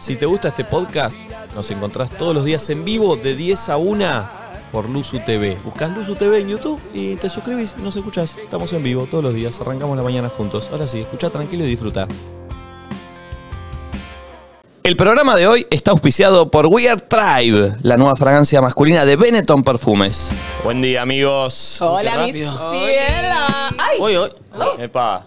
Si te gusta este podcast, nos encontrás todos los días en vivo de 10 a 1 por Luzu TV. Buscás Luzu TV en YouTube y te suscribís y nos escuchás. Estamos en vivo todos los días, arrancamos la mañana juntos. Ahora sí, escucha tranquilo y disfruta. El programa de hoy está auspiciado por We Are Tribe, la nueva fragancia masculina de Benetton Perfumes. Buen día, amigos. Hola, mi ciela. Ay, ¿Ah? Uy, uy. Epa,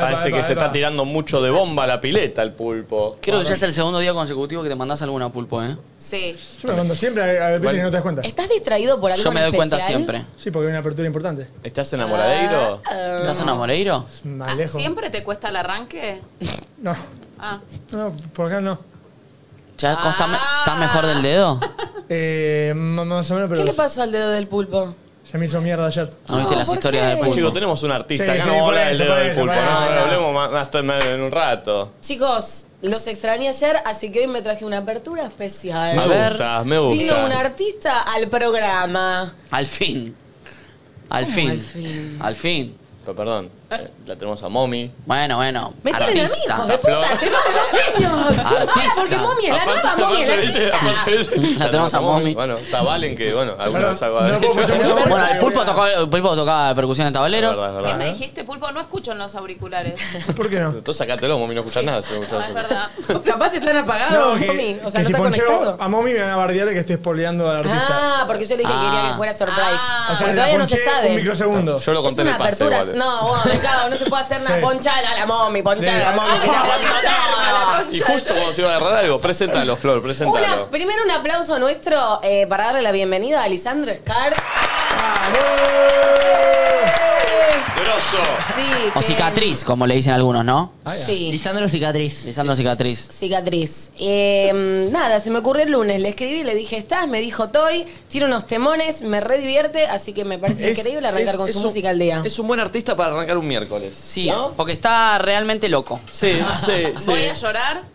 parece que se está tirando mucho de bomba la pileta el pulpo. Creo que ya es el segundo día consecutivo que te mandás alguna pulpo, ¿eh? sí. Yo me mando siempre a, a veces que no te das cuenta. ¿Estás distraído por algo Yo me en doy cuenta especial? siempre. Sí, porque hay una apertura importante. ¿Estás enamoradeiro? Ah. ¿Estás en Amoreiro? Más Ah, lejos. ¿Siempre te cuesta el arranque? No, Ah, no, por acá no. Ah. ¿Ya consta- estás mejor del dedo? Eh, ma- más o menos, pero ¿Qué le pasó al dedo del pulpo? se me hizo mierda ayer. Ah. ¿No viste No, las ¿por historias qué? del Chicos, pulpo? tenemos un artista. Sí, Acá sí, no vamos a por hablar del eso, dedo por del eso, pulpo. por No, eso. no, hablemos más, más tarde, en un rato. Chicos, los extrañé ayer, así que hoy me traje una apertura especial. Me ver. gusta, me Vino un gusta. artista al programa. Al fin. Al ¿Cómo fin. al fin? Al fin. Pero perdón, eh, la tenemos a Mommy. Bueno, bueno. Me tienen a mí, hijo de Artista. puta, hace más de dos años. Artista. Porque momia es la nueva, momia es la dice- aparte dice- La tenemos a Mommy. Bueno, está Valen que, bueno, alguna Perdón, vez algo habrá no puedo hecho. escuchar mucho. Bueno, el pulpo, tocó, el pulpo tocaba percusión en Es tableros. verdad, es ¿Qué verdad. me dijiste, Pulpo? No escucho en los auriculares. ¿Por qué no? Entonces sacátelo, Mommy, no escuchás nada. si no escuchás No, es eso. verdad. Capaz están apagados, mami. Ah, O sea, no si está poncheo conectado. a Momi me van a bardear que estoy spoileando al artista. Ah, porque yo le dije que quería que fuera surprise. Ah. O sea, Porque le todavía no se ponché Un sabe. microsegundo. Yo lo Es conté en una el pase. apertura. igual. No, vos, me cago, no se puede hacer nada. Sí. Ponchala a la momi, ponchala a la momi, que la momi Ah, está. Y justo cuando se iba a agarrar algo, preséntalo, Flor, Una, preséntalo. primero un aplauso nuestro eh, para darle la bienvenida a Lisandro Scar. ¡Grosso! Sí, O que- cicatriz, como le dicen algunos, ¿no? Sí, Lisandro Cicatriz. Lisandro cicatriz. cicatriz. Eh, nada, se me ocurrió el lunes. Le escribí, le dije, estás, me dijo Toy, tiene unos temones, me redivierte, así que me parece Es- increíble arrancar es- con es su un- música al día. Es un buen artista para arrancar un miércoles. Sí, porque está realmente loco. Sí, sí, sí. ¿Voy a llorar?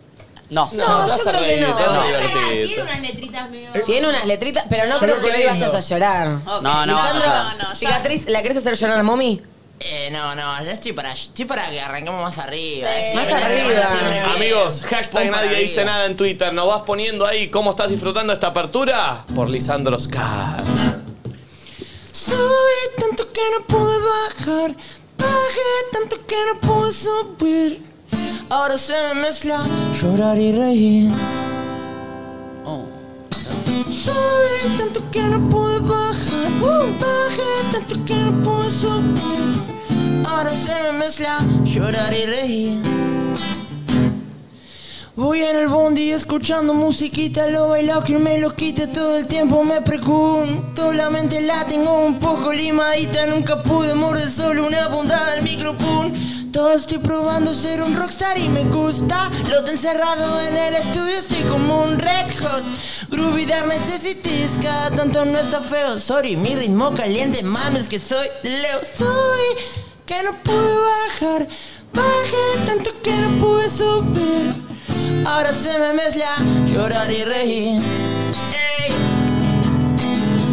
No. No, yo creo que no. te vas a No. divertir. Tiene unas letritas medio. Tiene unas letritas, pero no Yo creo lo que hoy corriendo. vayas a llorar. Ok. No, no, Lisandro, no, no, ya. Cicatriz, ¿la querés hacer llorar a mami? Eh, no, no, ya estoy para, estoy para que arranquemos más arriba. Es Más que la arriba. semana siempre viene. Amigos, hashtag Pum para nadie dice arriba. nada en Twitter. ¿Nos vas poniendo ahí cómo estás disfrutando esta apertura? Por Lisandro Scar. Subí tanto que no pude bajar. Bajé tanto que no pude subir. Ahora se me mezcla llorar y reír. Oh. Subí tanto que no pude bajar. Bajé tanto que no pude subir. Ahora se me mezcla llorar y reír. Voy en el bondi escuchando musiquita, lo bailado que me lo quite todo el tiempo me pregunto La mente la tengo un poco limadita, nunca pude morder solo una puntada al micropun Todo estoy probando ser un rockstar y me gusta Lo de encerrado en el estudio estoy como un red hot Groovy dar necesitis, cada tanto no está feo Sorry, mi ritmo caliente, mames que soy de Leo Soy que no pude bajar. Bajé tanto que no pude subir. Ahora se me mezcla llorar y reír. Ey.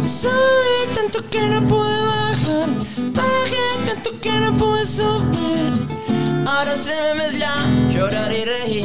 Subí tanto que no pude bajar. Bajé tanto que no pude subir. Ahora se me mezcla llorar y reír.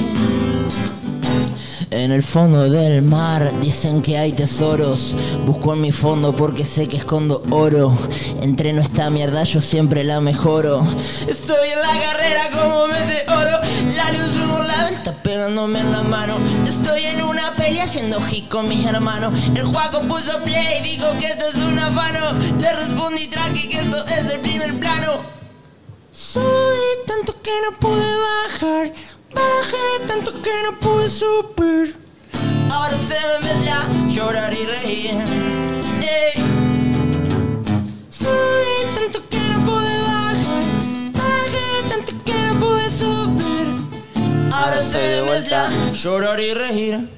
En el fondo del mar dicen que hay tesoros. Busco en mi fondo porque sé que escondo oro. Entreno esta mierda, yo siempre la mejoro. Estoy en la carrera como meteoro. La luz por la vuelta pegándome en la mano. Estoy en una pelea haciendo hit con mis hermanos. El Juaco puso play y dijo que esto es un afano. Le respondí tranqui que esto es el primer plano. Subí tanto que no pude bajar, bajé tanto que no pude subir. Ahora se me mezcla llorar y reír. Ey. Subí tanto que no pude bajar, bajé tanto que no pude subir. Ahora se me mezcla llorar y reír.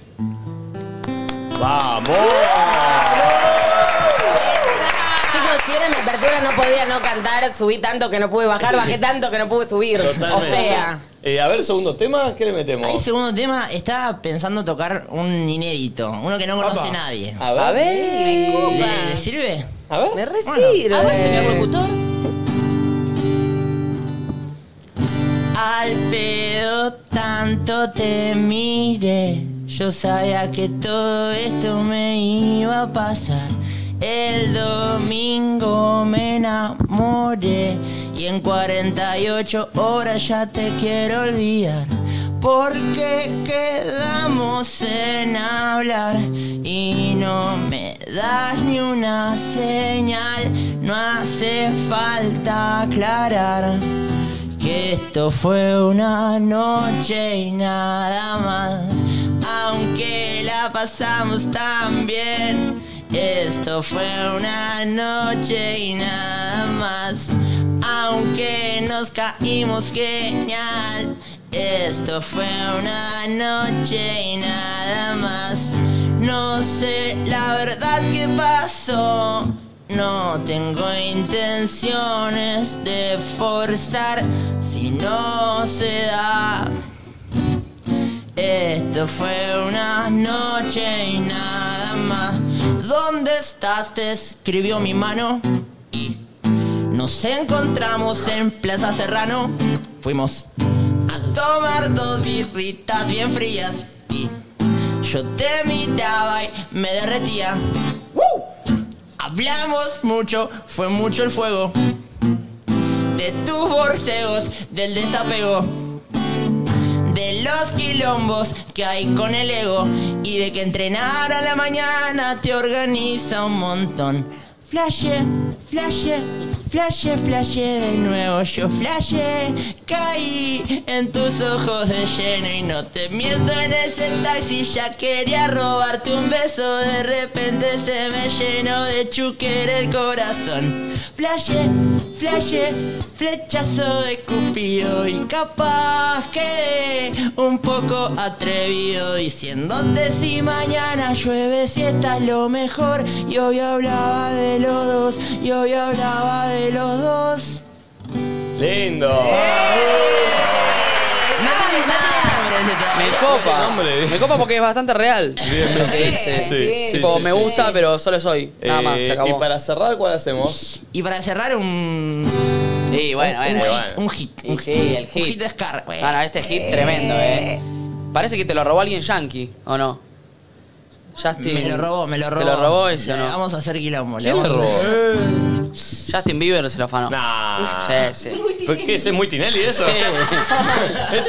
¡Vamos! Chicos, si era mi apertura no podía no cantar, subí tanto que no pude bajar, bajé tanto que no pude subir. O sea, Eh, a ver, segundo tema, ¿qué le El metemos? segundo tema, estaba pensando tocar un inédito, uno que no conoce nadie. A ver. A ver. ¿Le, le sirve? A ver. me resirve. A ver, señor locutor. Al pedo tanto te mire Yo sabía que todo esto me iba a pasar. El domingo me enamoré y en 48 horas ya te quiero olvidar. Porque quedamos en hablar y no me das ni una señal. No hace falta aclarar que esto fue una noche y nada más. Aunque la pasamos tan bien, esto fue una noche y nada más. Aunque nos caímos genial, esto fue una noche y nada más. No sé la verdad que pasó. No tengo intenciones de forzar si no se da. Esto fue una noche y nada más. ¿Dónde estás? Te escribió mi mano. Y nos encontramos en Plaza Serrano. Fuimos a tomar dos birritas bien frías. Y yo te miraba y me derretía. ¡Uh! Hablamos mucho, fue mucho el fuego. De tus borseos, del desapego. De los quilombos que hay con el ego y de que entrenar a la mañana te organiza un montón. Flashe, flashe, flashe, flashe de nuevo. Yo flashe, caí en tus ojos de lleno y no te miento en ese taxi. Ya quería robarte un beso, de repente se me llenó de chuquer el corazón. Flashe, flashe, flechazo de Cupido y capaz que un poco atrevido diciéndote si mañana llueve si estás lo mejor y hoy hablaba de los dos y hoy hablaba de los dos Lindo. Me copa. Me copa porque es bastante real. Lo que dice. sí, Tipo, me gusta, pero solo soy. Nada más, Eh, se acabó. Y para cerrar, ¿cuál hacemos? y para cerrar un Sí, bueno, un, bueno. hit, un hit Y un sí, hit, el un hit. de Scar güey. Para este hit tremendo, eh. Parece que te lo robó alguien yankee, ¿o no? Justin. me lo robó me lo robó ¿Te lo robó ese o Le no? vamos a hacer quilombo le ¿Quién le vamos a hacer- robó? Justin Bieber se lo fanó. Nah. Sí, sí. ¿Por qué ese es muy Tinelli eso? Sí.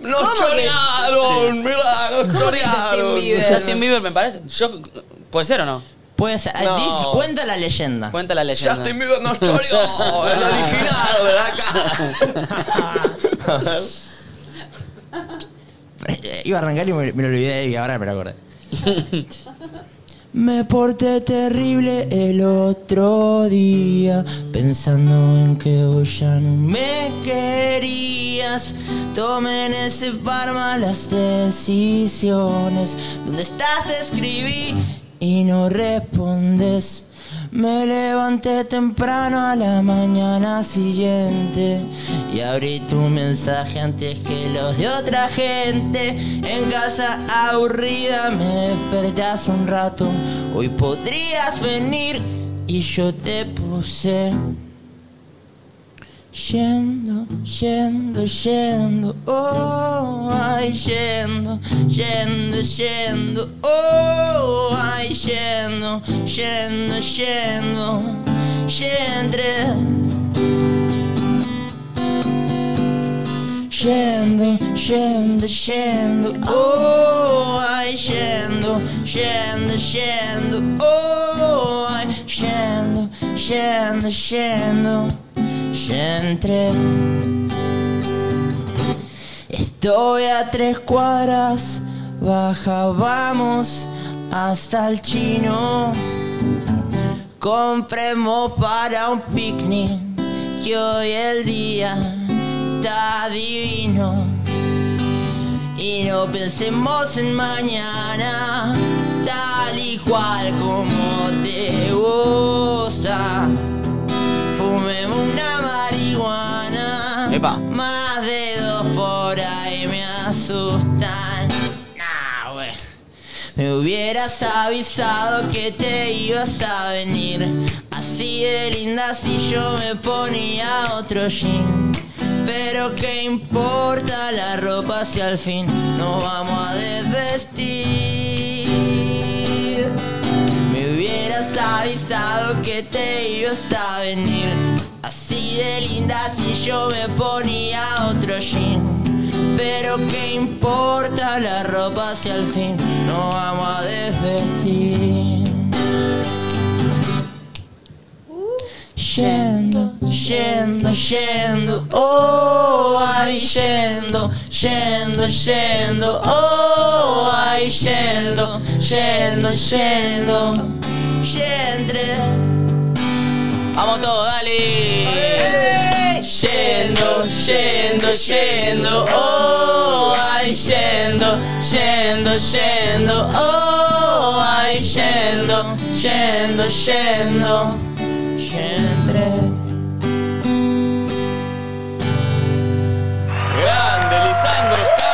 ¡Nos chorearon! ¡Mirá, nos ¿Cómo que Justin Bieber? Justin Bieber me parece. Yo, ¿Puede ser o no? Puede ser- No. di- cuenta la leyenda Cuenta la leyenda. Bieber nos choreó! ¡El original de acá! Eh, Iba a arrancar y me, me lo olvidé y ahora me lo acordé. me porté terrible el otro día, pensando en que vos ya no me querías. Tomen ese par malas decisiones. ¿Dónde estás? Te escribí y no respondes. Me levanté temprano a la mañana siguiente y abrí tu mensaje antes que los de otra gente. En casa aburrida me desperté hace un rato. Hoy podrías venir y yo te puse. Yendo, yendo, yendo, oh, ay, yendo, yendo, yendo, oh, ay, yendo, yendo, yendo, yendo, yendo, yendo, yendo, oh, ay, yendo, yendo, yendo, oh, ay, yendo, yendo, yendo, yendo. Estoy a tres cuadras, baja, vamos hasta el chino. Compremos para un picnic, que hoy el día está divino. Y no pensemos en mañana, tal y cual como te gusta. Fumemos una marihuana. Epa. Ah. Más de dos por ahí me asustan. Nah, wey. Me hubieras avisado que te ibas a venir. Así de linda si yo me ponía otro jean. Pero qué importa la ropa si al fin nos vamos a desvestir. Me hubieras avisado que te ibas a venir. Así de linda si yo me ponía otro jean. Pero qué importa la ropa si al fin nos vamos a desvestir. Yendo, yendo, yendo, oh, ay, yendo, yendo, yendo, oh, ay, yendo, yendo, yendo, yendo, Vamos todos, Eh. dale. yendo, yendo, yendo, oh, ay, yendo, yendo, yendo, oh, ay, yendo, yendo, yendo, yendo. Grande, Lisandro Sky.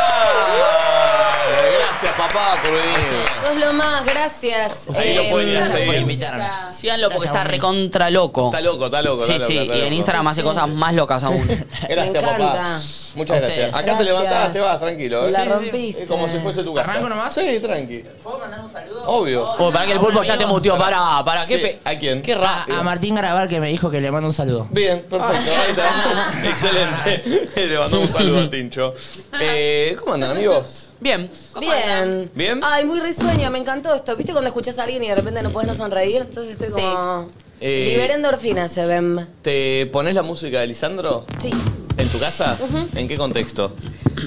Gracias, papá, por venir. Sos lo más, gracias. Ahí lo pueden ir a Em, seguir. Por invitarme. Síganlo porque está recontra loco. Está loco, está loco. Sí, está sí, loco, está y en loco. Instagram hace cosas más locas aún. Gracias, Me encanta. papá. Muchas gracias. A ustedes. Acá te Gracias. levantás, te vas, tranquilo. ¿eh? La Sí, sí, sí. rompiste. Es como si fuese tu casa. ¿Arranco nomás? Sí, tranqui. ¿Puedo mandar un saludo? Obvio. Oh, para que el pulpo ya te muteó, para, para, qué Sí, pe- ¿a quién? Ah, Qué rápido. A Martín Garabal que me dijo que le mando un saludo. Bien, perfecto. Ahí está. Excelente. Le mandamos un saludo al Tincho. Eh, ¿Cómo andan, amigos? Bien. Bien. ¿Bien? Ay, muy risueño, me encantó esto. ¿Viste cuando escuchas a alguien y de repente no podés no sonreír? Entonces estoy como. Eh. Libera endorfinas, se ven. ¿Te pones la música de Lisandro Sí. en tu casa? ¿En qué contexto?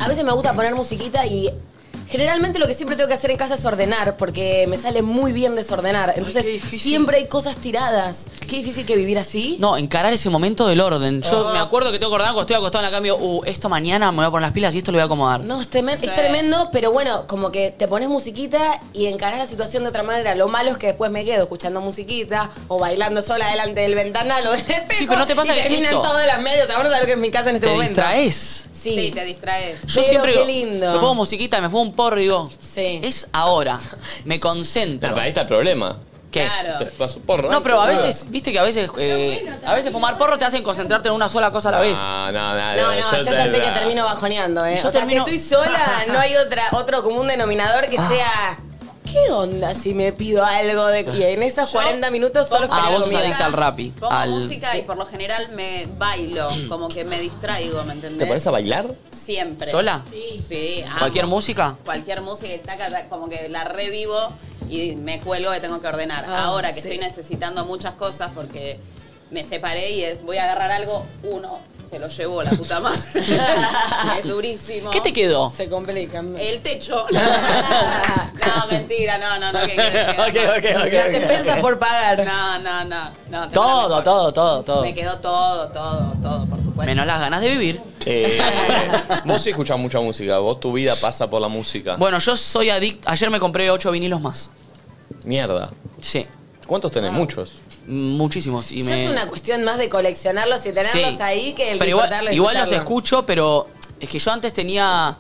A veces me gusta poner musiquita y. Generalmente lo que siempre tengo que hacer en casa es ordenar, porque me sale muy bien desordenar. Entonces siempre hay cosas tiradas. Qué difícil que vivir así. No, encarar ese momento del orden. Yo Ah. me acuerdo que tengo que acordar cuando estoy acostado en la cama y digo, uh, esto mañana me voy a poner las pilas y esto lo voy a acomodar. No, es, tremen- es tremendo, pero bueno, como que te pones musiquita y encarás la situación de otra manera. Lo malo es que después me quedo escuchando musiquita o bailando sola delante del ventanal o del espejo. pero ¿no te pasa y que terminan eso- todas las medios. Ahora no sabes lo que es mi casa en este te momento. distraes. Sí. Sí, te distraes. Yo Pero siempre qué digo, lindo. me pongo musiquita, me fumo un porro y digo, Sí. es ahora, me Nah, concentro. pero ahí está el problema. ¿Qué? Claro. Te vas un porro. No, pero a antes, veces, viste que a veces, eh, a veces fumar porro te hacen concentrarte en una sola cosa a la nada. vez. No, no, no. No, no, yo ya sé que termino bajoneando, ¿eh? Yo o sea, termino- Ah. si estoy sola, no hay otra, otro común denominador que sea. ¿Qué onda si me pido algo de Y en esos 40 minutos solo Ah, espero vos sos comida. adicta al rapi, Pongo al- música y por lo general me bailo, como que me distraigo, ¿me entendés? ¿Te pones a bailar? Siempre. ¿Sola? Sí. Sí. amo. ¿Cualquier música? Cualquier música, y taca, taca, como que la revivo y me cuelgo que tengo que ordenar. Ah, Ahora que sí. estoy necesitando muchas cosas porque me separé y es- voy a agarrar algo, uno se lo llevó la puta madre. es durísimo. ¿Qué te quedó? Se complican. El techo. no, mentira, no, no, no. Que, que- que- Las expensas por pagar. No, no, no. no tengo la Todo, mejor. todo, todo, todo. Me quedó todo, todo, todo, por supuesto. Menos las ganas de vivir. Eh, vos sí escuchás mucha música. Vos tu vida pasa por la música. Bueno, yo soy adicto. Ayer me compré ocho vinilos más. Mierda. Sí. ¿Cuántos tenés? Muchos. Muchísimos. Y Eso me... es una cuestión más de coleccionarlos y tenerlos Eh, Sí. ahí que el Pero igual, disfrutarlo y igual los escucharlo. escucho, pero es que yo antes tenía.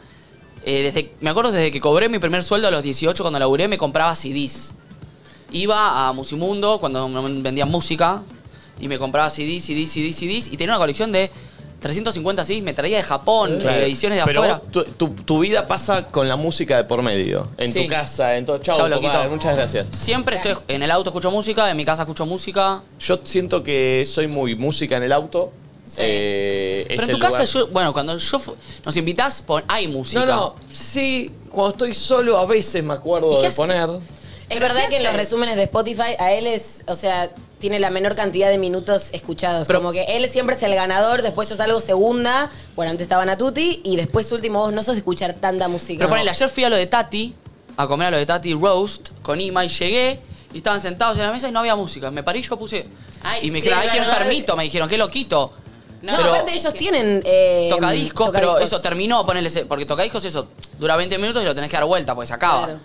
eh, desde, me acuerdo desde que cobré mi primer sueldo a los 18, cuando laburé, me compraba CDs. Iba a Musimundo cuando me vendían música y me compraba CDs, CDs, CDs, CDs. Y tenía una colección de 350 CDs. Me traía de Japón, eh, ediciones de Pero afuera. vos, tu, tu- tu vida pasa con la música de por medio. En Sí. tu casa, en todo. Chau, Chau, papá, loquito. Muchas gracias. Siempre estoy en el auto, escucho música, en mi casa escucho música. Yo siento que soy muy música en el auto. Eh, es Pero en tu el casa, lugar- yo, bueno, cuando yo fu- nos invitás, pon- hay No, música. no. Sí, cuando estoy solo a veces me acuerdo qué de haces? poner. Es verdad que en los resúmenes de Spotify a él es, o sea, tiene la menor cantidad de minutos escuchados. Pero- como que él siempre es el ganador, después yo salgo segunda, bueno, antes estaba Natuti, y después último vos no sos de escuchar tanta música. Pero ponele, ayer fui a lo de Tati, a comer a lo de Tati Roast con Ima y llegué y estaban sentados en la mesa y no había música. Me paré y yo puse. Ay, y me sí, dijeron, ay, qué ¿verdad? enfermito. Me dijeron, qué loquito. No, pero- aparte ellos tienen... eh, Tocadiscos, pero tocadiscos. eso terminó, ponele. ese- Porque tocadiscos, eso dura 20 minutos y lo tenés que dar vuelta, pues se acaba. Claro.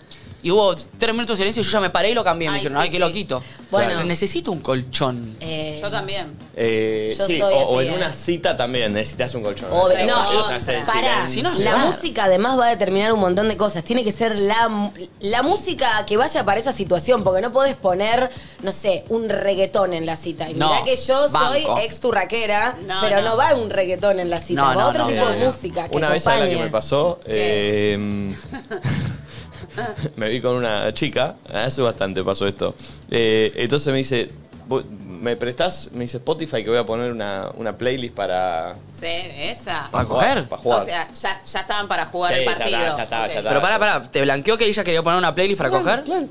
Y hubo tres minutos de silencio y yo ya me paré y lo cambié. Me Ay, dijeron, sí, ay, qué sí. loquito. Bueno. Claro. Necesito un colchón. Eh, Yo también. Eh, Yo sí, o, soy o así, en eh. una cita también necesitas un colchón. Obvio. Sí, No, o sea, es el silencio. pará. Si no, la se va. música además va a determinar un montón de cosas. Tiene que ser la, mu- la música que vaya para esa situación, porque no podés poner, no sé, un reggaetón en la cita. Y mirá No, que yo soy banco. ex turraquera, No, pero no. no. va un reggaetón en la cita, No, va no, otro no, tipo no, de no. música que Una vez a la acompañe. que me pasó, eh, me vi con una chica, hace bastante pasó esto. Eh, entonces me dice, "Vos- ¿me prestás? Me dice Spotify que voy a poner una, una playlist para, Sí, esa. ¿Para coger? para eh, jugar. O sea, ya, ya estaban para jugar Sí, el ya está, partido. ya está, ya Ok. está. Pero pará, pará. ¿Te blanqueó que ella quería poner una playlist para coger? Claro.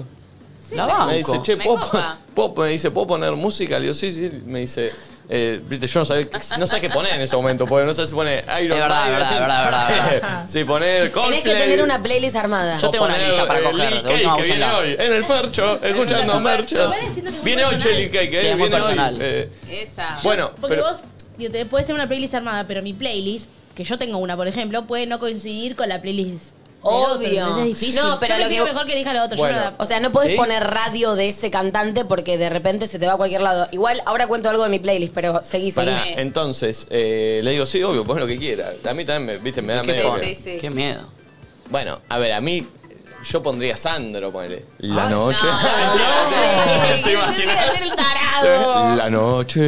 Sí, La me- banco. Me dice, che, Me ¿puedo, copa. po- po- me dice, ¿puedo poner música? Le digo, sí, sí. Me dice, eh, viste, yo no sabía, no sabía qué poner en ese momento, porque no sé si pone Iron Es verdad, Maiden. verdad, verdad, verdad, sí, poner Tenés Coldplay. que tener una playlist armada. Yo tengo una Poner, lista para eh, coger, Lil de última Cake que viene búsquenla. hoy, en el Fercho, escuchando Mercho. Igual siento que es muy Viene hoy personal. Lil Cake, eh, Sí, es muy viene hoy. personal. Eh, Esa. bueno, Porque pero... vos digo, te puedes tener una playlist armada, pero mi playlist, que yo tengo una, por ejemplo, puede no coincidir con la playlist. del otro, Obvio. entonces es difícil. No, pero Yo lo prefiero que- mejor que elija lo otro. Bueno. yo no la- O sea, no podés ¿Sí? poner radio de ese cantante porque de repente se te va a cualquier lado. Igual ahora cuento algo de mi playlist, pero seguí, seguí. Pará, entonces, eh, le digo, sí, obvio, pon lo que quiera. A mí también, me, viste, me da ¿Qué, medio... pone? sí, sí. Qué miedo. Bueno, a ver, a mí... Yo pondría Sandro, ponele. La noche. No. Te imaginas. La noche.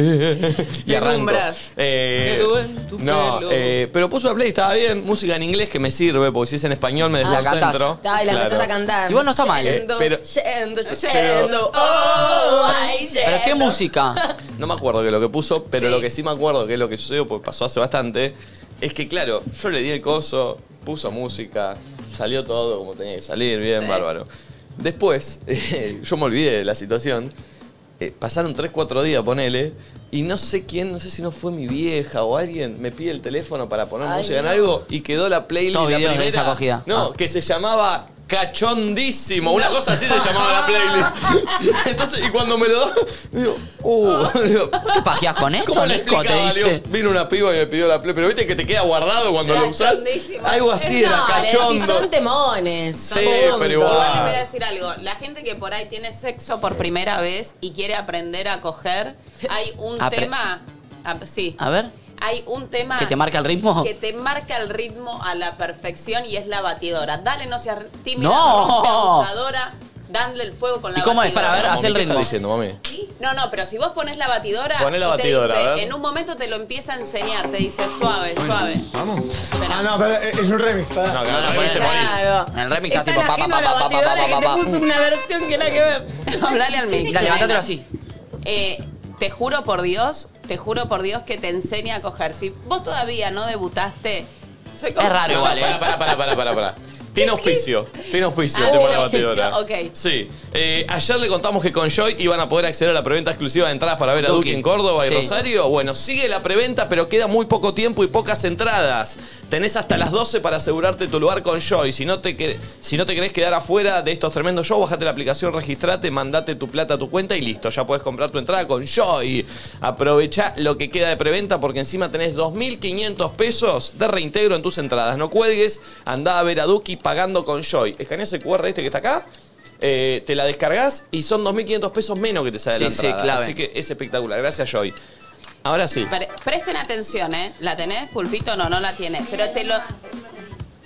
Y arranco. Deslumbras. Eh, Dedo en tu no, pelo. eh, pero puso a play, estaba bien. Música en inglés que me sirve, porque si es en español me Ah, la cantás. desconcentro. Está, y la Ah, Claro. empezás a cantar. Igual no está mal, eh, Yendo, pero- yendo, pero- yendo, oh, ay, ¿Pero qué yendo. música? No me acuerdo que lo que puso, pero Sí. lo que sí me acuerdo que es lo que sucedió, porque pasó hace bastante, es que claro, yo le di el coso, puso música, salió todo como tenía que salir, bien, bárbaro. Después, eh, yo me olvidé de la situación. eh, pasaron 3, 4 días, ponele, y no sé quién, no sé si no fue mi vieja o alguien, me pide el teléfono para poner Ay, música en no. algo y quedó la playlist. Todos la videos de primera- esa acogida. No, Ah. que se llamaba Cachondísimo. Una cosa así se llamaba la playlist. Entonces, y cuando me lo da, digo, uh, Ah. digo, ¿Vos te pajeás con esto, ¿Cómo le Nico? Te explicaba? Le dice. digo, Vino una piba y me pidió la play, pero viste que te queda guardado cuando lo usás. Cachondísimo. Algo así era, No, le decís, Si cachondo. son temones. Sí, punto. pero igual. Igual les voy a decir algo. La gente que por ahí tiene sexo por primera vez y quiere aprender a coger, hay un Apre- tema. ah, sí. A ver, Hay un tema. ¿que te marca el ritmo? que te marca el ritmo a la perfección y es la batidora. Dale, no seas tímida, ¡No! no seas abusadora, dale el fuego con la ¿Y cómo es? batidora. Para ver, Mami, hace el ¿qué estás ritmo. diciendo, mami? No, no, pero si vos pones la batidora, Poné la y te batidora, dice- a ver. en un momento te lo empieza a enseñar, te dice suave, suave. Vamos. Espera. Ah, no, pero es es un remix. pará. No, No, no, poniste Claro. En el remix está tipo pa, pa, pa, pa, pa, pa, pa, pa, pa. una versión que nada que ver. Hablale al mic. Mira, levantátelo así. Eh, te juro por Dios, te juro por Dios que te enseña a coger. Si vos todavía no debutaste, soy como- Es raro igual, eh. Pará, pará, pará, pará, pará, pará. Tiene auspicio, tiene auspicio Ah, el tema de tiene la auspicio, batidora. ok. Sí. Eh, ayer le contamos que con Joy iban a poder acceder a la preventa exclusiva de entradas para ver a Duki. Duque en Córdoba y Sí. Rosario. Bueno, sigue la preventa, pero queda muy poco tiempo y pocas entradas. Tenés hasta las 12 para asegurarte tu lugar con Joy. Si no te, que- si no te querés quedar afuera de estos tremendos shows, bajate la aplicación, registrate, mandate tu plata a tu cuenta y listo. Ya podés comprar tu entrada con Joy. Aprovecha lo que queda de preventa porque encima tenés 2.500 pesos de reintegro en tus entradas. No cuelgues, andá a ver a Duki pagando con Joy. Escaneás el QR este que está acá. eh, te la descargas y son 2.500 pesos menos que te sale la Sí, sí, entrada. clave. Así que es espectacular. Gracias, Joy. Ahora sí. Pre- presten atención, ¿eh? ¿La tenés, Pulpito? No, no la tienes. Pero te lo.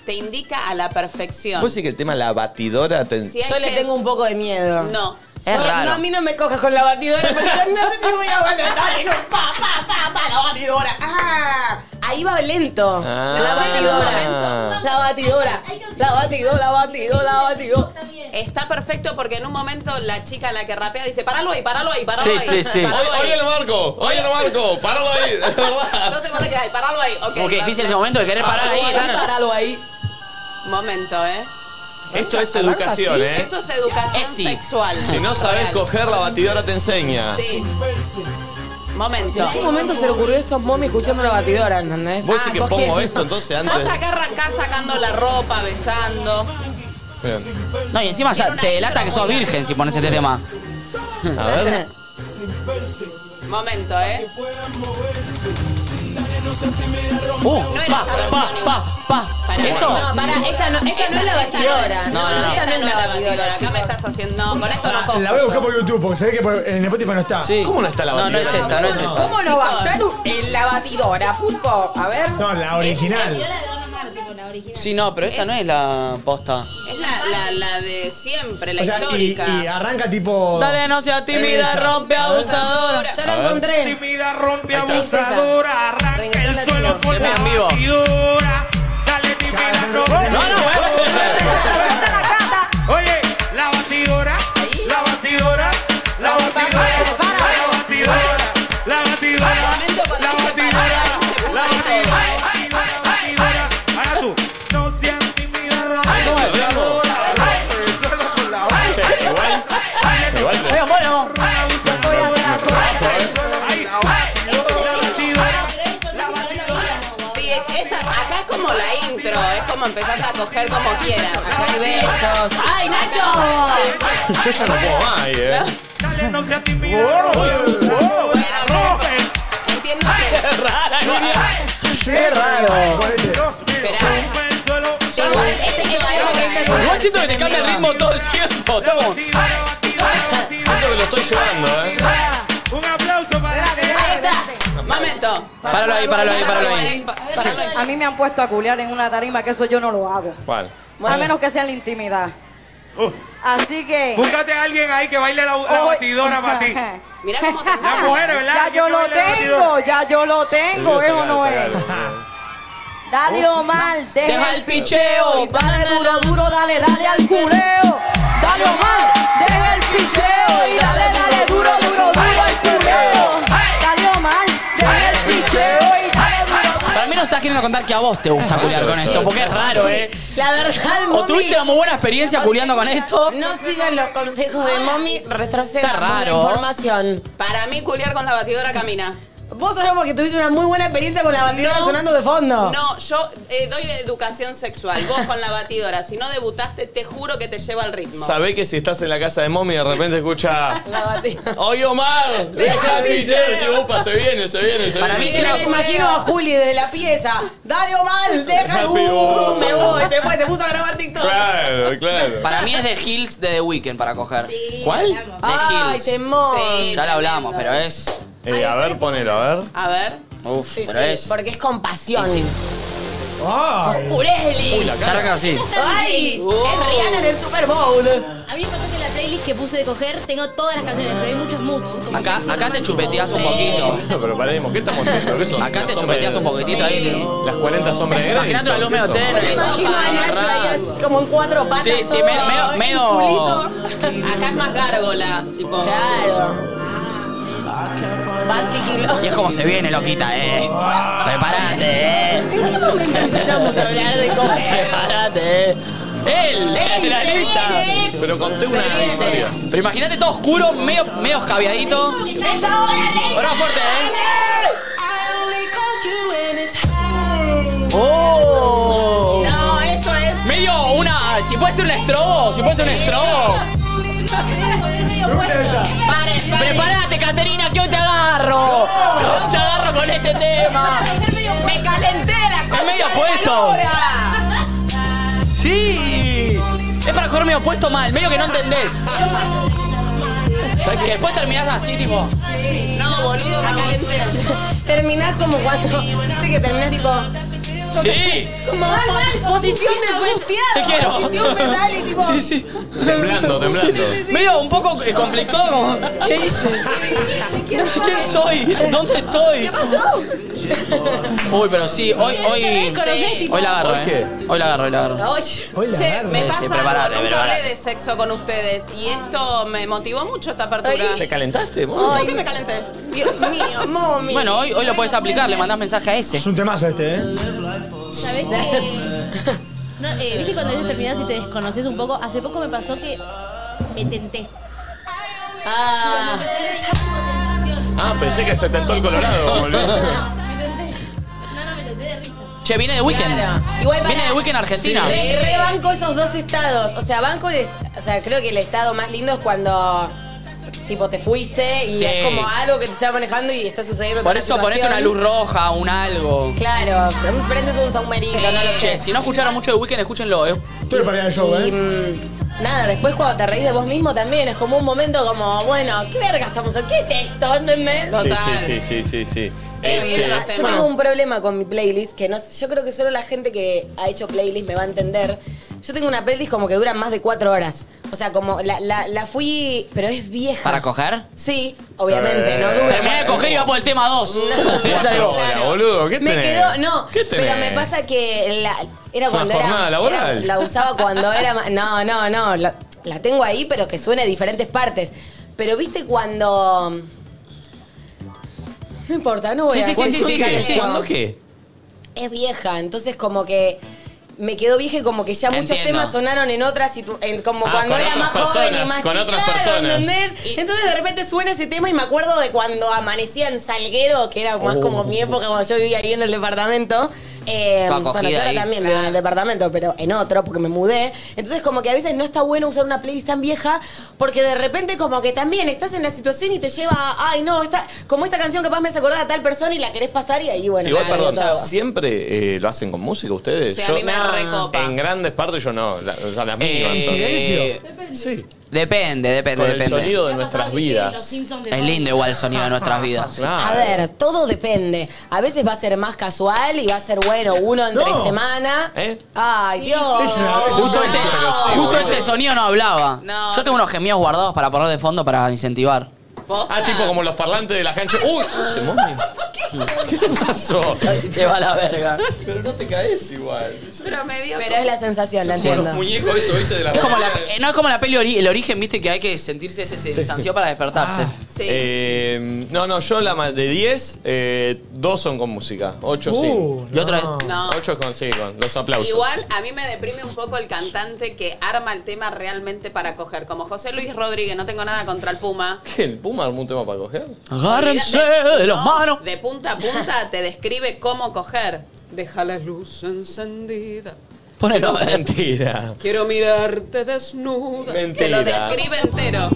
Te indica a la perfección. Vos decís que el tema la batidora te... Si hay Yo le gente- tengo un poco de miedo. No. Yo- Es raro. No, a mí no me cojas con la batidora porque no sé si voy a aguantar. Dale, no, pa, pa, pa, pa, la batidora. Ah, ahí va lento. Ah. La batidora. La batidora. La batidora, la batidora, la batidora. Está perfecto porque en un momento la chica a la que rapea dice: paralo ahí, paralo ahí, paralo Sí, ahí. sí, sí. paralo ahí". Oye, el barco, oye, el barco, paralo ahí, de verdad. Entonces vos te quedás, paralo ahí. Ok. Como que va- difícil ese momento de querer parar ahí. estar- Paralo ahí. Momento, ¿eh? Esto es educación, ¿eh? Esto es educación Esi. sexual. Si no sabés Real. coger, la batidora te enseña. Sí. Momento. ¿En qué momento se le ocurrió a estos momi escuchando la batidora, entendés? Vos sí Ah, que cogiendo. pongo esto entonces Vos antes. acá arrancás sacando la ropa, besando. Bien. No, y encima ya te delata que sos virgen si pones este tema. A ver. Momento, ¿eh? Uh, No era pa, esta versión pa, pa, pa. Pará, ¿Eso? No, pará, esta no, esta no es la batidora. No, no, no. Esta no es la batidora. batidora. Acá me estás haciendo. No, con esto no Ah, cojo. La voy a buscar yo. por YouTube, porque se ve que por- en Spotify no está. Sí. ¿Cómo no está la No, no bandera? es esta, no es esta. ¿Cómo no va a estar un- en la batidora, Pulpo? A ver. No, la Es original. la de Don Omar, tipo, la original. Sí, no, pero esta no es la posta. Es la, la, la de siempre, la O sea, y, histórica. y arranca tipo. Dale, no sea tímida, Esa. rompe abusadora. Ya la encontré. Tímida rompe Ahí está. abusadora, arranca Reggaetón el suelo latino. con Yo me la en vivo. batidora. Dale tímida rompe. No, no, Oye, la batidora, la batidora, la batidora, la batidora, la batidora, la batidora, la batidora, la batidora. Ahora tú. No seas tímida, rompe ¿Cómo es, Blanco? abusadora, rompe el suelo con la Che, Igual, batidora. igual. te- Oigan, bueno. Sí, esta, acá es como la intro, es como empezás a coger como quieras. Acá Hay hay besos. besos. ¡Ay, Nacho! Yo ya no puedo más, ahí, eh. Dale, no seas tímida, rompe abusadora, rompe. Entiendo que. ¡Qué raro! Ponete. Esperá. Rompe el suelo. Sí, igual, este es algo que esta es una Igual siento que te versión cambia el viva. ritmo todo el tiempo. Estamos. Siento que lo estoy llevando, eh. Un aplauso para Ahí está. Momento. Páralo ahí, páralo ahí, páralo ahí. Páralo ahí. A mí me han puesto a culear en una tarima que eso yo no lo hago. Bueno. A menos que sea en la intimidad. Así que. Uh. Búscate a alguien ahí que baile la, la hoy- batidora para ti. Mirá cómo te Las enseña. mujeres, ¿verdad? Ya Que yo te lo baile la tengo, batidora. ya yo lo tengo, eso no es. Dale Omar, deja, Deja el picheo, y dale banana. duro, duro, dale, dale al culeo. Dale Omar, deja el picheo y dale, dale duro, duro, duro al culeo. Dale Omar, deja el picheo y dale duro, duro. Para mí nos estás queriendo contar que a vos te gusta culiar con esto, porque es raro, ¿eh? La verdad, O mami, tuviste una muy buena experiencia culiando con esto. No sigan los consejos de mommy, retrocedan Está por la raro. información. Para mí, culiar con la batidora camina. Vos solo porque tuviste una muy buena experiencia con la bandera sonando de fondo. No, yo eh, doy educación sexual. Vos con la batidora. Si no debutaste, te juro que te lleva al ritmo. Sabés que si estás en la casa de mommy de repente escucha. La bandera. ¡Oye, Omar! ¡Deja el picheo! Si upa, se viene, se viene, se Para viene. mí que Me imagino a Juli desde la pieza. Dale mal, deja Happy uh, Birthday. Me voy, se fue, se puso a grabar TikTok. Claro, claro. Para mí es de Hills de The Weeknd para coger. Sí, hablamos. The Ay, Hills. temor. Sí. Ya lo hablamos, pero es. Eh, a ver, ponelo, a ver. A ver. Uf, Sí, pero sí, es. porque es compasión. Sí, sí. Ay. Cureli. Ya arranca así. Ay, oh. es Rihanna en el Super Bowl. A mí me pasó que la playlist que puse de coger tengo todas las canciones, pero hay muchos moods. como Acá- que son acá te románticos. chupeteas un poquito. No, pero paremos, ¿qué estamos haciendo? ¿Qué son? Acá te Las chupeteas un sombras poquitito ahí. de- Las 40 sombras de Grey. Imagínate una son, luz ¿qué medio son? tenue. Imagino a Nacho ahí así, como en cuatro patas. Sí, sí, todo, medio- medio- el culito. Acá es más gárgola. Tipo. Claro. Y es como se viene, loquita, eh. Preparate, eh. ¿En qué momento empezamos a hablar de coger? Preparate, eh. Él, el de la se lista. viene. eh. Pero conté una Se viene. historia. Pero imagínate todo oscuro, medio, medio escabiadito. ¡Es ahora, Nick! Ahora fuerte, eh. ¡Oh! No, eso es. Medio una. Si puede ser un estrobo, si puede ser un estrobo. Paren, paren. Prepárate, Caterina, que hoy te agarro. Hoy te agarro con este tema. Me calenté la concha medio de la puesto. lora. Sí. Es para coger medio puesto mal, medio que no entendés. Que después terminás así, tipo. No, boludo, me calenté. Terminás como cuando. Viste que terminás tipo. Sí. Como po- posición de fuente. Te quiero. Posición fetal y tipo. Sí, sí. Temblando, temblando. Medio un poco eh, conflictuado, como, ¿qué hice? ¿Quién soy? ¿Dónde estoy? ¿Qué pasó? Uy, pero sí, hoy, hoy, hoy la agarro, ¿eh? Hoy la agarro, hoy la agarro. Oye, Hola, che, Barbie. me pasa Sí, algo, preparate, nunca preparate. hablé de sexo con ustedes y esto me motivó mucho esta apertura. ¿Te calentaste? vos? ¿Por qué me calenté? Dios mío, mami. Bueno, hoy, hoy lo puedes aplicar, le mandás mensaje a ese. Es un temazo este, ¿eh? ¿Sabés qué? No, eh, ¿Viste cuando ya terminás y te desconoces un poco? Hace poco me pasó que me tenté. Ah, Ah, pensé que se tentó el Colorado. boludo. Me tenté. No, no, me tenté de risa. Che, viene de Weekend. Claro. Igual para- Viene de Weekend Argentina. re, re banco esos dos estados. O sea, banco el est- O sea, creo que el estado más lindo es cuando. Tipo, te fuiste y Sí. es como algo que te está manejando y está sucediendo. Por otra eso ponete situación. una luz roja, un algo. Claro, pre- prendete un saumerito, no lo Che, sé. si no escucharon mucho de Weekend, escúchenlo, eh. Estoy para ir al show, Y ¿eh? mm, nada, después cuando te reís de vos mismo también es como un momento como, bueno, ¿qué verga estamos haciendo? ¿Qué es esto? ¿Entendés? Sí, sí, sí, sí, sí, sí. Eh, Este, mira, yo tengo un problema con mi playlist que no sé- yo creo que solo la gente que ha hecho playlist me va a entender. Yo tengo una playlist como que dura más de cuatro horas. O sea, como la, la, la fui, pero es vieja. ¿Para coger? Sí, obviamente, no dura. Terminé de coger y va por el tema 2. Cuatro horas, boludo, ¿qué Me tenés? quedó, no, ¿Qué tenés? pero me pasa que la, era Es una cuando era- jornada laboral. era- la usaba cuando era ma- no, no, no, la, la tengo ahí, pero que suene de diferentes partes. Pero viste cuando no importa, no voy Sí, a sí, sí, sí, sí, sí, sí. ¿Cuándo qué? Es vieja, entonces como que me quedó vieja y como que ya muchos Entiendo. temas sonaron en otras situ- en- como Ah, cuando con era otras más joven y personas, más con chica, otras personas. ¿entendés? Entonces de repente suena ese tema y me acuerdo de cuando amanecía en Salguero, que era más Oh. como mi época cuando yo vivía ahí en el departamento. Eh, Tu acogida bueno, que ahora ahí. también vivo en el departamento, pero en otro, porque me mudé. Entonces, como que a veces no está bueno usar una playlist tan vieja, porque de repente, como que también estás en la situación y te lleva, a, ay, no, esta, como esta canción capaz me hace acordar a tal persona y la querés pasar y ahí, bueno, Igual, se perdió perdón, todo. ¿siempre eh, lo hacen con música ustedes? Sí, a Yo- mí me recopa. En grandes partes yo no, la- o sea, las mías Eh, Depende, depende, Con el depende. sonido de Ha nuestras pasado que los vidas. Simpsons de Es lindo fondo. igual el sonido de nuestras vidas. A ver, todo depende. A veces va a ser más casual y va a ser bueno uno entre No. semana. ¿Eh? Ay, Oh. Dios. Es una- es Justo este, justo este sonido no hablaba. No. Yo tengo unos gemidos guardados para poner de fondo para incentivar. ¿Posta? Ah, tipo como los parlantes de la cancha. ¡Uy! ¿Se movió? ¿Qué le pasó? Se va la verga. Pero no te caes igual. Pero me dio Pero es la sensación, la Como los entiendo. muñecos eso, viste, de la Es como la, eh, no es como la peli ori- el origen, viste, que hay que sentirse ese sensación para despertarse. Ah, Sí. Eh, no, no, yo la ma- de 10, eh, dos son con música, ocho sí. Uh, Y otra no. vez- no. 8 con sí, con los aplausos. Igual a mí me deprime un poco el cantante que arma el tema realmente para coger. Como José Luis Rodríguez, no tengo nada contra el Puma. ¿Qué? ¿El Puma armó un tema para coger? Agárrense Olvídate, de los no, manos. De punta a punta te describe cómo coger. Deja la luz encendida. Ponelo. Mentira. Quiero mirarte desnuda. Te lo Mentira. describe entero.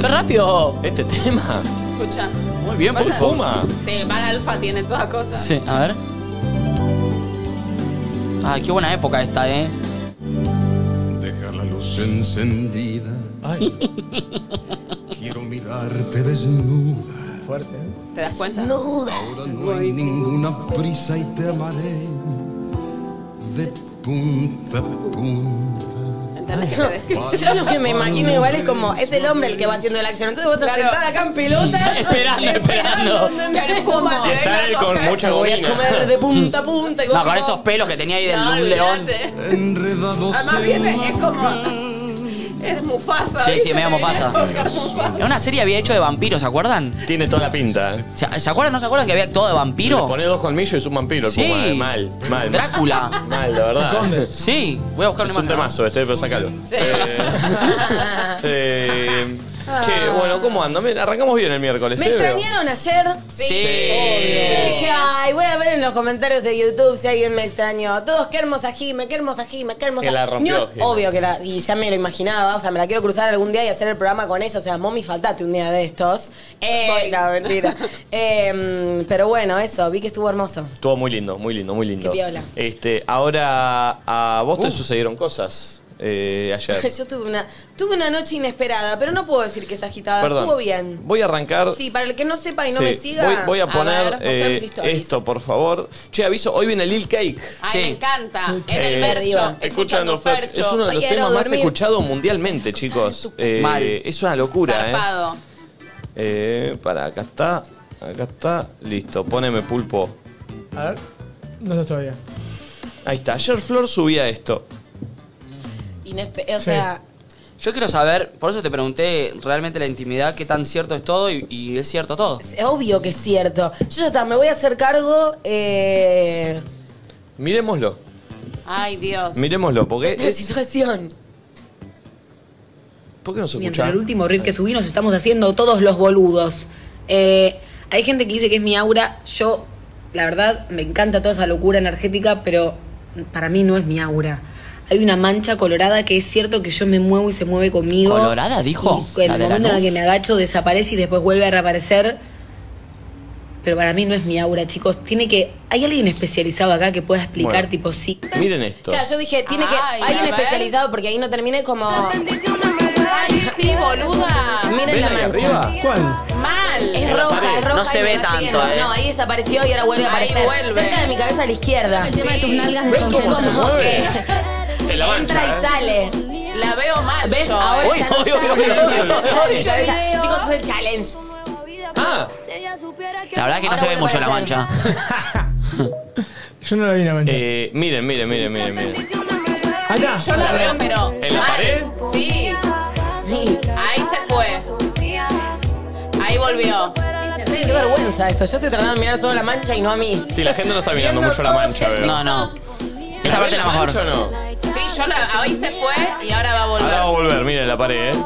¡Qué rápido! ¿Este tema? Escucha. Muy bien, ¿El Pulpo. Puma? Sí, Van Alfa tiene toda cosa. Sí, a ver. Ay, qué buena época esta, eh. Deja la luz encendida. Quiero mirarte desnuda. Fuerte, ¿eh? ¿Te das cuenta? Ahora no hay ninguna prisa y te amaré de punta a punta. ¿Entendés que te describe? Yo lo que me imagino igual es como, es el hombre el que va haciendo la acción. Entonces vos estás Claro. sentada acá en pelota. Esperando, esperando. ¿entendés? Como, Y está él con mucha Voy a gomina. comer de punta a punta. Y vos No, con como- esos pelos que tenía ahí del No, de un león. olvídate. Enredados Además en viene, es como... Es Mufasa. Sí, sí, ¿viste? medio Mufasa. En una serie había hecho de vampiros, ¿se acuerdan? Tiene toda la pinta. ¿eh? ¿Se, se acuerdan? ¿No se acuerdan que había actuado de Le vampiro? pone dos colmillos y es un vampiro el Sí. Puma. eh, Mal, mal. Drácula. Mal, la verdad. Sí, voy a buscar Es una un imagen. temazo este, pero sacalo. Eh, eh, Ah. che, bueno, ¿cómo anda? Mira, Arrancamos bien el miércoles. ¿Me eh, veo. extrañaron ayer? Sí. Yo Sí. dije, ay, voy a ver en los comentarios de YouTube si alguien me extrañó. Todos, qué hermosa Jime, qué hermosa Jime, qué hermosa. Que la rompió, Ni un- Jime. Obvio que la, y ya me lo imaginaba, o sea, me la quiero cruzar algún día y hacer el programa con ella. O sea, mommy, faltate un día de estos. Eh, Voy. no, mentira. Eh, pero bueno, eso, vi que estuvo hermoso. Estuvo muy lindo, muy lindo, muy lindo. Qué piola. Uh. Este, ahora a vos te sucedieron cosas eh, ayer. Yo tuve una, tuve una noche inesperada, pero no puedo decir que es agitada, Perdón. estuvo bien. Voy a arrancar. Sí, para el que no sepa y no Sí, me siga, Voy, voy a poner ver, mostrá eh, mis stories. esto, por favor. Che, aviso, hoy viene Lil Cake. Ay, Sí. me encanta. En Eh, el Fercho. escuchando Fercho. Es uno de los Hoy temas quiero más dormir. escuchados mundialmente, chicos. Eh, Mal. Es una locura, ¿eh? Zarpado. Eh, Para, acá está. Acá está. Listo, poneme pulpo. A ver. No sé todavía. Ahí está. Ayer Flor subía esto. Inespe- o sea, Yo quiero saber, por eso te pregunté realmente la intimidad, qué tan cierto es todo y, y es cierto todo. es obvio que es cierto. Yo ya está, me voy a hacer cargo. eh, Miremoslo. Ay, Dios. Miremoslo, porque de la es. situación. ¿Por qué no se Mientras escucha? el último reel que subí nos estamos haciendo todos los boludos. Eh, hay gente que dice que es mi aura. Yo, la verdad, me encanta toda esa locura energética, pero para mí no es mi aura. hay una mancha colorada que es cierto que yo me muevo y se mueve conmigo. ¿Colorada, dijo? Y en ¿La el de momento en el Lanús? que me agacho desaparece y después vuelve a reaparecer. Pero para mí no es mi aura, chicos. Tiene que. ¿Hay alguien especializado acá que pueda explicar, Bueno. tipo, sí? Miren esto. Claro, yo dije, tiene que. Ay, alguien a ver. especializado porque ahí no terminé como. Ay, sí, boluda. Miren la mancha. ¿Cuál? Mal. Es roja, es roja. No se y ve va siguiendo. tanto, eh. No, ahí desapareció y ahora vuelve a Ahí aparecer. vuelve. Cerca de mi cabeza a la izquierda. El tema de tus nalgas de ¿Ves cómo se confianza. mueve? En la mancha. Entra y ¿eh? sale. La veo mal. ¿Ves? yo, Ahora eh. ya no Uy, está. uy, uy, uy, uy, uy. Ya ves, Chicos, es el challenge. Ah, La verdad que no Ahora se ve vuelve mucho la a aparecer. mancha. Yo no la vi en la mancha. eh, miren, miren, miren, miren, miren. Allá. Yo la veo, pero. ¿En la mal. pared? Sí. Sí. Ahí se fue. Ahí volvió. Qué vergüenza esto. Yo te trataba de mirar solo la mancha y no a mí. Sí, la gente no está mirando mucho la mancha, veo. No, no. Esta ven parte es la mejor. mancha o no? Sí, yo la. Ahí se fue y ahora va a Ahora va a volver. volver, miren la pared, ¿eh?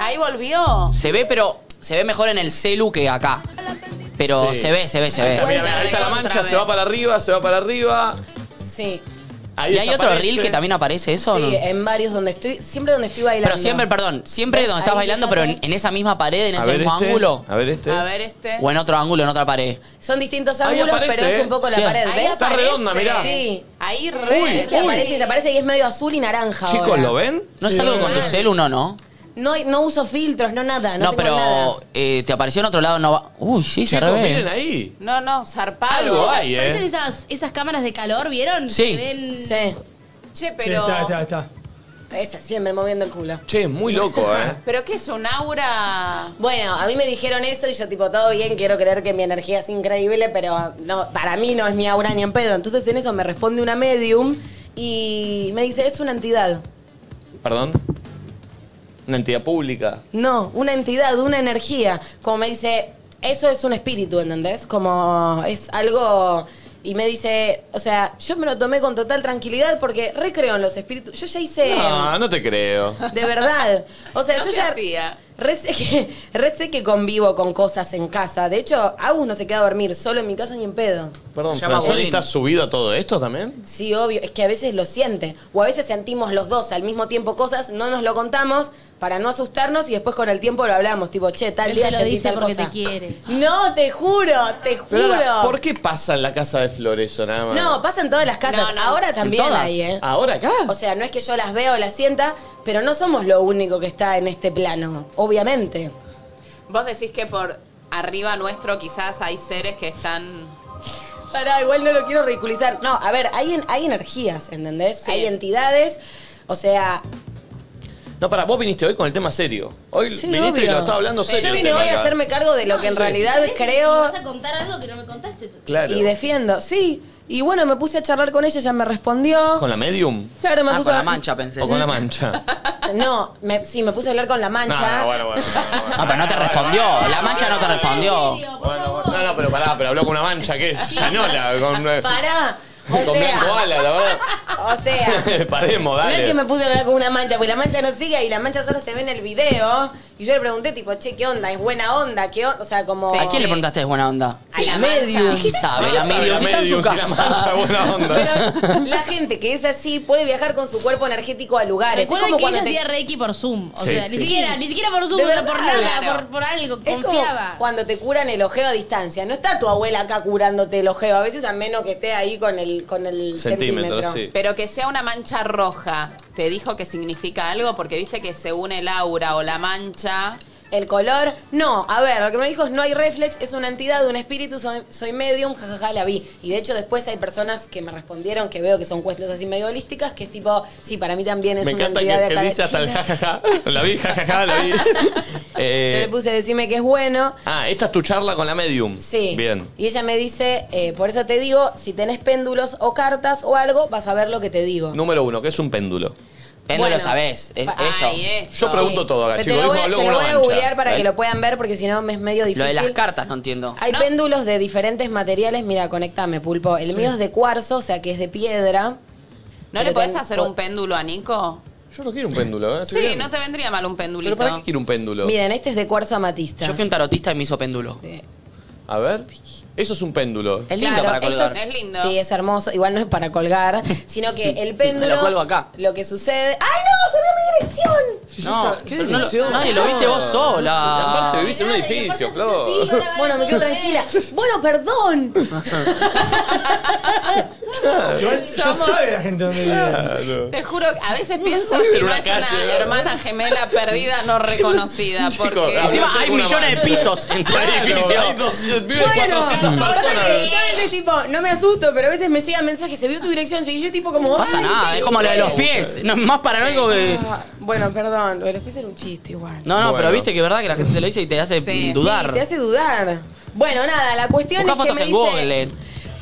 Ahí volvió. Se ve, pero se ve mejor en el celu que acá. Pero Sí. se ve, se ve, se Mira, ve. mira, mira, ahí está la mancha, se va para arriba, se va para arriba. Sí. Ahí ¿Y hay otro desaparece. reel que también aparece eso o no? Sí, eh, en varios donde estoy. Siempre donde estoy bailando. Pero siempre, perdón, siempre ¿Ves? donde estás Ahí, bailando, pero fíjate. en, en esa misma pared, en A ese ver mismo este, ángulo. a ver este. A ver este. O en otro ángulo, en otra pared. Son distintos Ahí ángulos, aparece, pero es ¿eh? un poco Sí. la pared. Ahí ¿Ves? Está redonda, mirá. Sí. Ahí re. Uy, Es que uy. aparece y desaparece y es medio azul y naranja. Chicos, ahora. ¿lo ven? ¿No es algo con tu celu, no, no? No, no uso filtros, no nada. No, No, tengo nada. pero eh, te apareció en otro lado, no va. Uy, sí, se Chicos, miren revé. ahí. No, no, Algo zarpado. hay, Parecen ¿eh? esas, esas cámaras de calor, ¿vieron? Que Sí. ven- Sí. Che, Sí, pero. está, está, está. Esa, siempre moviendo el culo. Che, es muy loco, ¿eh? ¿Pero qué es un aura? Bueno, a mí me dijeron eso y yo tipo, todo bien, quiero creer que mi energía es increíble, pero no, para mí no es mi aura ni en pedo. Entonces en eso me responde una medium y me dice, es una entidad. Perdón. Una entidad pública. No, una entidad, una energía. Como me dice, eso es un espíritu, ¿entendés? Como es algo... Y me dice, o sea, yo me lo tomé con total tranquilidad porque recreo en los espíritus. Yo ya hice... Ah, No, no te creo. De verdad. O sea, ¿No yo qué ya. hacía? Re sé, que, re sé que convivo con cosas en casa. De hecho, Agus no se queda a dormir solo en mi casa ni en pedo. Perdón, Llama a ¿Franzoni Godín. está subido a todo esto también? Sí, obvio. Es que a veces lo siente. O a veces sentimos los dos al mismo tiempo cosas, no nos lo contamos para no asustarnos y después con el tiempo lo hablamos. Tipo, che, tal Él día te lo sentí dice tal porque cosa. te quiere. No, te juro, te Pero juro. ahora, ¿por qué pasa en la casa de Flores eso nada más? No, pasa en todas las casas. No, no, Ahora también todas. hay, ¿eh? ¿Ahora acá? O sea, no es que yo las veo o las sienta, pero no somos lo único que está en este plano, obviamente. Vos decís que por arriba nuestro quizás hay seres que están. Pará, igual no lo quiero ridiculizar. No, a ver, hay, en- hay energías, ¿entendés? Sí. Hay entidades, o sea... No, para, vos viniste hoy con el tema serio. Hoy sí, viniste y obvio. lo estaba hablando serio. Yo el vine tema hoy a acá. hacerme cargo de lo que en Sí. realidad ¿Crees que me creo vas a contar algo que no me contaste? Claro. y defiendo. Sí, y bueno, me puse a charlar con ella, ella me respondió. ¿Con la medium? Claro, me Ah, puse con a- la mancha, pensé. ¿O con la mancha? No, me- sí, me puse a hablar con la mancha. No, bueno, bueno. Ah, pero no te respondió. La mancha no te respondió. Bueno, no, no, pero pará, pero habló con una mancha, ¿qué es? Llanola, con, eh, Pará. O con Blanco sea, Ala, la verdad. o sea, Paremos, No es que me dale. puse a hablar con una mancha, porque la mancha no sigue y la mancha solo se ve en el video. Y yo le pregunté, tipo, che, ¿qué onda? ¿Es buena onda? ¿Qué onda? O sea, como. Sí. ¿A quién le preguntaste de buena onda? A la la medium. ¿Y qué sabe ¿Qué la sabe medio? Si está en su medium si la mancha, casa. buena onda. Pero la gente que es así puede viajar con su cuerpo energético a lugares. Es Recuerden como que ella cuando te- hacía Reiki por Zoom. O Sí, sea, sí. ni siquiera, ni siquiera por Zoom, De pero verdad, por nada, claro. por, por algo, Es como confiaba. cuando te curan el ojeo a distancia. No está tu abuela acá curándote el ojeo. A veces a menos que esté ahí con el, con el centímetro. Centímetro, sí. Pero que sea una mancha roja, ¿te dijo que significa algo? Porque viste que según el aura o la mancha. El color, no, a ver, lo que me dijo es no hay reflex, es una entidad, un espíritu, soy, soy medium, jajaja, la vi. Y de hecho después hay personas que me respondieron que veo que son cuestiones así medio holísticas, que es tipo, sí, para mí también es Me una encanta entidad de que, acá que de dice hasta el Chile. jajaja. La vi, jajaja, la vi. Eh, Yo le puse decime que es bueno. Ah, esta es tu charla con la medium. Sí. Bien. Y ella me dice, eh, por eso te digo, si tenés péndulos o cartas o algo, vas a ver lo que te digo. Número uno, que es un péndulo? Él no lo Bueno. sabés. Es- Pa- esto. Ay, esto. Yo pregunto todo acá, Pero chicos. Te lo voy, Dijo, a- habló te con lo una voy a mancha. googlear para Ahí. que lo puedan ver porque si no me es medio difícil. Lo de las cartas no entiendo. Hay péndulos de diferentes materiales. Mira, conectame, pulpo. El mío es de cuarzo, o sea que es de piedra. ¿No Pero le podés ten- hacer un péndulo a Nico? Yo no quiero un péndulo, ¿eh? Estoy Sí, bien. no te vendría mal un ¿Pero pendulito. para qué quiero un péndulo? Miren, este es de cuarzo amatista. Yo fui un tarotista y me hizo péndulo. Sí. A ver. Eso es un péndulo. Claro, esto es- Sí, es hermoso. Igual no es para colgar, sino que el péndulo. lo cuelgo acá. Lo que sucede. ¡Ay, no! ¡Se ve mi dirección! No, pero no lo, nadie lo viste vos sola. No sé, Aparte vivís en un edificio, Flor. Bueno, me quedo tranquila. Bueno, perdón. Igual ya Somos- sabe la gente dónde vive. Te juro, que a veces pienso vive si en no una es calle, una ¿verdad? hermana gemela perdida no reconocida. Chicos, Porque hablamos Encima hay con una millones madre. de pisos en todo el Claro, edificio. hay dos- eh, viven Bueno. 400 Por eso personas. que yo a veces tipo, no me asusto, pero a veces me llegan mensajes, se vio tu dirección, y yo tipo como. No pasa "Ay, nada, ¿qué Ah, es como hice?". la de los pies. No, es más paranoico que. Ah, bueno, perdón, lo de los pies era un chiste igual. No, no, Bueno. pero viste que es verdad que la gente te lo dice y te hace mm, Sí, dudar. te hace dudar. Bueno, nada, la cuestión Buscá es que fotos me en dice, Google. eh,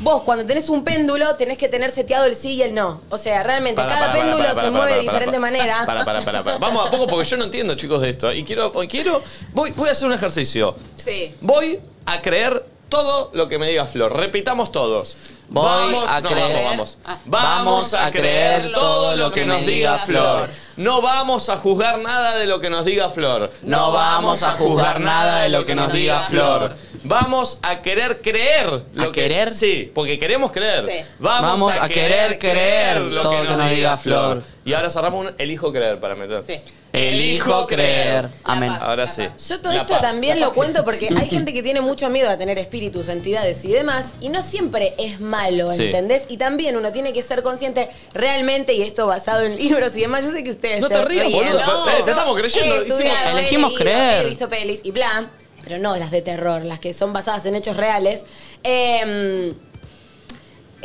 vos cuando tenés un péndulo tenés que tener seteado el sí y el no. O sea, realmente Para, cada para, para, péndulo para, para, se mueve para, de para, diferente para. manera. Para, para, para, para. Vamos a poco porque yo no entiendo, chicos, de esto. Y quiero. hoy quiero voy, voy a hacer un ejercicio. Sí. Voy a creer todo lo que me diga Flor. Repitamos todos. Voy a no, creer. Vamos, Ah. vamos. Vamos a creer todo lo que nos diga Flor. No vamos a juzgar nada de lo que nos diga Flor. No vamos a juzgar nada de lo que nos diga Flor. Vamos a querer creer. Lo ¿A querer? Sí, porque queremos creer. Sí. Vamos, Vamos a, a querer querer creer creer lo todo que nos, diga Flor. Flor. Y ahora cerramos un elijo creer para meter. Sí. Elijo creer. Amén. Ahora sí. Yo todo La esto paz. también lo cuento porque hay gente que tiene mucho miedo a tener espíritus, entidades y demás, y no siempre es malo, Sí. ¿entendés? Y también uno tiene que ser consciente realmente, y esto basado en libros y demás, yo sé que ustedes No se te rías, ríen. boludo, No, eh, te yo estamos creyendo, he hicimos- estudiado, he Elegimos leído, creer. He visto pelis y bla, pero no las de terror, las que son basadas en hechos reales. Em,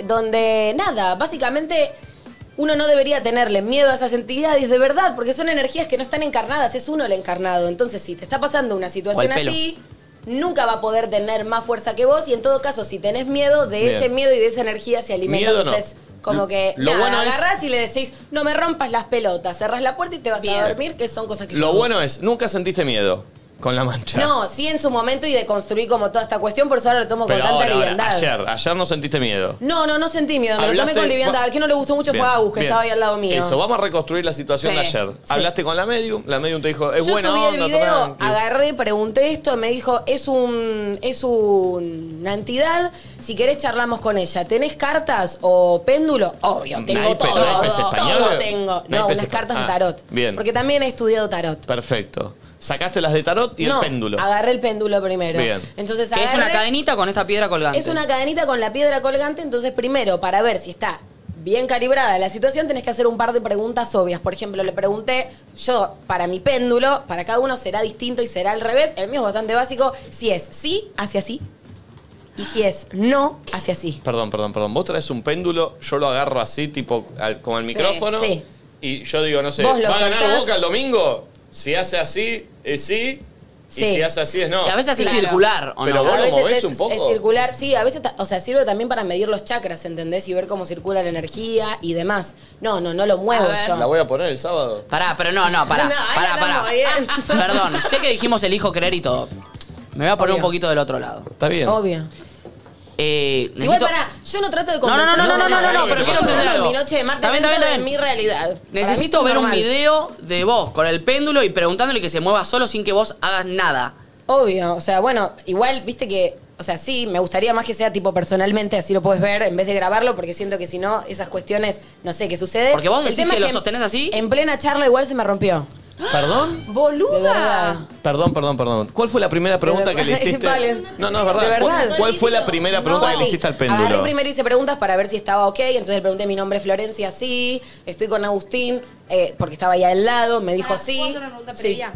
donde nada, básicamente uno no debería tenerle miedo a esas entidades de verdad, porque son energías que no están encarnadas, es uno el encarnado. Entonces, si te está pasando una situación O el pelo. así, nunca va a poder tener más fuerza que vos y en todo caso, si tenés miedo, de Bien. ese miedo y de esa energía se alimenta. Miedo no. Entonces, como que Lo nada, bueno es- agarrás y le decís, no me rompas las pelotas, cerrás la puerta y te vas a dormir, que son cosas que yo Lo hago. bueno es, nunca sentiste miedo con la mancha. No, sí en su momento y de construir como toda esta cuestión, por eso ahora lo tomo Pero con tanta ahora, ahora, liviandad. ayer, ayer no sentiste miedo. No, no, no sentí miedo, me lo tomé Hablaste- con liviandad. va- Al que no le gustó mucho Bien, fue Agus, que bien. estaba ahí al lado mío. Eso, vamos a reconstruir la situación Sí, de ayer. sí. Hablaste con la medium, la medium te dijo, es Yo buena subí onda, el video, tranqui. agarré, pregunté esto, me dijo, es un es un- una entidad, si querés charlamos con ella. ¿Tenés cartas o péndulo? Obvio, tengo Naipe- todo. naipes españoles. Todo tengo. No, Naipes unas espa- cartas de Ah, tarot. bien. Porque también he estudiado tarot. Perfecto. Sacaste las de tarot y No, el péndulo. Agarré el péndulo primero. Bien. Entonces Que es una agarré- cadenita con esta piedra colgante. Es una cadenita con la piedra colgante, entonces primero, para ver si está bien calibrada la situación, tenés que hacer un par de preguntas obvias. Por ejemplo, le pregunté, yo, para mi péndulo, para cada uno será distinto y será al revés. El mío es bastante básico. Si es sí, hacia así. Y si es no, hacia así. Perdón, perdón, perdón. Vos traes un péndulo, yo lo agarro así, tipo, al- con el Sí, micrófono. sí. Y yo digo, no sé, Vos lo ¿va a ganar soltás. Boca el domingo? Si hace así, es sí. Y Sí. si hace así, es no. Y a veces es Claro. circular, ¿o Pero no? vos A lo veces movés es, un poco. es circular, sí, a veces, ta- o sea, sirve también para medir los chakras, ¿entendés? Y ver cómo circula la energía y demás. No, no, no lo muevo yo. La voy a poner el sábado. Pará, pero no, no, pará. No, ahí pará, andamos pará. bien. Perdón, sé que dijimos elijo creer y todo. Me voy a poner Obvio. un poquito del otro lado. Está bien. Obvio. Eh, Igual necesito, para, yo no trato de No, no, no, no, convencerlos no, de no, nada. no, no, pero Yo quiero solo entender algo. Mi noche de martes Está bien, está dentro bien, de mi está realidad. Para mí necesito esto es ver un normal. video de vos con el péndulo y preguntándole que se mueva solo sin que vos hagas nada. Obvio, o sea, bueno, igual, viste que, o sea, sí, me gustaría más que sea tipo personalmente, así lo puedes ver en vez de grabarlo, porque siento que si no, esas cuestiones, no sé qué sucede. Porque vos El decís tema que es lo sostenés así. En plena charla igual se me rompió. ¿Perdón? ¡Boluda! Perdón, perdón, perdón. ¿Cuál fue la primera pregunta que le verdad. hiciste? Vale. No, no, es verdad. De verdad. ¿Cuál- ¿Cuál fue la primera pregunta que le Sí, hiciste al Agarré péndulo? primero hice preguntas para ver si estaba ok, entonces le pregunté mi nombre es Florencia, sí, estoy con Agustín, eh, porque estaba ahí al lado, me dijo Ah, ¿puedo sí. hacer una pregunta Sí. previa?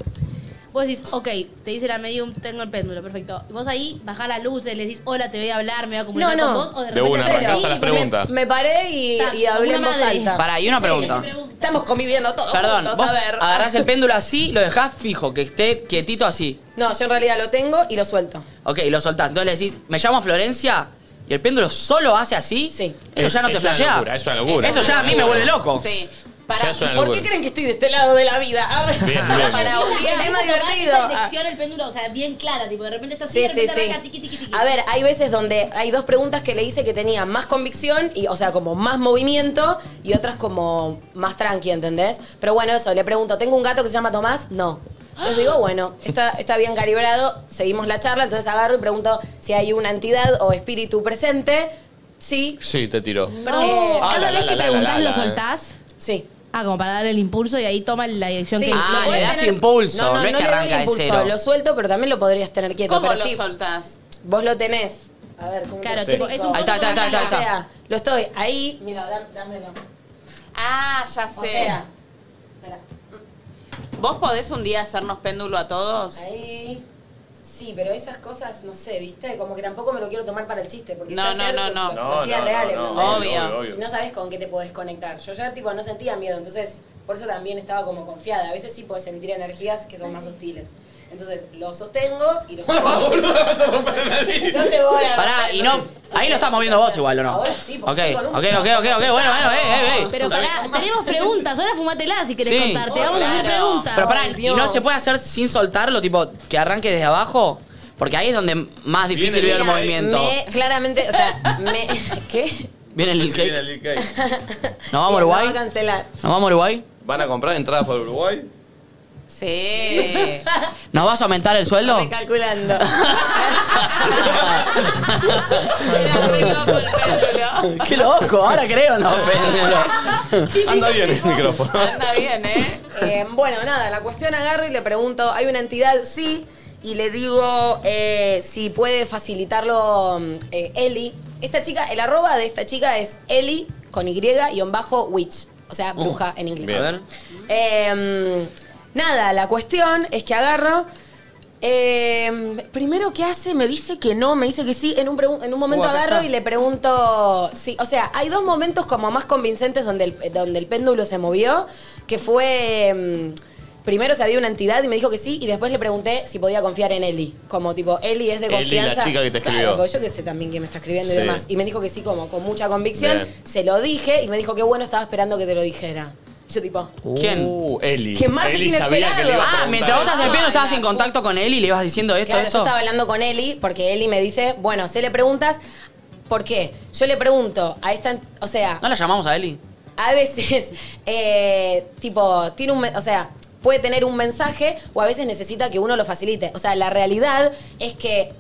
Vos decís, ok, te dice la medium, tengo el péndulo, perfecto. Y Vos ahí bajás las luces, le decís, hola, te voy a hablar, me voy a comunicar No, no. con vos. O de De repente una, haces arrancás así, a la y pregunta. Me paré y, Ta, y hablé en una voz madre. alta. Pará, Ah, y una pregunta. Estamos conviviendo todos Perdón, juntos, vos a ver. agarrás el péndulo así, lo dejás fijo, que esté quietito así. No, yo en realidad lo tengo y lo suelto. Ok, lo soltás. Entonces le decís, me llamo Florencia y el péndulo solo hace así. Sí. Eso Es- ya no te es una flashea. locura, es una locura. Eso ya a mí me vuelve loco. Sí. Ya Para, es una ¿Por locura. qué creen que estoy de este lado de la vida? Ah, Bien, bien, para bien. odiar. Es más Una gran divertido. conexión el péndulo, o sea, bien clara, tipo, de repente está así, Sí, de sí, repente sí. arranca, tiqui, tiqui, tiqui. A ver, hay veces donde hay dos preguntas que le hice que tenía más convicción, y, o sea, como más movimiento, y otras como más tranqui, ¿entendés? Pero bueno, eso, le pregunto, ¿tengo un gato que se llama Tomás? No. Entonces digo, bueno, está, está bien calibrado, seguimos la charla, entonces agarro y pregunto si hay una entidad o espíritu presente. Sí. Sí, te tiró. Perdón, Ah, cada la, la, vez la, que la, preguntás la, la, lo la. soltás. Sí. Ah, como para darle el impulso y ahí toma la dirección Sí, que lo Ah, podés le das tener- impulso, no, es que le doy arranca de impulso, cero. Lo suelto, pero también lo podrías tener quieto. ¿Cómo pero lo sí, soltás? Vos lo tenés. A ver, ¿cómo Claro, te tipo, explico? es un Ahí está, poco ahí está, ahí está, ahí está. O sea, lo estoy ahí. Mira, dá- dámelo. Ah, ya sé. O sea, ¿Vos podés un día hacernos péndulo a todos? Ahí. Sí, pero esas cosas, no sé, ¿viste? Como que tampoco me lo quiero tomar para el chiste. Porque No, yo no, ayer no, lo- no. No, lo hacía no, real, no, no, ¿entendés? obvio, obvio, obvio. Y no sabes con qué te podés conectar. Yo ya, tipo, no sentía miedo, entonces por eso también estaba como confiada. A veces sí podés sentir energías que son más hostiles. Entonces lo sostengo y lo sostengo. No te voy a- Pará, y no. Ahí lo estás moviendo vos igual, ¿o no? Ahora sí, Ok, porque ok, estoy con un ok, ok, ok, bueno, bueno, eh, eh, eh. Pero pará, tenemos preguntas. Ahora fumatela si querés Sí. contarte. Vamos a hacer Claro. preguntas. Pero pará, ¿y no se puede hacer sin soltarlo, tipo, que arranque desde abajo? Porque ahí es donde más difícil veo el movimiento. Me, claramente, o sea, me. ¿Qué? Viene el Lil Cake. ¿Nos No, vamos a No, Uruguay? cancelar. ¿Nos vamos a Uruguay? ¿Van a comprar entradas para Uruguay? Sí. ¿Nos vas a aumentar el sueldo? Recalculando. ¡Qué loco! Ahora creo, no, péndulo. Anda bien el micrófono. Está bien, ¿eh? Eh, bueno, nada, la cuestión agarro y le pregunto, ¿hay una entidad? Sí. Y le digo eh, si puede facilitarlo mm, eh, Eli. Esta chica, el arroba de esta chica es Eli con Y y bajo witch. O sea, bruja en inglés. Eh, mm, nada, la cuestión es que agarro. eh, primero que hace, me dice que no, me dice que sí. En un, pregu- en un momento Uh, acá agarro está. y le pregunto. Sí, o sea, hay dos momentos como más convincentes donde el, eh, donde el péndulo se movió. Que fue. mm, primero se había una entidad y me dijo que sí. Y después le pregunté si podía confiar en Eli. Como tipo, Eli es de Eli, confianza. la chica que te Claro, escribió. porque yo que sé también quién me está escribiendo y Sí. demás. Y me dijo que sí, como con mucha convicción. Bien. Se lo dije y me dijo que bueno, estaba esperando que te lo dijera. Yo tipo. ¿Quién? Uh, Eli. Que martes Eli sabía que le inesperado. iba a Ah, preguntar mientras vos eso. estás en pedo, estabas en contacto con él y le ibas diciendo esto, Claro, yo esto. estaba hablando con Eli porque Eli me dice, bueno, se le preguntas, ¿por qué? Yo le pregunto a esta, o sea, ¿No la llamamos a Eli? a veces, eh, tipo, tiene un, me- o sea, puede tener un mensaje o a veces necesita que uno lo facilite. O sea, la realidad es que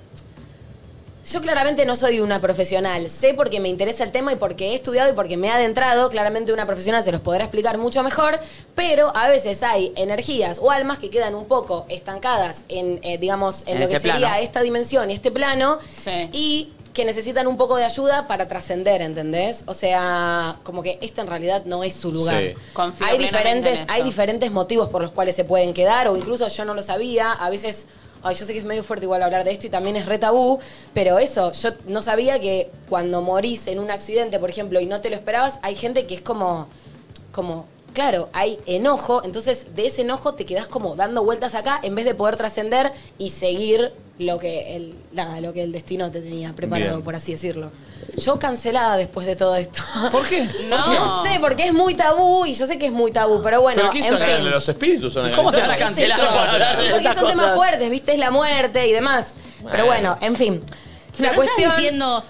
yo claramente no soy una profesional. Sé porque me interesa el tema y porque he estudiado y porque me he adentrado. Claramente una profesional se los podrá explicar mucho mejor. Pero a veces hay energías o almas que quedan un poco estancadas en, eh, digamos, en, En lo que este sería plano. esta dimensión y este plano. Y que necesitan un poco de ayuda para trascender, ¿entendés? O sea, como que este en realidad no es su lugar. Sí. Confío hay plenamente en diferentes, eso. hay diferentes motivos por los cuales se pueden quedar, o incluso yo no lo sabía, a veces. Ay, yo sé que es medio fuerte igual hablar de esto y también es re tabú, pero eso, yo no sabía que cuando morís en un accidente, por ejemplo, y no te lo esperabas, hay gente que es como, como, claro, hay enojo, entonces de ese enojo te quedás como dando vueltas acá en vez de poder trascender y seguir lo que el, nada, lo que el destino te tenía preparado, Bien. por así decirlo. Yo cancelada después de todo esto. ¿Por qué? No, sé, porque es muy tabú y yo sé que es muy tabú, pero bueno, ¿Pero qué hizo en la- fin. los espíritus? son ¿Cómo te van a la- cancelar Sí, por hablar de Porque estas son temas cosas? fuertes, viste, es la muerte y demás. Pero bueno, en fin. Pero La no estás cuestión. diciendo.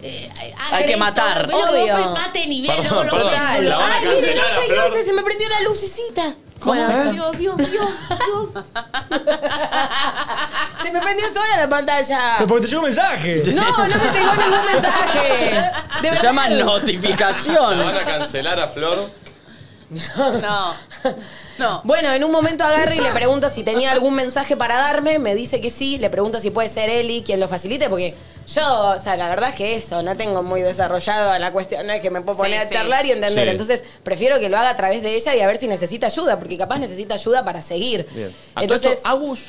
eh, Hay que matar. Obvio. Obvio. Maten y vean luego Perdón, los perdón. péndulos. La van a Ay, cancelar. miren, No soy Flor. diosa, se me prendió la lucecita. ¿Cómo? Bueno, Dios, Dios, Dios, Dios. Se me prendió sola la pantalla. Pero porque te llegó un mensaje. No, no me llegó ningún mensaje. De Se verdad. llama notificación. ¿La van a cancelar a Flor? No. Bueno, en un momento agarro y le pregunto si tenía algún mensaje para darme, me dice que sí, le pregunto si puede ser Eli quien lo facilite, porque yo, o sea, la verdad es que eso, no tengo muy desarrollado la cuestión, no es que me puedo Sí, poner a sí. charlar y entender, Sí. entonces prefiero que lo haga a través de ella y a ver si necesita ayuda, porque capaz necesita ayuda para seguir. Bien. Entonces, Agus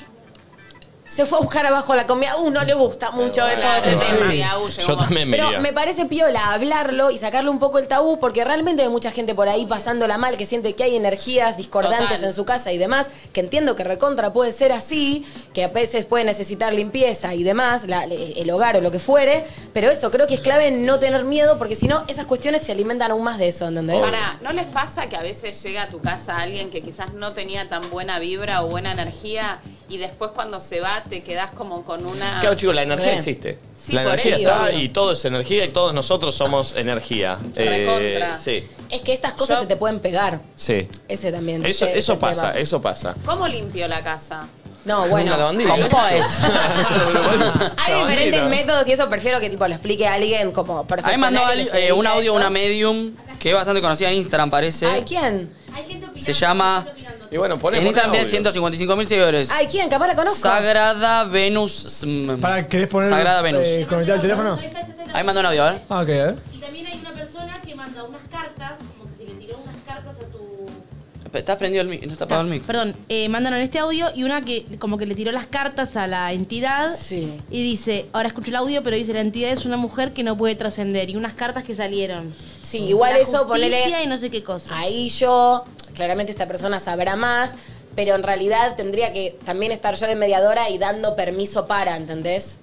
se fue a buscar abajo la comida, uh, no le gusta mucho de todo este tema. Yo también me Pero iría. me parece piola hablarlo y sacarle un poco el tabú, porque realmente hay mucha gente por ahí pasándola mal, que siente que hay energías discordantes Total. en su casa y demás, que entiendo que recontra puede ser así, que a veces puede necesitar limpieza y demás, la- el el hogar o lo que fuere, pero eso creo que es clave no tener miedo, porque si no, esas cuestiones se alimentan aún más de eso, Oh. ¿entendés? Pará, ¿no les pasa que a veces llega a tu casa alguien que quizás no tenía tan buena vibra o buena energía y después cuando se va te quedás como con Ah. una... Claro, chicos, la energía Bien. existe. Sí, la por energía eso. está Obvio. y todo es energía y todos nosotros somos energía. Recontra. sí. Es que estas cosas se te pueden pegar. Sí. Ese también. Eso, ese- eso ese pasa, tema. eso pasa. ¿Cómo limpió la casa? No, bueno. Una lavandina. hay- Hay Lavandina. diferentes métodos y eso prefiero que tipo lo explique a alguien como A mí profesional. me mandó que ali- se eh, un dedica a audio eso. una medium que es bastante conocida en Instagram, parece. ¿Ay, quién? Se llama. Y bueno, en Instagram tiene 155 mil seguidores. ¿Ay, quién? Capaz la conozco. Sagrada Venus. Sm- Para, ¿querés poner. Sagrada Venus. eh, conectar el teléfono? Ahí mandó un audio, a ver. Ah, ok, a ver. Y también hay una persona que manda unas cartas, como que se le tiró unas cartas a tu. Está prendido el mic, no está apagado el mic. Perdón, eh, mandaron este audio y una que como que le tiró las cartas a la entidad. Y dice, ahora escucho el audio, pero dice, la entidad es una mujer que no puede trascender. Y unas cartas que salieron. Sí, igual La justicia eso, ponele. y no sé qué cosa. Ahí yo, claramente esta persona sabrá más, pero en realidad tendría que también estar yo de mediadora y dando permiso para, ¿entendés?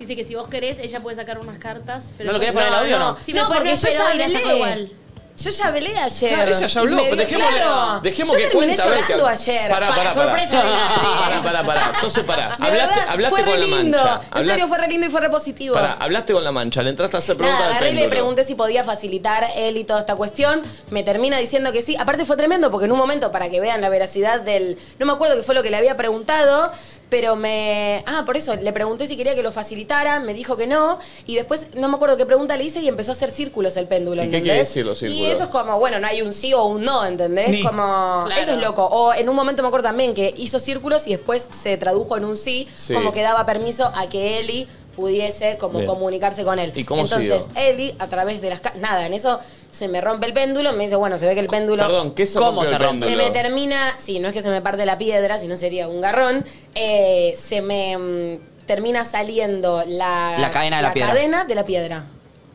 Dice que si vos querés, ella puede sacar unas cartas. Pero ¿No lo querés poner el audio o no? Si me No, pones, porque yo pero ya ahí la saco hablé. igual. Yo ya velé ayer. Claro, ella ya habló, Me pero dio- dejémosle- claro. dejemos Yo que terminé cuente, a ver qué- llorando ayer. Pará, para pará, pará. sorpresa de nadie. Pará, pará, pará. Entonces, pará. De Hablaste, verdad, hablaste fue con re la lindo. mancha. En Hablaste, serio, fue re lindo y fue re positivo. pará, hablaste con la mancha. Le entraste a hacer preguntas Nada, del agarré y le péndulo. pregunté si podía facilitar él y toda esta cuestión. Me termina diciendo que sí. Aparte fue tremendo porque en un momento, para que vean la veracidad del... No me acuerdo qué fue lo que le había preguntado, pero me... Ah, por eso, le pregunté si quería que lo facilitara, me dijo que no. Y después, no me acuerdo qué pregunta le hice y empezó a hacer círculos el péndulo, ¿Y qué ¿entendés? quiere decir los Y círculos? eso es como, bueno, no hay un sí o un no, ¿entendés? Ni. Como... Claro. Eso es loco. O en un momento me acuerdo también que hizo círculos y después se tradujo en un sí, Sí. como que daba permiso a que Eli pudiese como Bien. comunicarse con él. ¿Y cómo Entonces, siguió? Eli, a través de las... ca- Nada, en eso se me rompe el péndulo, me dice, bueno, se ve que el péndulo... Perdón, ¿qué se rompió el Se péndulo? me termina... Sí, no es que se me parte la piedra, si no sería un garrón. eh, se me mm, termina saliendo la... La cadena de la piedra. cadena de la piedra.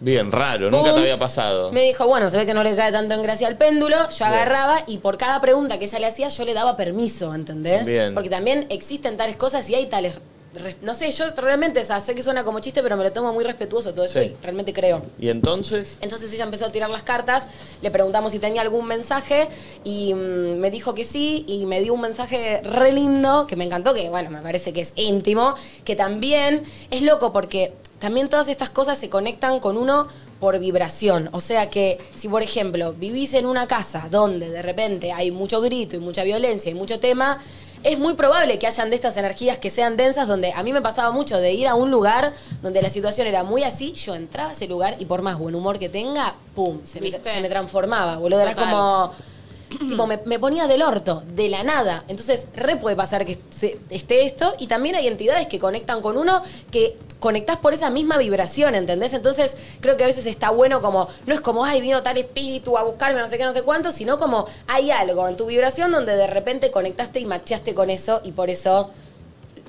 Bien, raro. Nunca te había pasado. Me dijo, bueno, se ve que no le cae tanto en gracia al péndulo. Yo agarraba y por cada pregunta que ella le hacía, yo le daba permiso, ¿entendés? Bien. Porque también existen tales cosas y hay tales. res- No sé, yo realmente, o sea, sé que suena como chiste, pero me lo tomo muy respetuoso todo esto Sí. y realmente creo. ¿Y entonces? Entonces ella empezó a tirar las cartas, le preguntamos si tenía algún mensaje y mm, me dijo que sí y me dio un mensaje re lindo que me encantó, que bueno, me parece que es íntimo, que también es loco porque también todas estas cosas se conectan con uno por vibración. O sea que si por ejemplo vivís en una casa donde de repente hay mucho grito y mucha violencia y mucho tema, es muy probable que hayan de estas energías que sean densas, donde a mí me pasaba mucho de ir a un lugar donde la situación era muy así, yo entraba a ese lugar y por más buen humor que tenga, ¡pum! Se, me, ¿Viste? se me transformaba, boludo. Era Total. como... Tipo, me, me ponía del orto, de la nada. Entonces, re puede pasar que se- esté esto. Y también hay entidades que conectan con uno que conectás por esa misma vibración, ¿entendés? Entonces, creo que a veces está bueno como, no es como, ay, vino tal espíritu a buscarme, no sé qué, no sé cuánto, sino como hay algo en tu vibración donde de repente conectaste y macheaste con eso y por eso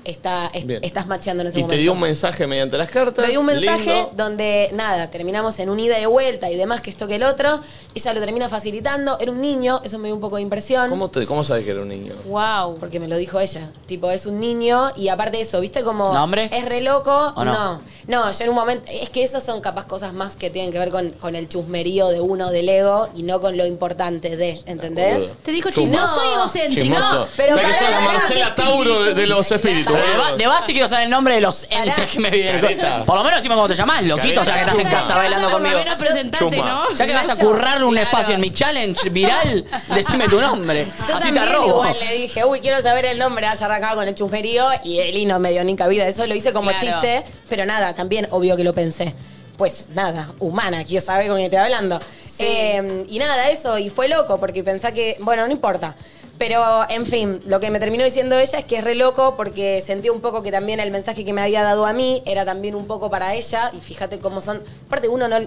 está, es- Bien. estás macheando en ese Y momento. te dio un mensaje mediante las cartas. Me dio un mensaje Lindo. donde, nada, terminamos en un ida y vuelta y demás, que esto que el otro. Ella lo termina facilitando. Era un niño, eso me dio un poco de impresión. ¿Cómo, te- ¿Cómo sabes que era un niño? Wow. Porque me lo dijo ella. Tipo, es un niño y aparte de eso, ¿viste como ¿Nombre? es re loco? ¿O no? no. No, yo en un momento. Es que esas son capaz cosas más que tienen que ver con, con el chusmerío de uno del ego y no con lo importante de, ¿entendés? Te dijo Chuma. chismoso y egocéntrico. Chismoso. No, pero o sea que pará, sos la pará. Marcela Tauro de, de los espíritus. Pero de, boludo. ba- de base quiero saber el nombre de los entes que me vienen. Por lo menos decime cómo te llamás, loquito, Careta. ya que estás en Chuma. casa bailando Por lo conmigo. menos presentarte, Chuma. ¿no? Ya que vas a Nacho, currarle un espacio en mi challenge viral, decime tu nombre. Yo Así te también robo. igual le dije, uy, quiero saber el nombre, haya arrancado con el chusmerío y Eli no me dio ni cabida. Eso lo hice como Claro. chiste, pero nada, también obvio que lo pensé. Pues nada, humana, quiero saber con quién estoy hablando. Eh, y nada, eso, y fue loco, porque pensé que, bueno, no importa. Pero, en fin, lo que me terminó diciendo ella es que es re loco porque sentí un poco que también el mensaje que me había dado a mí era también un poco para ella. Y fíjate cómo son. Aparte, uno no.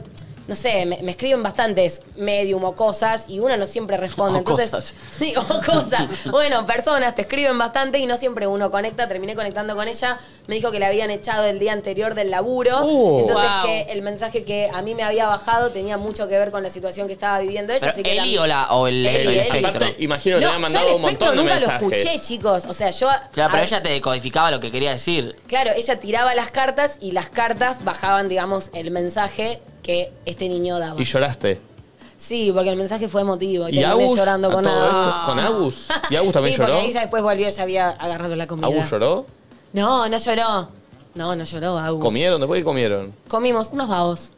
No sé, me, me escriben bastantes medium o cosas y uno no siempre responde. O Entonces, cosas. Sí, o cosas. Bueno, personas te escriben bastante y no siempre uno conecta. Terminé conectando con ella. Me dijo que la habían echado el día anterior del laburo. Oh. entonces Wow. que el mensaje que a mí me había bajado tenía mucho que ver con la situación que estaba viviendo ella. Pero así que Eli también- o, la, o el, Eli, el Eli. espectro. Aparte, imagino que le habían mandado un espectro montón de nunca mensajes. lo escuché, chicos. O sea, yo... Claro, pero ella te decodificaba lo que quería decir. Claro, ella tiraba las cartas y las cartas bajaban, digamos, el mensaje que este niño daba. Y lloraste. Sí, porque el mensaje fue emotivo. ¿Y Y, terminé Agus? llorando a con todo Agus. Ah. esto, ¿Con Agus? ¿Y Agus también sí, lloró? porque ella después volvió, ya había agarrado la comida. ¿Agus lloró? No, no lloró. No, no lloró, Agus. ¿Comieron? ¿Después qué comieron? Comimos unos babos.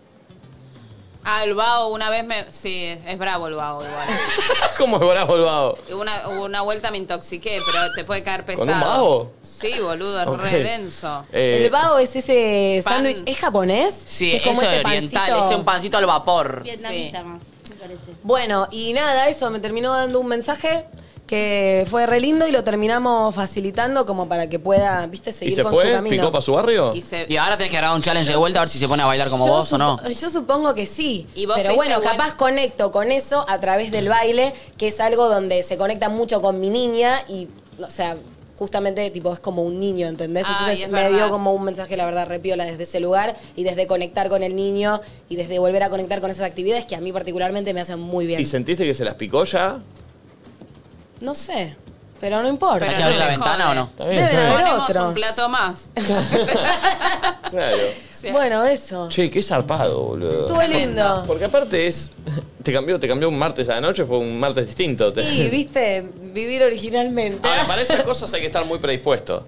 Ah, el Bao una vez me... Sí, es, es bravo el Bao igual. ¿Cómo es bravo el vago? Una, una vuelta me intoxiqué, pero te puede caer pesado. ¿Con un vago? Sí, boludo, es Ok. re denso. Eh, el bao es ese sándwich, ¿es japonés? Sí, Que eso es oriental, es un pancito al vapor. Vietnamita más, me parece. Bueno, y nada, eso, me terminó dando un mensaje que fue re lindo y lo terminamos facilitando como para que pueda, viste, seguir con su camino. Y, ahora tenés que grabar un challenge de vuelta a ver si se pone a bailar como Yo vos o no. supo- Yo supongo que sí. vos Pero fuiste bueno, buen- capaz conecto con eso a través del baile, que es algo donde se conecta mucho con mi niña y, o sea, justamente tipo es como un niño, ¿entendés? Ay, Entonces es me verdad. dio como un mensaje, la verdad, repiola desde ese lugar y desde conectar con el niño y desde volver a conectar con esas actividades que a mí particularmente me hacen muy bien. ¿Y sentiste que se las picó ya? No sé, pero no importa. ¿Hay que abrir la ventana o no? Está bien, Deben está bien. haber Ponemos otros. un plato más. Claro. Bueno, eso. Che, qué zarpado, boludo. Estuvo lindo. Porque aparte es. Te cambió, te cambió un martes a la noche, fue un martes distinto. Te- Sí, viste, vivir originalmente. Ahora, para esas cosas hay que estar muy predispuesto,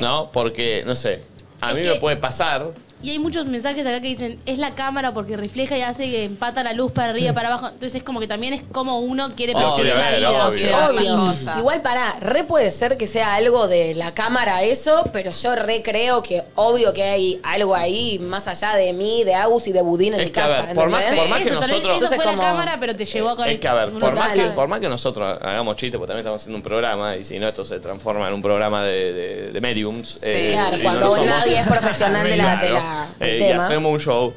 ¿no? Porque, no sé, a mí me puede pasar. Y hay muchos mensajes acá que dicen, es la cámara porque refleja y hace que empata la luz para arriba, para abajo. Entonces es como que también es como uno quiere Obvio, percibir la eh, vida. obvio. quiere ver las Obvio. cosas. Igual para, re puede ser que sea algo de la cámara eso, pero yo re creo que obvio que hay algo ahí más allá de mí, de Agus y de Budín en Es mi que, a casa. ver, por más- ¿entendés? por más que Eso, tal vez nosotros- eso Eso Entonces, fue como- la cámara, pero te llevó a con Es que, a ver, por más que, Total. por más que nosotros hagamos chistes, porque también estamos haciendo un programa, y si no, esto se transforma en un programa de, de- de mediums. eh, claro, y no cuando lo somos. nadie es profesional de la, de Claro. la- del Eh, y tema. hacemos un show.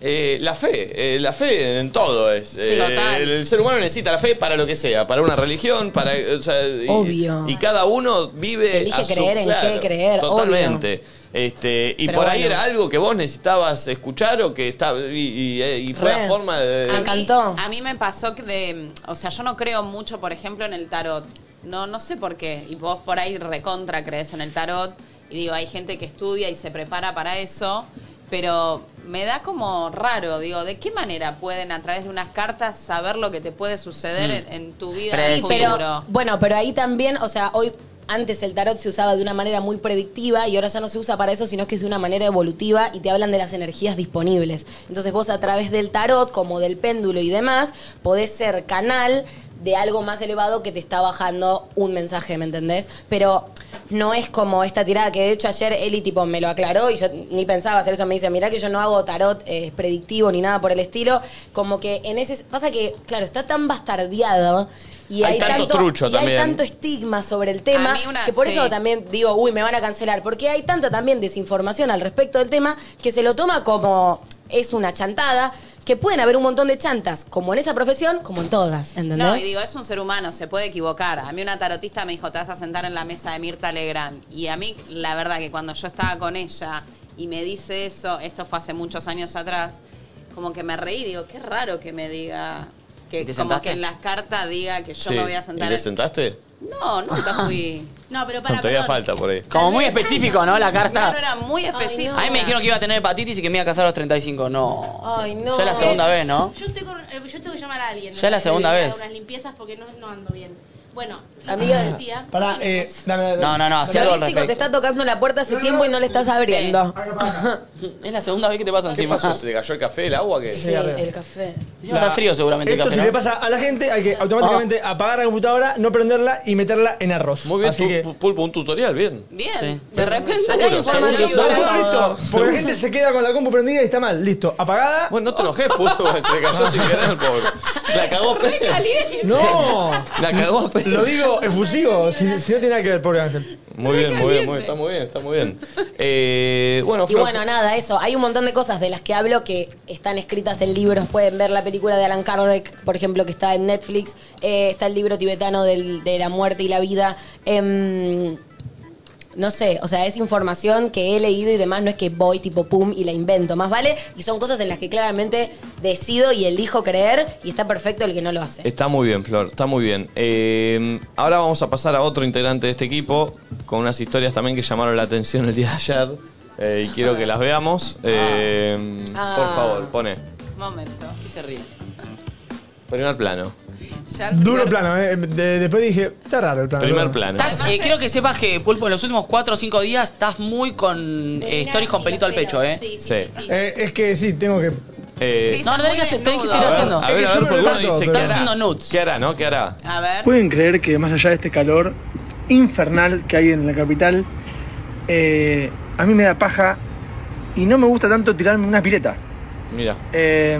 Eh, la fe, eh, la fe en todo es. Eh, total. el, el ser humano necesita la fe para lo que sea, para una religión, para. eh, o sea, y, Obvio. Y cada uno vive. Elige a su- creer en qué creer, obvio. Totalmente. Este, y Pero por ahí bueno. era algo que vos necesitabas escuchar o que estaba. Y, y- y fue la Re. forma de. A mí- A mí me pasó que de. O sea, yo no creo mucho, por ejemplo, en el tarot. No, no sé por qué. Y vos por ahí recontra crees en el tarot. Y digo, hay gente que estudia y se prepara para eso. Pero me da como raro, digo, ¿de qué manera pueden a través de unas cartas saber lo que te puede suceder Mm. en, en tu vida en el Sí, pero, futuro? bueno, pero ahí también, o sea, hoy antes el tarot se usaba de una manera muy predictiva y ahora ya no se usa para eso, sino que es de una manera evolutiva y te hablan de las energías disponibles. Entonces vos a través del tarot, como del péndulo y demás, podés ser canal de algo más elevado que te está bajando un mensaje, ¿me entendés? Pero no es como esta tirada que de hecho ayer Eli tipo me lo aclaró y yo ni pensaba hacer eso, me dice, mirá que yo no hago tarot eh, predictivo ni nada por el estilo, como que en ese... Pasa que, claro, está tan bastardeado y Hay hay, tanto trucho y también. Hay tanto estigma sobre el tema A mí una- que por sí. eso también digo, uy, me van a cancelar. Porque hay tanta también desinformación al respecto del tema que se lo toma como es una chantada, que pueden haber un montón de chantas, como en esa profesión, como en todas, ¿entendés? No, y digo, es un ser humano, se puede equivocar. A mí una tarotista me dijo, te vas a sentar en la mesa de Mirta Legrand. Y a mí, la verdad que cuando yo estaba con ella y me dice eso, esto fue hace muchos años atrás, como que me reí, digo, qué raro que me diga, que ¿Y te como sentaste? que en las cartas diga que yo Sí. me voy a ¿Y sentar te en... sentaste? No, nunca fui... No, pero No, todavía falta por ahí. Como muy específico, ¿no? La Claro, carta. era muy específico. A mí me dijeron que iba a tener hepatitis y que me iba a casar a los 35. No. Ay, eh. Ya es la segunda vez, ¿no? Yo, estoy con- eh, yo tengo que llamar a alguien. Ya es la Que segunda me haga vez. unas limpiezas porque no, no ando bien. Bueno, Ah, Amiga, como decía... Pará, eh, dame, dame. No, no, no, hacía algo al Místico, te respecto. está tocando la puerta hace tiempo y no le estás abriendo. Es la segunda vez que te pasa ¿Qué encima. pasó? ¿Se te cayó el café, el agua? que Sí, el café. Encima está frío seguramente el Esto café, si ¿no? le pasa a la gente, hay que automáticamente apagar la computadora, no prenderla y meterla en arroz. Muy bien, Así que... Pulpo, un tutorial, bien. Bien, de repente... Acá hay información seguro. para Seguro. todo. Porque la gente se queda con la compu prendida y está mal. Listo, apagada. Bueno, no te enojes, puto. Se cayó sin querer, pobre. La cagó ah, No. La cagó Pedro. Lo digo efusivo, si, si no tiene nada que ver, pobre Ángel. Muy bien, muy bien, muy bien. Está muy bien, está muy bien. Eh, bueno, Y Flor, bueno, nada, eso. Hay un montón de cosas de las que hablo que están escritas en libros. Pueden ver la película de Alan Kardec, por ejemplo, que está en Netflix. Eh, está el libro tibetano del- de la muerte y la vida. Em, no sé, o sea, es información que he leído y demás. No es que voy tipo pum y la invento, más vale. Y son cosas en las que claramente decido y elijo creer. Y está perfecto el que no lo hace. Está muy bien, Flor, está muy bien. Eh, ahora vamos a pasar a otro integrante de este equipo con unas historias también que llamaron la atención el día de ayer. eh, y quiero que las veamos. Eh, Ah. Por favor, pone. Momento. Y se ríe. Primer plano. Ya el Duro primer- plano, eh. De- después dije, está raro el plano. Primer Pero- plano. Estás, eh, quiero que sepas que, Pulpo, en los últimos 4 o 5 días estás muy con eh, stories con pelito al pecho, ¿eh? Eh, es que sí, tengo que Eh, no, no, tenés que hacer- tenés que seguir a ver, haciendo. A ver, a ver, porque uno dice, ¿qué Estás hará? haciendo Ah. ¿Qué hará, no? ¿Qué hará? A ver. ¿Pueden creer que más allá de este calor infernal que hay en la capital, eh, a mí me da paja y no me gusta tanto tirarme una pileta? Mira. Eh,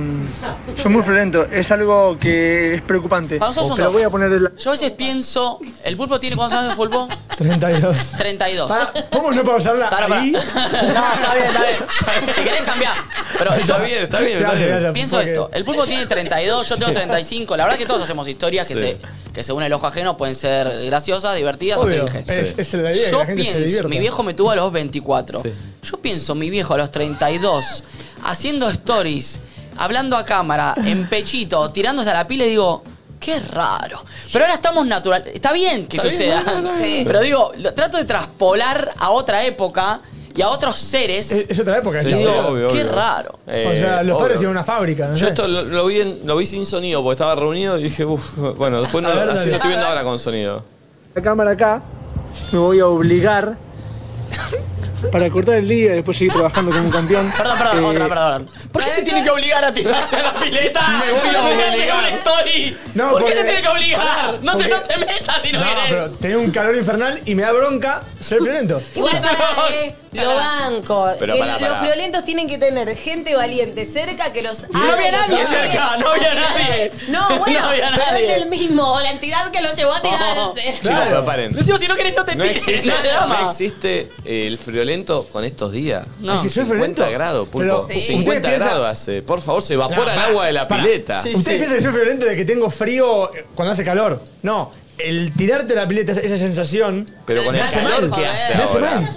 soy muy friolento, es algo que es preocupante. Pausa un Pero segundo. voy a poner el... Yo a veces pienso, el pulpo tiene, ¿cuántos años el pulpo? 32. 32. ¿Cómo no pausarla Para, para. ahí? No, está bien, está bien. Si querés cambiar. Pero Está yo- bien, está bien, está Gracias, bien. gracias. Pienso porque- esto, el pulpo tiene 32, yo tengo 35. La verdad que todos hacemos historias que, Sí. se, que según el ojo ajeno pueden ser graciosas, divertidas Obvio, o cringe. es, es la idea, que Yo la gente se pienso, divierta. mi viejo me tuvo a los 24. Yo pienso, mi viejo a los 32, haciendo stories, hablando a cámara, en pechito, tirándose a la pila y digo, qué raro. Pero ahora estamos natural. Está bien que Está bien, suceda. no, no, no. Sí. Pero digo, lo- trato de traspolar a otra época y a otros seres. Es, es otra época. Sí, esta. sí, obvio, Qué obvio. raro. o sea, Eh, los padres obvio. iban a una fábrica. No Yo sé. esto lo, lo vi en- lo vi sin sonido porque estaba reunido y dije, uff, bueno, después no, A ver, así dale. lo estoy viendo ahora con sonido. la cámara acá, me voy a obligar para cortar el día y después seguir trabajando como un campeón. Eh, Perdón, perdón, otra, perdón. ¿Por qué se tiene que obligar a tirarse a la pileta? Me voy a Fíjate que obligar. es una story. No, ¿Por porque- qué se tiene que obligar? No, porque- te, no te metas si no, No, querés. pero tenía un calor infernal y me da bronca ser violento. Igual para eh, lo banco. Pero El- pará, pará. Los friolentos tienen que tener gente valiente cerca que los No había nadie cerca, no había nadie. No, No bueno, había pero nadie. Oh. es el mismo, o la entidad que los llevó a tirarse. Chicos, pero paren. Decimos, si no querés, no te No tires. existe, no hay drama. no existe el friolento con estos días. No. ¿Y Ah, si soy 50 friolento? grados, pulpo. Pero, Sí. 50 ¿ustedes grados piensan- hace. Por favor, se evapora No, el para, agua de la para. pileta. Ustedes piensan que soy violento de que tengo frío eh, cuando hace calor. No, el tirarte la pileta, esa sensación. Pero con me el hace calor mal. que hace Me hace ahora. mal.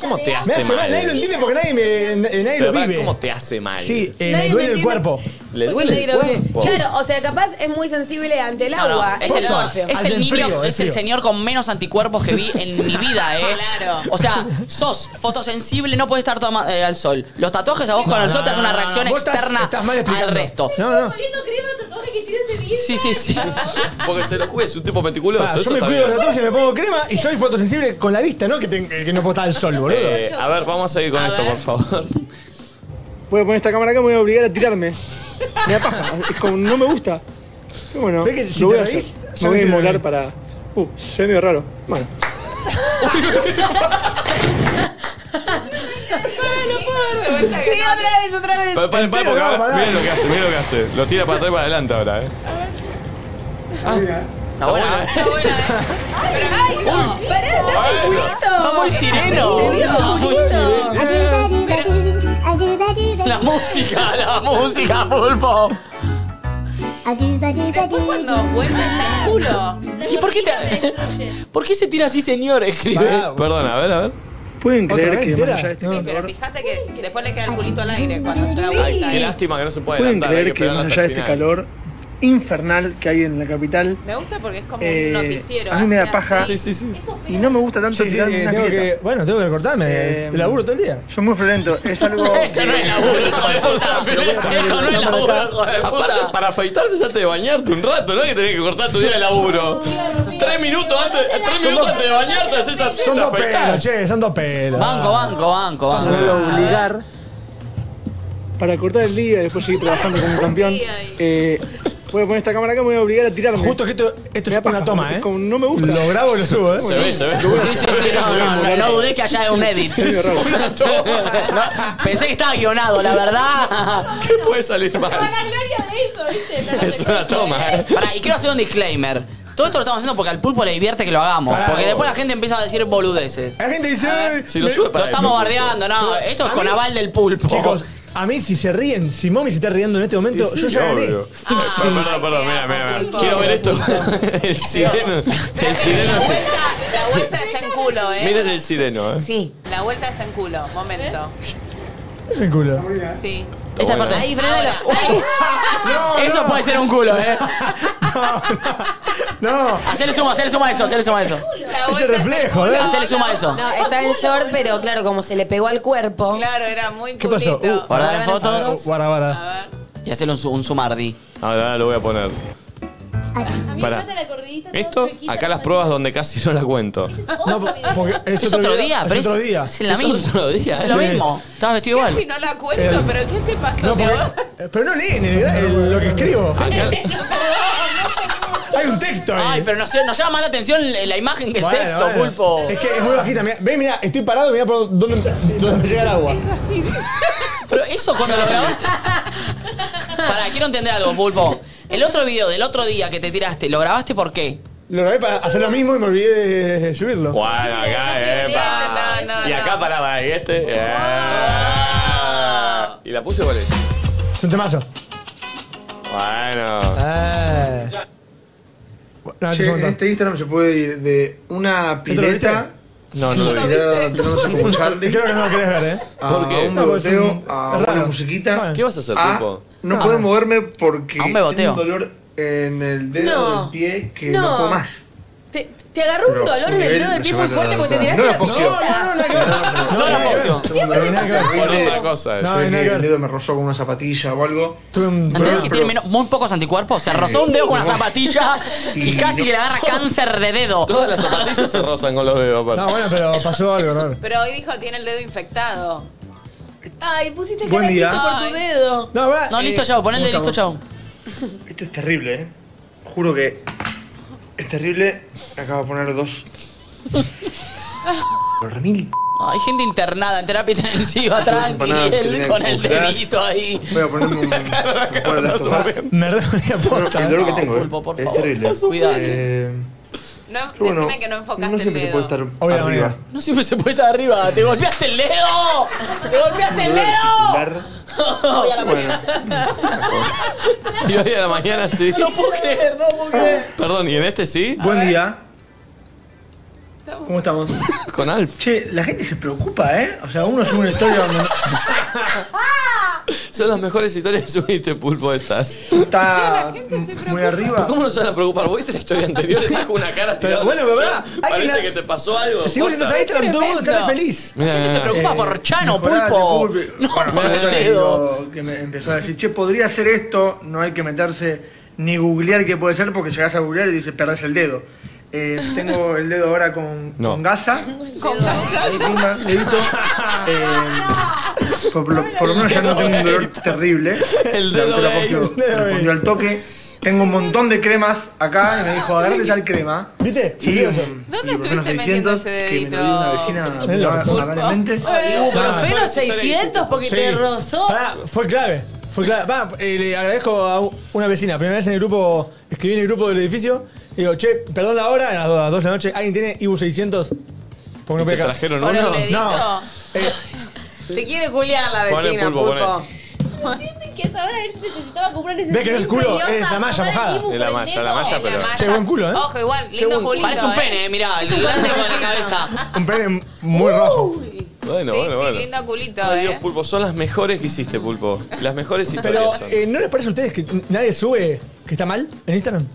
¿Cómo te Me hace hace mal, nadie lo mal? entiende porque nadie, me, nadie Pero lo pará, vive. ¿Cómo te hace mal? Sí, eh, me Nadie me duele el entiende. cuerpo. Le duele el Negro, eh. cuerpo. Claro, o sea, capaz es muy sensible ante el No, no, agua. es el, Escorpio. es el Al niño, frío, es el frío. señor con menos anticuerpos que vi en mi vida, ¿eh? Claro. O sea, sos fotosensible, no puedes estar toma- eh, al sol. Los tatuajes a vos con No, el sol no, te hacen una no, no, reacción vos estás- externa estás mal explicando. al resto. No, no. Sí, sí, sí. Porque se lo cuide, es un tipo meticuloso. Ah, eso yo me está cuido los bien. tatuajes, me pongo crema y soy fotosensible con la vista, ¿no? Que, ten- que no puedo estar al sol, boludo. Eh, a ver, vamos a seguir con esto, por favor. Voy a poner esta cámara acá, me voy a obligar a tirarme. Me da paja, es como no me gusta. Pero bueno, ¿Ves que si lo te voy a hacer. reís, ya Me voy no a sirve de inmolar mí? para. Uh, se ve medio raro. Bueno. Sí, otra vez, otra vez. Pero paren, paren, porque ahora. Miren lo que hace, miren lo que hace. Lo tira para atrás y para adelante ahora, eh. Ah. Está buena. ¿eh? ¿eh? ¡Ay, no! ¡Pará, está circulito! Está muy sireno. Se vio. Está muy sireno. La música, la música, pulpo. Después cuando vuelve está el culo. ¿Y por qué te.? ¿Por qué se tira así, señor? Escribe. Perdón, a ver, a ver. ¿Pueden creer que más allá de este Sí, pero fíjate que después le queda el culito al aire cuando se da vuelta. Qué ahí. lástima que no se puede ¿Pueden adelantar. creer hay que que esperar más allá hasta de el este final. calor infernal que hay en la capital? Me gusta porque es como eh, un noticiero. a mí me da hace paja así. y no me gusta tanto sí, tirarme eh, una tengo pileta. bueno, tengo que recortarme, te laburo todo el día. Soy muy friolento, es algo... Esto no es laburo, hijo de puta. Esto no es laburo, hijo de Aparte, puta. para afeitarse ya te bañarte un rato, ¿no? Que tenés que cortar tu día de laburo. Tres minutos antes, tres minutos antes de bañarte haces así, Son te dos pelos, afeitás. che, son dos pelos. Banco, banco, banco, banco. Voy a obligar para cortar el día y después seguir trabajando como un campeón. Eh, voy a poner esta cámara acá, me voy a obligar a tirarme. Justo que esto, esto es una toma, ¿eh? Como no me gusta. Lo grabo y lo subo, ¿eh? Sí, Sí, sí, sí, no, no, no, no dudé que allá es un edit. No, pensé que estaba guionado, la verdad. ¿Qué puede salir mal? Es una toma, eh. Pará, y quiero hacer un disclaimer. Todo esto lo estamos haciendo porque al pulpo le divierte que lo hagamos. Pará, porque vos. después la gente empieza a decir boludeces. La gente dice... "Ay, Ah, Si lo me- sube Lo para estamos bardeando, no. Esto es A con mí- aval del pulpo. Chicos, a mí si se ríen, si Mommy se está riendo en este momento, Sí, yo sí, ya gané. obvio. Ah, Perdón, perdón, perdón, mira, mira, mira. Quiero ver esto. El sireno. El sireno. La vuelta es en culo, eh. Miren el sireno, eh. Sí. La vuelta es en culo, momento. Es el culo. Sí. Esta buena. parte. Ahí, frenalo. Eso puede ser un culo, eh. No. Hacerle suma, hacerle suma a eso, hacerle suma a eso. Ese reflejo, ¿eh? Hacerle suma a eso. No, está en short, pero claro, como se le pegó al cuerpo. Claro, era muy ¿Qué pasó? Uh, Guardar en A ver, fotos. Guarda, guarda. Y hacerle un, su- un sumardi. Ahora, ahora lo voy a poner. Pará. Esto, acá las pruebas donde casi no la cuento. No, porque Es otro día, pero es otro día. Es la misma. otro día, Es lo sí. mismo. Estabas vestido igual. Casi no la cuento, Eh, pero ¿qué te pasó? No, porque- eh, pero no leen el- el- lo que escribo. Hay un texto ahí. Ay, pero nos, nos llama más la atención la imagen que el Bueno, texto, bueno. pulpo. Es que es muy bajita. mirá. Ven, mira, estoy parado y mira por dónde, dónde me llega el agua. Pero eso cuando lo grabaste. Pará, quiero entender algo, pulpo. El otro video del otro día que te tiraste, ¿lo grabaste por qué? Lo grabé para hacer lo mismo y me olvidé de subirlo. Bueno, acá, epa. y acá paraba, y este. Ah. eh. ¿Y la puse o cuál es? Es un temazo. Bueno. Ah. No, Che, en este Instagram se puede ir de una pileta- No, no lo vi. Creo que no lo querés ver, ¿eh? ¿Por qué? No, porque es un- es raro. musiquita. ¿Qué vas a hacer, Ah, pulpo? no puedo moverme porque Aún me boteo. tengo un dolor en el No. pie que no No. puedo más. Te, te agarró un Pero dolor en el dedo del pie muy fuerte porque te tiraste la No, no, No, no, no. Siempre me pasa Por algo. otra cosa. No, sí. nada que ver. dedo me rozó con una zapatilla o algo. ¿Entendés que tiene menos- muy pocos anticuerpos? Se rozó un dedo con una zapatilla y casi que le agarra cáncer de dedo. Todas las zapatillas se rozan con los dedos, aparte. No, bueno, pero pasó algo raro. Pero hoy dijo tiene el dedo infectado. Ay, pusiste Buen día. caratito por tu dedo. No, eh, ¿verdad? No, listo, chao, ponele listo, chao. Esto es terrible, ¿eh? Juro que es terrible. Acabo de poner dos. Ramil. Hay gente internada en terapia intensiva, tranqui, empanadas y que él tenía con que el comprar. dedito ahí. Voy a ponerme un. un par de sofás. Me redoblé El dolor que tengo, ¿eh? No, Ah, Pulpo, por Es favor. terrible. Cuídate. Eh, No, pero bueno, decime que no enfocaste no el siempre se dedo. puede estar arriba. No siempre se puede estar arriba. ¡Te golpeaste el dedo! ¡Te golpeaste el dedo! Hoy a la mañana. Y hoy a la mañana sí. No puedo creer, no puedo creer. Perdón, ¿y en este sí? Buen día. ¿Cómo estamos? Con Alf. Che, la gente se preocupa, ¿eh? O sea, uno sube una historia donde. Son las mejores historias que subiste, Pulpo, estas. Está muy arriba. ¿Pero ¿Cómo no se van a preocupar? ¿Vos viste la historia anterior? Estás con una cara tirada. bueno, pero pará, hay que Parece la- que, te pasó algo. Si vos entras a Instagram, todo el mundo está re feliz. Mira, gente se Eh, preocupa por Chano, mejorate, pulpo. pulpo. No, por Bueno, el entonces dedo. digo, Que me empezó a decir, che, podría hacer esto, no hay que meterse ni googlear qué puede ser porque llegás a googlear y dices, perdés el dedo. Eh, tengo el dedo ahora con, No. con gasa. Con gasa. Ahí, pinga, dedito. Eh, por, lo- por lo menos ya no tengo un dolor terrible. El dedo La doctora gay, Poggio el dedo gay. respondió al toque. Tengo un montón de cremas acá y me dijo, agarrate tal crema. ¿Viste? Sí, mm, ¿Dónde estuviste metiendo ese que me lo dio una dedito? vecina En la no, amablemente. Ibuprofeno 600 porque Sí. te rozó. Pará, fue clave. Fue clave. Va, eh, le agradezco a u- una vecina. Primera vez en el grupo, escribí en el grupo del edificio. y Digo, che, perdón la hora, a las 2 de la noche. ¿Alguien tiene IBU 600? Porque ¿Y te peca. trajeron uno? Por el Ah. No. Te quiere culiar la Ponle, vecina, Pulpo, ponle. pulpo. Entienden que a esa hora él necesitaba comprar ese Ve que no es culo, es la malla mojada. Es la malla, la malla, pero. Che, buen culo, ¿eh? Ojo, igual, lindo culito. Parece un ¿eh? pene, eh, mirá, el lance con la cabeza. Un pene muy rojo. Bueno, Sí, bueno, sí, bueno. lindo culito, Ay, eh. Dios, Pulpo, son las mejores que hiciste, Pulpo. Las mejores Pero, historias son. eh, ¿no les parece a ustedes que nadie sube que está mal en Instagram?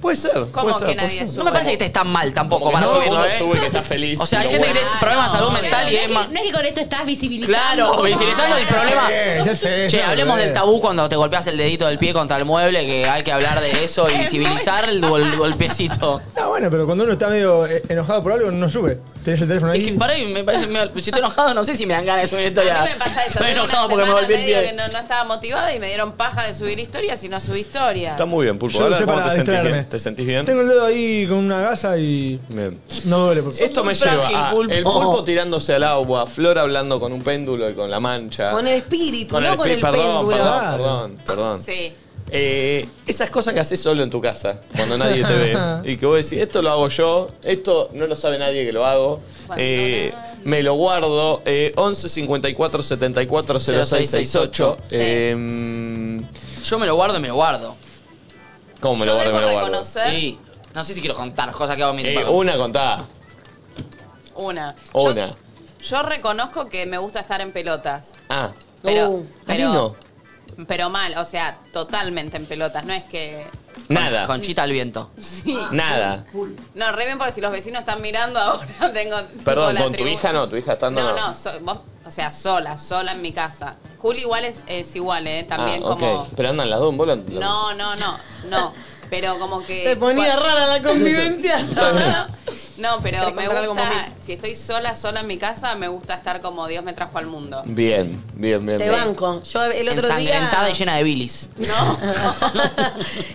Puede ser. ¿Cómo puede ser, puede ser. No me parece que estés tan mal tampoco para no, subirlo, uno ¿eh? sube que está feliz. O sea, hay lo gente que bueno. tiene problemas de salud mental y es no, más. es que, no es que con esto estás visibilizando. Claro, como- visibilizando el problema. ya sé, Che, ya hablemos sé. del tabú cuando te golpeas el dedito del pie contra el mueble, que hay que hablar de eso y visibilizar el, gol- golpecito. Ah, bueno, pero cuando uno está medio eh, enojado por algo, no sube. Tenés el teléfono ahí. Es que para ahí me parece. medio- si estoy enojado, no sé si me dan ganas de subir una historia. A mí me pasa eso. Estoy tengo enojado una porque me semana golpeé el medio pie. que no, no estaba motivada y me dieron paja de subir historias y no subí historias. Está muy bien, Pulpo. Yo lo Ahora, usé ¿cómo para te sentís distraerme. bien? ¿Te sentís bien? Tengo el dedo ahí con una gasa y Bien. Oh. no duele. por- Esto me Sos muy lleva frágil, a pulpo. el pulpo tirándose al agua, Flor hablando con un péndulo y con la mancha. Con el espíritu, no con espi- el perdón, péndulo. perdón, perdón, perdón. Sí. Eh, esas cosas que haces solo en tu casa, cuando nadie te ve. y que vos decís, esto lo hago yo, esto no lo sabe nadie que lo hago. eh, me lo guardo. Eh, 11 54 74 06 68. Sí. Eh, Yo me lo guardo y me lo guardo. ¿Cómo me lo guardo? y Me lo guardo. Sí. No sé si quiero contar las cosas que hago en mi Eh, tiempo. una contá. Una. Una. Yo reconozco que me gusta estar en pelotas. Ah. Pero- Uh, a mí pero- no. Pero mal, o sea, totalmente en pelotas. No es que. Nada. Conchita al viento. Sí. Ah. Nada. No, re bien porque si los vecinos están mirando ahora tengo. tengo Perdón, la con tu tribu- hija no, tu hija está No, andando. no, so- vos, o sea, sola, sola en mi casa. Juli igual es, es igual, ¿eh? También ah, ok. como. Pero andan las dos en bola. No, no, no, no. Pero como que. Se ponía cuando- rara la convivencia. No, pero ¿Querés me contar algo, gusta. Si estoy sola, sola en mi casa, me gusta estar como Dios me trajo al mundo. Bien, bien, bien. Te bien. banco. Yo el otro Ensangrentada día. y llena de bilis.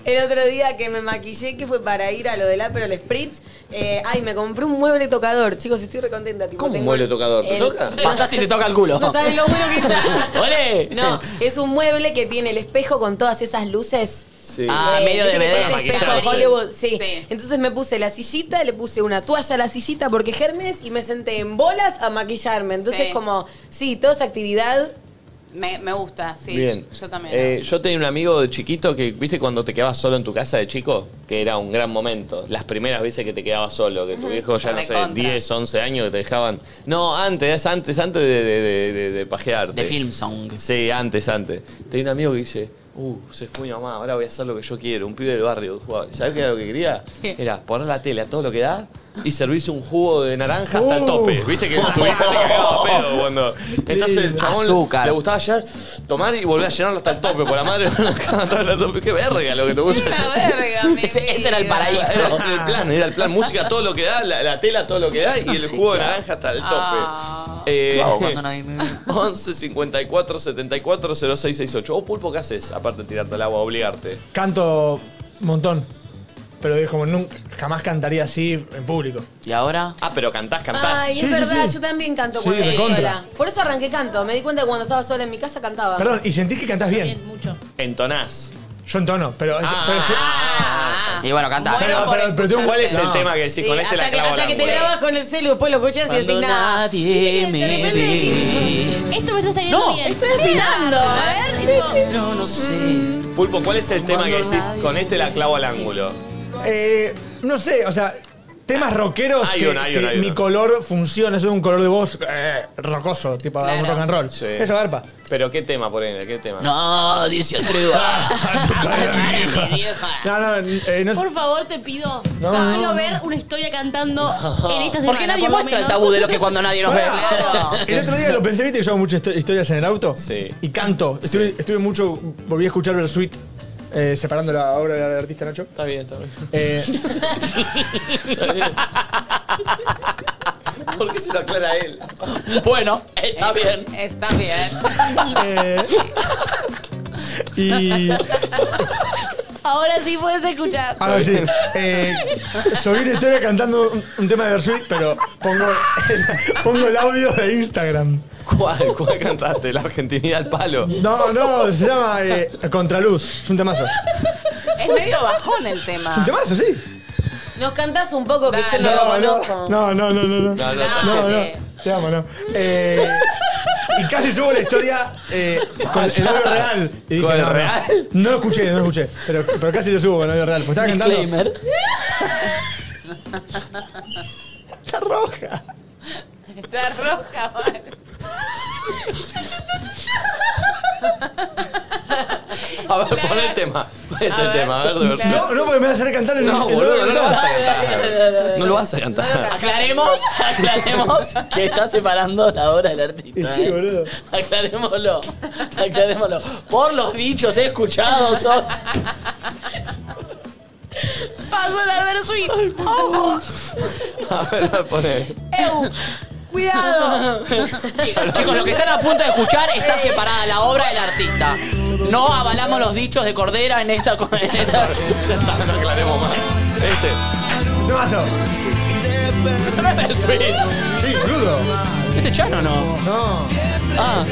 El otro día que me maquillé, que fue para ir a lo del Aperol Spritz, eh, ay, me compré un mueble tocador. Chicos, estoy recontenta. Tipo, ¿Cómo un tengo mueble tocador? ¿Te el- toca? Pasás y te toca el culo. No sabes lo bueno que está. ¡Ole! No, es un mueble que tiene el espejo con todas esas luces. Sí. Ah, Eh, medio viste que DVD. son esos espejos Maquillaje. Hollywood, sí. Entonces me puse la sillita, le puse una toalla a la sillita porque germes y me senté en bolas a maquillarme. Entonces Sí. como, sí, toda esa actividad. Me, me gusta, sí. Bien. Yo también. Eh, yo tenía un amigo de chiquito que, ¿viste cuando te quedabas solo en tu casa de chico? Que era un gran momento. Las primeras veces que te quedabas solo, que tu Ujú. viejo ya no sé, Recontra. 10, 11 años que te dejaban. No, antes, es antes, antes de, de, de, de- de pajearte. De film song. Sí, antes, antes. Tenía un amigo que dice, uh, se fue mi mamá, ahora voy a hacer lo que yo quiero. Un pibe del barrio. jugaba. ¿Sabés qué era lo que quería? ¿Qué? Era poner la tele a todo lo que da. Y servirse un jugo de naranja Uh. hasta el tope. Viste que tu vieja te cagaba a pedo cuando. Entonces el chabón Azúcar. le gustaba ya tomar y volver a llenarlo hasta el tope. Por la madre, hasta el tope. Qué verga lo que te gusta. Ese, ese era el paraíso. Era el plan, era el plan. Música todo lo que da, la, la tela todo lo que da y el Sí, jugo de claro. naranja hasta el tope. Ah. Eh, Claro, cuando no hay- 11 54 74 0668. Oh, Pulpo, ¿qué haces? Aparte de tirarte al agua, obligarte. Canto un montón. Pero es como nunca, jamás cantaría así en público. ¿Y ahora? Ah, pero cantás, cantás. Ay, Sí, es sí, verdad, sí. yo también canto Sí, cuando estoy recontra. sola. Por eso arranqué canto. Me di cuenta que cuando estaba sola en mi casa cantaba. Perdón, y sentís que cantás bien. Entonás. Yo entono, pero... pero y bueno, canta. Pero- Bueno, por pero- pero tengo un- ¿Cuál es el No. tema que decís? Sí, con este la hasta que, clavo hasta la que te muela"? grabas con el celu, después lo escuchas y decís nada. nadie me ve. Esto me está saliendo No, bien. estoy afinando. A ver, tipo, eh. No, no sé. Pulpo, ¿cuál es el tema que decís? nadie Con este la clavo al ángulo. Eh, no sé, o sea, temas rockeros Hay que, uno, hay uno, que hay mi uno. color funciona, es un color de voz eh, rocoso, tipo Claro. un rock and roll. Sí. Eso, garpa. Pero qué tema, por ahí, qué tema. Nadie se atreva. No, no, eh, no Por favor, te pido. No, quiero no, no. ver una historia cantando en esta semana. Porque nadie por lo muestra el menos. tabú de lo que cuando nadie nos ve. El otro día lo pensé, viste que yo hago muchas histo- historias en el auto. Sí. Y canto. Estuve, estuve mucho, volví a escuchar Versuit, eh, separando la obra del artista Nacho. Está bien, está bien. Eh, ¿Por qué se lo aclara él? Bueno, está bien. Está bien. eh, y Ahora sí puedes escuchar. Ahora sí. Eh, subí una historia cantando un, un tema de Versuit, pero pongo, pongo el audio de Instagram. ¿Cuál, cuál cantaste? La Argentinidad al palo. No, no, se llama eh, Contraluz. Es un temazo. Es medio bajón el tema. Es un temazo, sí. Nos cantás un poco que yo no, lo no, conozco. no, no, no, no, no, no, no, no. te amo, no. Eh, y casi subo la historia eh, con el audio real. Y dije, ¿Con el no, no. real? No, lo escuché, no lo escuché, pero, pero casi lo subo con el audio real. Pues estaba cantando. Disclaimer. Está roja. Está roja, man. A ver, pon el tema. Pon ese tema, a ver, de Versuit. No, no, porque me vas a hacer cantar en No, el- el boludo, audio no lo real. vas a cantar. No lo vas a cantar. Aclaremos, aclaremos que está separando la obra del Y artista. sí, ¿eh? boludo. Aclarémoslo, aclarémoslo. Por los dichos escuchados hoy. Paso la Versuit. ¡Ojo! A ver, a poner. ¡Eu! ¡Cuidado! Chicos, lo que Eh. están a punto de escuchar está separada la obra del artista. No avalamos los dichos de Cordera en esa. En esa. Ya está, no aclaremos más. Este. Temazo. Esto no es Bersuit. Sí, boludo. ¿Este es Chano o no? No. Ah.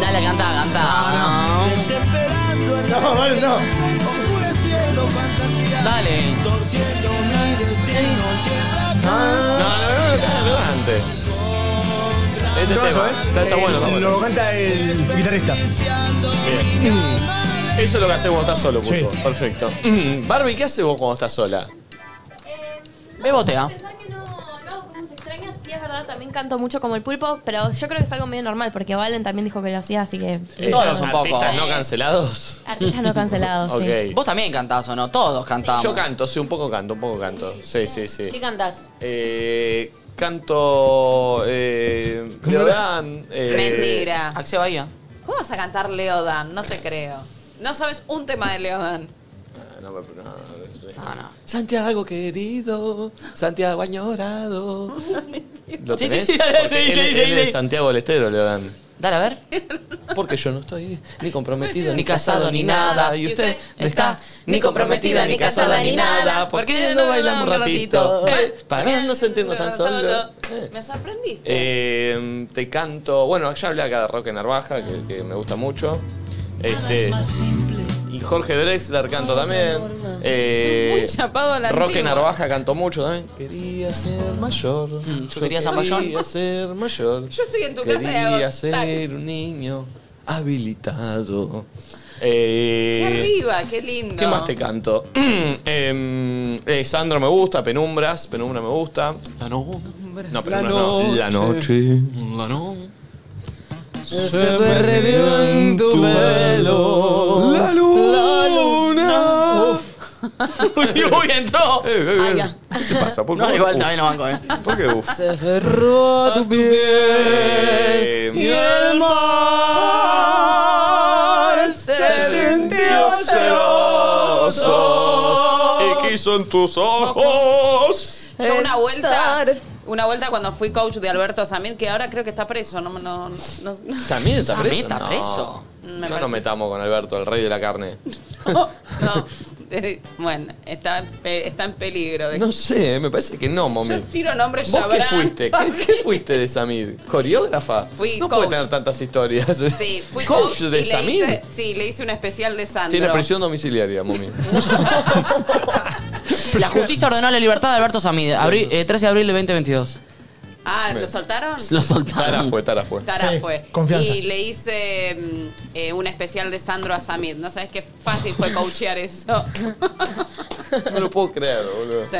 Dale, canta, canta. No, vale, no. Dale. Ah, No, no, no, no, no, antes. Este temazo, tema, ¿eh? está, está Eh, bueno, está bueno. Lo canta el guitarrista. Bien. Eso es lo que haces cuando estás solo, Pulpo. Mm. Sí. Perfecto. Mm, Barbie, ¿qué haces vos cuando estás sola? Bebotea. Pensar que no, no hago cosas extrañas, sí es verdad, también canto mucho como el pulpo, pero yo creo que es algo medio normal, porque Valen también dijo que lo hacía, así que... Todos un poco. ¿Artistas no cancelados? Artistas no Ah, cancelados, sí. Ok. Vos también cantás o no, todos cantamos. Yo canto, sí, un poco canto, un poco canto. Sí, sí, sí. ¿Qué cantás? Eh, canto. Eh, Leodán. eh, Mentira. Axel Bahía. ¿Cómo vas a cantar Leodan? No te creo. No sabes un tema de Leodán. Eh, No, no, no, no. Santiago querido, Santiago añorado. ¿Lo Sí, tenés? sí, sí, sí, Porque él- sí, sí, él sí. es Santiago del Estero, le dan. Dale, a ver. Porque yo no estoy ni comprometido, Ni casado, ni nada. Y usted no está Ni comprometida, ni casada, ni nada. ¿Por qué no bailamos un ratito? Eh, Para no sentirnos tan solos. Me sorprendí. Eh, te canto. Bueno, ya hablé acá de Roque Narvaja, que, que me gusta mucho. Este. Y Jorge Drexler canto también. Eh, Soy muy chapado a la Roque antigua. Narvaja cantó mucho también. Quería ser mayor. Yo quería ser mayor. Quería ser mayor. Yo estoy en tu casa y Quería hago. ser un niño habilitado. ¡Qué Eh, arriba! ¡Qué lindo! ¿Qué más te canto? Em, eh, Sandro me gusta, Penumbras, Penumbra me gusta. La no. No, Penumbras no. La noche. La noche. Se perdió en tu velo. La Oh, luna. uy, uy, entró. ¿Qué pasa, Pulpo? No, igual Uf. también lo banco, eh. ¿Por qué uf? Se aferró a tu piel y el mar se sintió celoso y quiso en tus ojos. Yo una vuelta. Una vuelta cuando fui coach de Alberto Samit, que ahora creo que está preso. No, no, no, no- Samir está Samir preso. está No. preso. Me No parece. nos metamos con Alberto, el rey de la carne. Eh, Bueno, está, en pe- está en peligro. De No sé, me parece que no, mami. Tiro nombres ¿Vos qué Chabran. fuiste? ¿Qué, qué fuiste de Samir? ¿Coreógrafa? Fui no coach. puede tener tantas historias. Sí, fui ¿Coach de y le Samir? hice- sí, le hice un especial de Sandro. Tiene prisión domiciliaria, mami. La justicia ordenó la libertad de Alberto Samid, abri- eh, 13 de abril de 2022. Ah, ¿lo soltaron? Lo soltaron. Tara fue, Tara fue. Tara fue. confianza. Y le hice mm, eh, un especial de Sandro a Samid. No sabes qué fácil fue coachear eso. No lo puedo creer, boludo. Sí.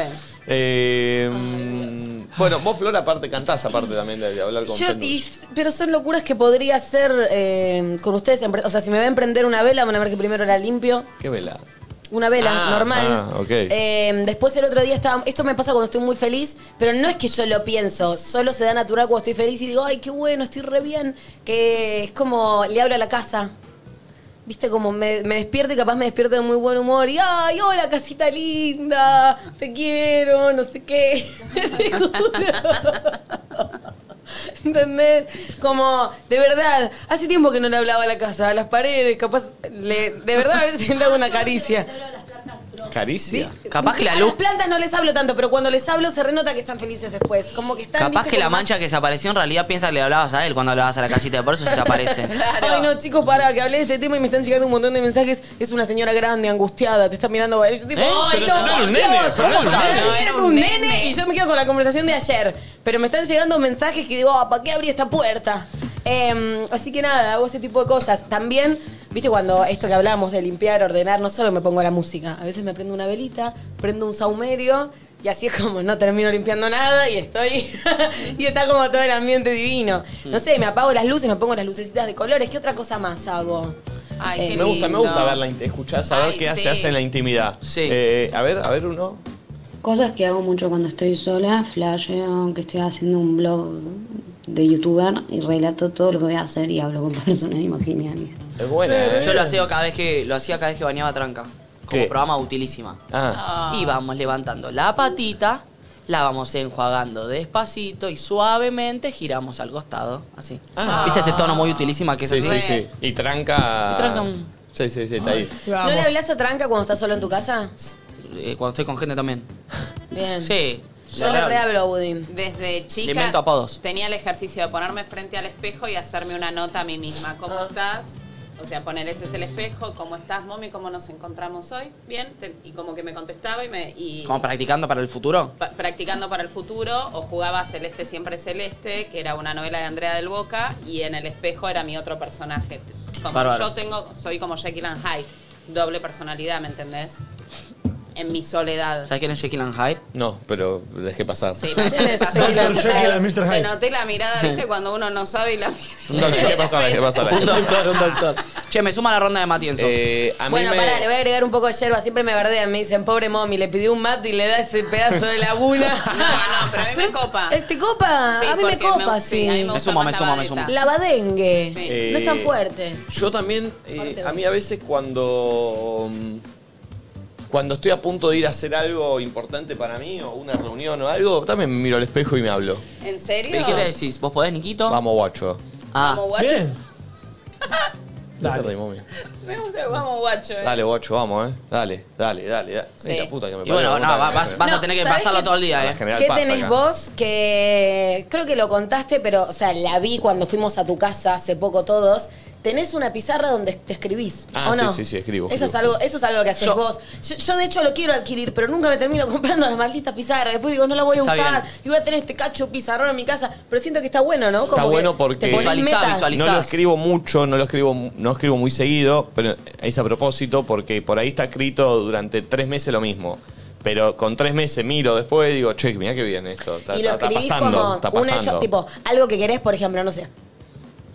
Eh, mm, bueno, vos, Flor, aparte cantás, aparte también de, de hablar con Yo- Tendus. y- pero son locuras que podría hacer eh, con ustedes. empre- O sea, si me ven prender una vela, van a ver que primero la limpio. ¿Qué vela? Una vela, Ah, normal. ah, ok. Eh, después el otro día estaba. Esto me pasa cuando estoy muy feliz, pero no es que yo lo pienso. Solo se da natural cuando estoy feliz y digo, ay, qué bueno, estoy re bien. Que es como le hablo a la casa. Viste, como me, me despierto y capaz me despierto de muy buen humor. Y, ay, hola, casita linda, te quiero, no sé qué. Te juro. ¿Entendés? Como, de verdad, hace tiempo que no le hablaba a la casa, a las paredes, capaz, le- de verdad a veces le hago una caricia. Caricia. Capaz que la A luz, las plantas no les hablo tanto, pero cuando les hablo se renota que están felices después. Como que están. capaz viste, que la como más- mancha que se apareció en realidad piensa que le hablabas a él cuando hablabas a la casita, por eso se te aparece. Ay, no, chicos, para que hablé de este tema y me están llegando un montón de mensajes. Es una señora grande, angustiada, te está mirando. eh, Tipo, ¿Eh? ay, Pero eso no era un nene, Dios, pero no era ¿cómo un sabes? nene. Era un nene y yo me quedo con la conversación de ayer. Pero me están llegando mensajes que digo, ah, ¿para qué abrí esta puerta? Em, así que nada, hago ese tipo de cosas. También, viste, cuando esto que hablamos de limpiar, ordenar, no solo me pongo la música. A veces me prendo una velita, prendo un saumerio. Y así es como no termino limpiando nada y estoy. y está como todo el ambiente divino. No sé, me apago las luces, me pongo las lucecitas de colores. ¿Qué otra cosa más hago? Eh, Ay, me gusta, me gusta verla, escuchar, saber Ay, qué sí. se hace en la intimidad. Eh, a ver, a ver uno. Cosas que hago mucho cuando estoy sola, flasheo que estoy haciendo un blog de youtuber y relato todo lo que voy a hacer y hablo con personas imaginarias. Es buena. ¿eh? Yo lo hacía cada vez que lo hacía cada vez que bañaba tranca. Como ¿Qué? programa utilísima. Ah. Y vamos levantando la patita, la vamos enjuagando despacito y suavemente giramos al costado. Así. Ah. ¿Viste este tono muy utilísima que es Sí, sí, así? sí. Y tranca. Y tranca un- Sí, sí, sí, está ahí. ¿No le hablas a tranca cuando estás solo en tu casa? Eh, cuando estoy con gente también. Bien. Sí. Yo le rehablo a Budín. Desde Le chica invento apodos. tenía el ejercicio de ponerme frente al espejo y hacerme una nota a mí misma. ¿Cómo estás? O sea, poner ese es el espejo. ¿Cómo estás, mami? ¿Cómo nos encontramos hoy? Bien. Te- Y como que me contestaba y me... y- Como practicando para el futuro. pa- practicando para el futuro o jugaba Celeste siempre Celeste, que era una novela de Andrea del Boca, y en el espejo era mi otro personaje. Como Bárbaro. yo tengo, soy como Jekyll and Hyde, doble personalidad, ¿me entendés? En mi soledad. ¿Sabes quién es Jekyll and Hyde? No, pero dejé pasar. Sí, Dr. Jekyll and Mr. Te Hyde. noté la mirada, viste, cuando uno no sabe y la No, dejé pasar, Eh, dejé pasar. Un doctor, un doctor. Che, me suma la ronda de Mati en sos. Bueno, pará, le voy a agregar un poco de yerba. Siempre me verdean, me dicen, pobre mommy, le pidió un mate y le da ese pedazo de laguna. No, no, pero a mí me copa. ¿Te copa? Sí, a mí me porque copa, me- sí. sí, a mí Me suma, me suma, me suma. La badengue. Sí. No es tan Eh, fuerte. Yo también, eh, a mí a veces cuando. mm, Cuando estoy a punto de ir a hacer algo importante para mí, o una reunión o algo, también me miro al espejo y me hablo. ¿En serio? ¿Qué te decís? ¿Vos podés, Niquito? Vamos, guacho. Ah. Vamos, guacho. Dale. momia. Me gusta el vamos, guacho. eh. Dale, guacho, vamos, eh. Dale, dale, dale. dale. Sí. Ay, la puta que me Y bueno, parió, la no, puta va- que vas- me vas a parió. tener que ¿Sabés pasarlo qué- todo el día, eh. La General ¿Qué Paz tenés acá. vos? Que creo que lo contaste, pero, o sea, la vi cuando fuimos a tu casa hace poco todos. Tenés una pizarra donde te escribís. Ah, ¿o sí, no? sí, sí, escribo, Eso es escribo. algo, eso es algo que haces Yo- vos. Yo, yo, de hecho, lo quiero adquirir, pero nunca me termino comprando la maldita pizarra. Después digo, no la voy a Está usar. bien. Y voy a tener este cacho pizarrón en mi casa. Pero siento que está bueno, ¿no? Como Está que bueno te porque pones metas. no lo escribo mucho, no lo escribo, no escribo muy seguido, pero es a propósito porque por ahí está escrito durante tres meses lo mismo. Pero con tres meses miro después y digo, che, mirá que bien esto. Está, y lo está- está escribís pasando, como está un pasando. hecho, tipo, algo que querés, por ejemplo, no sé.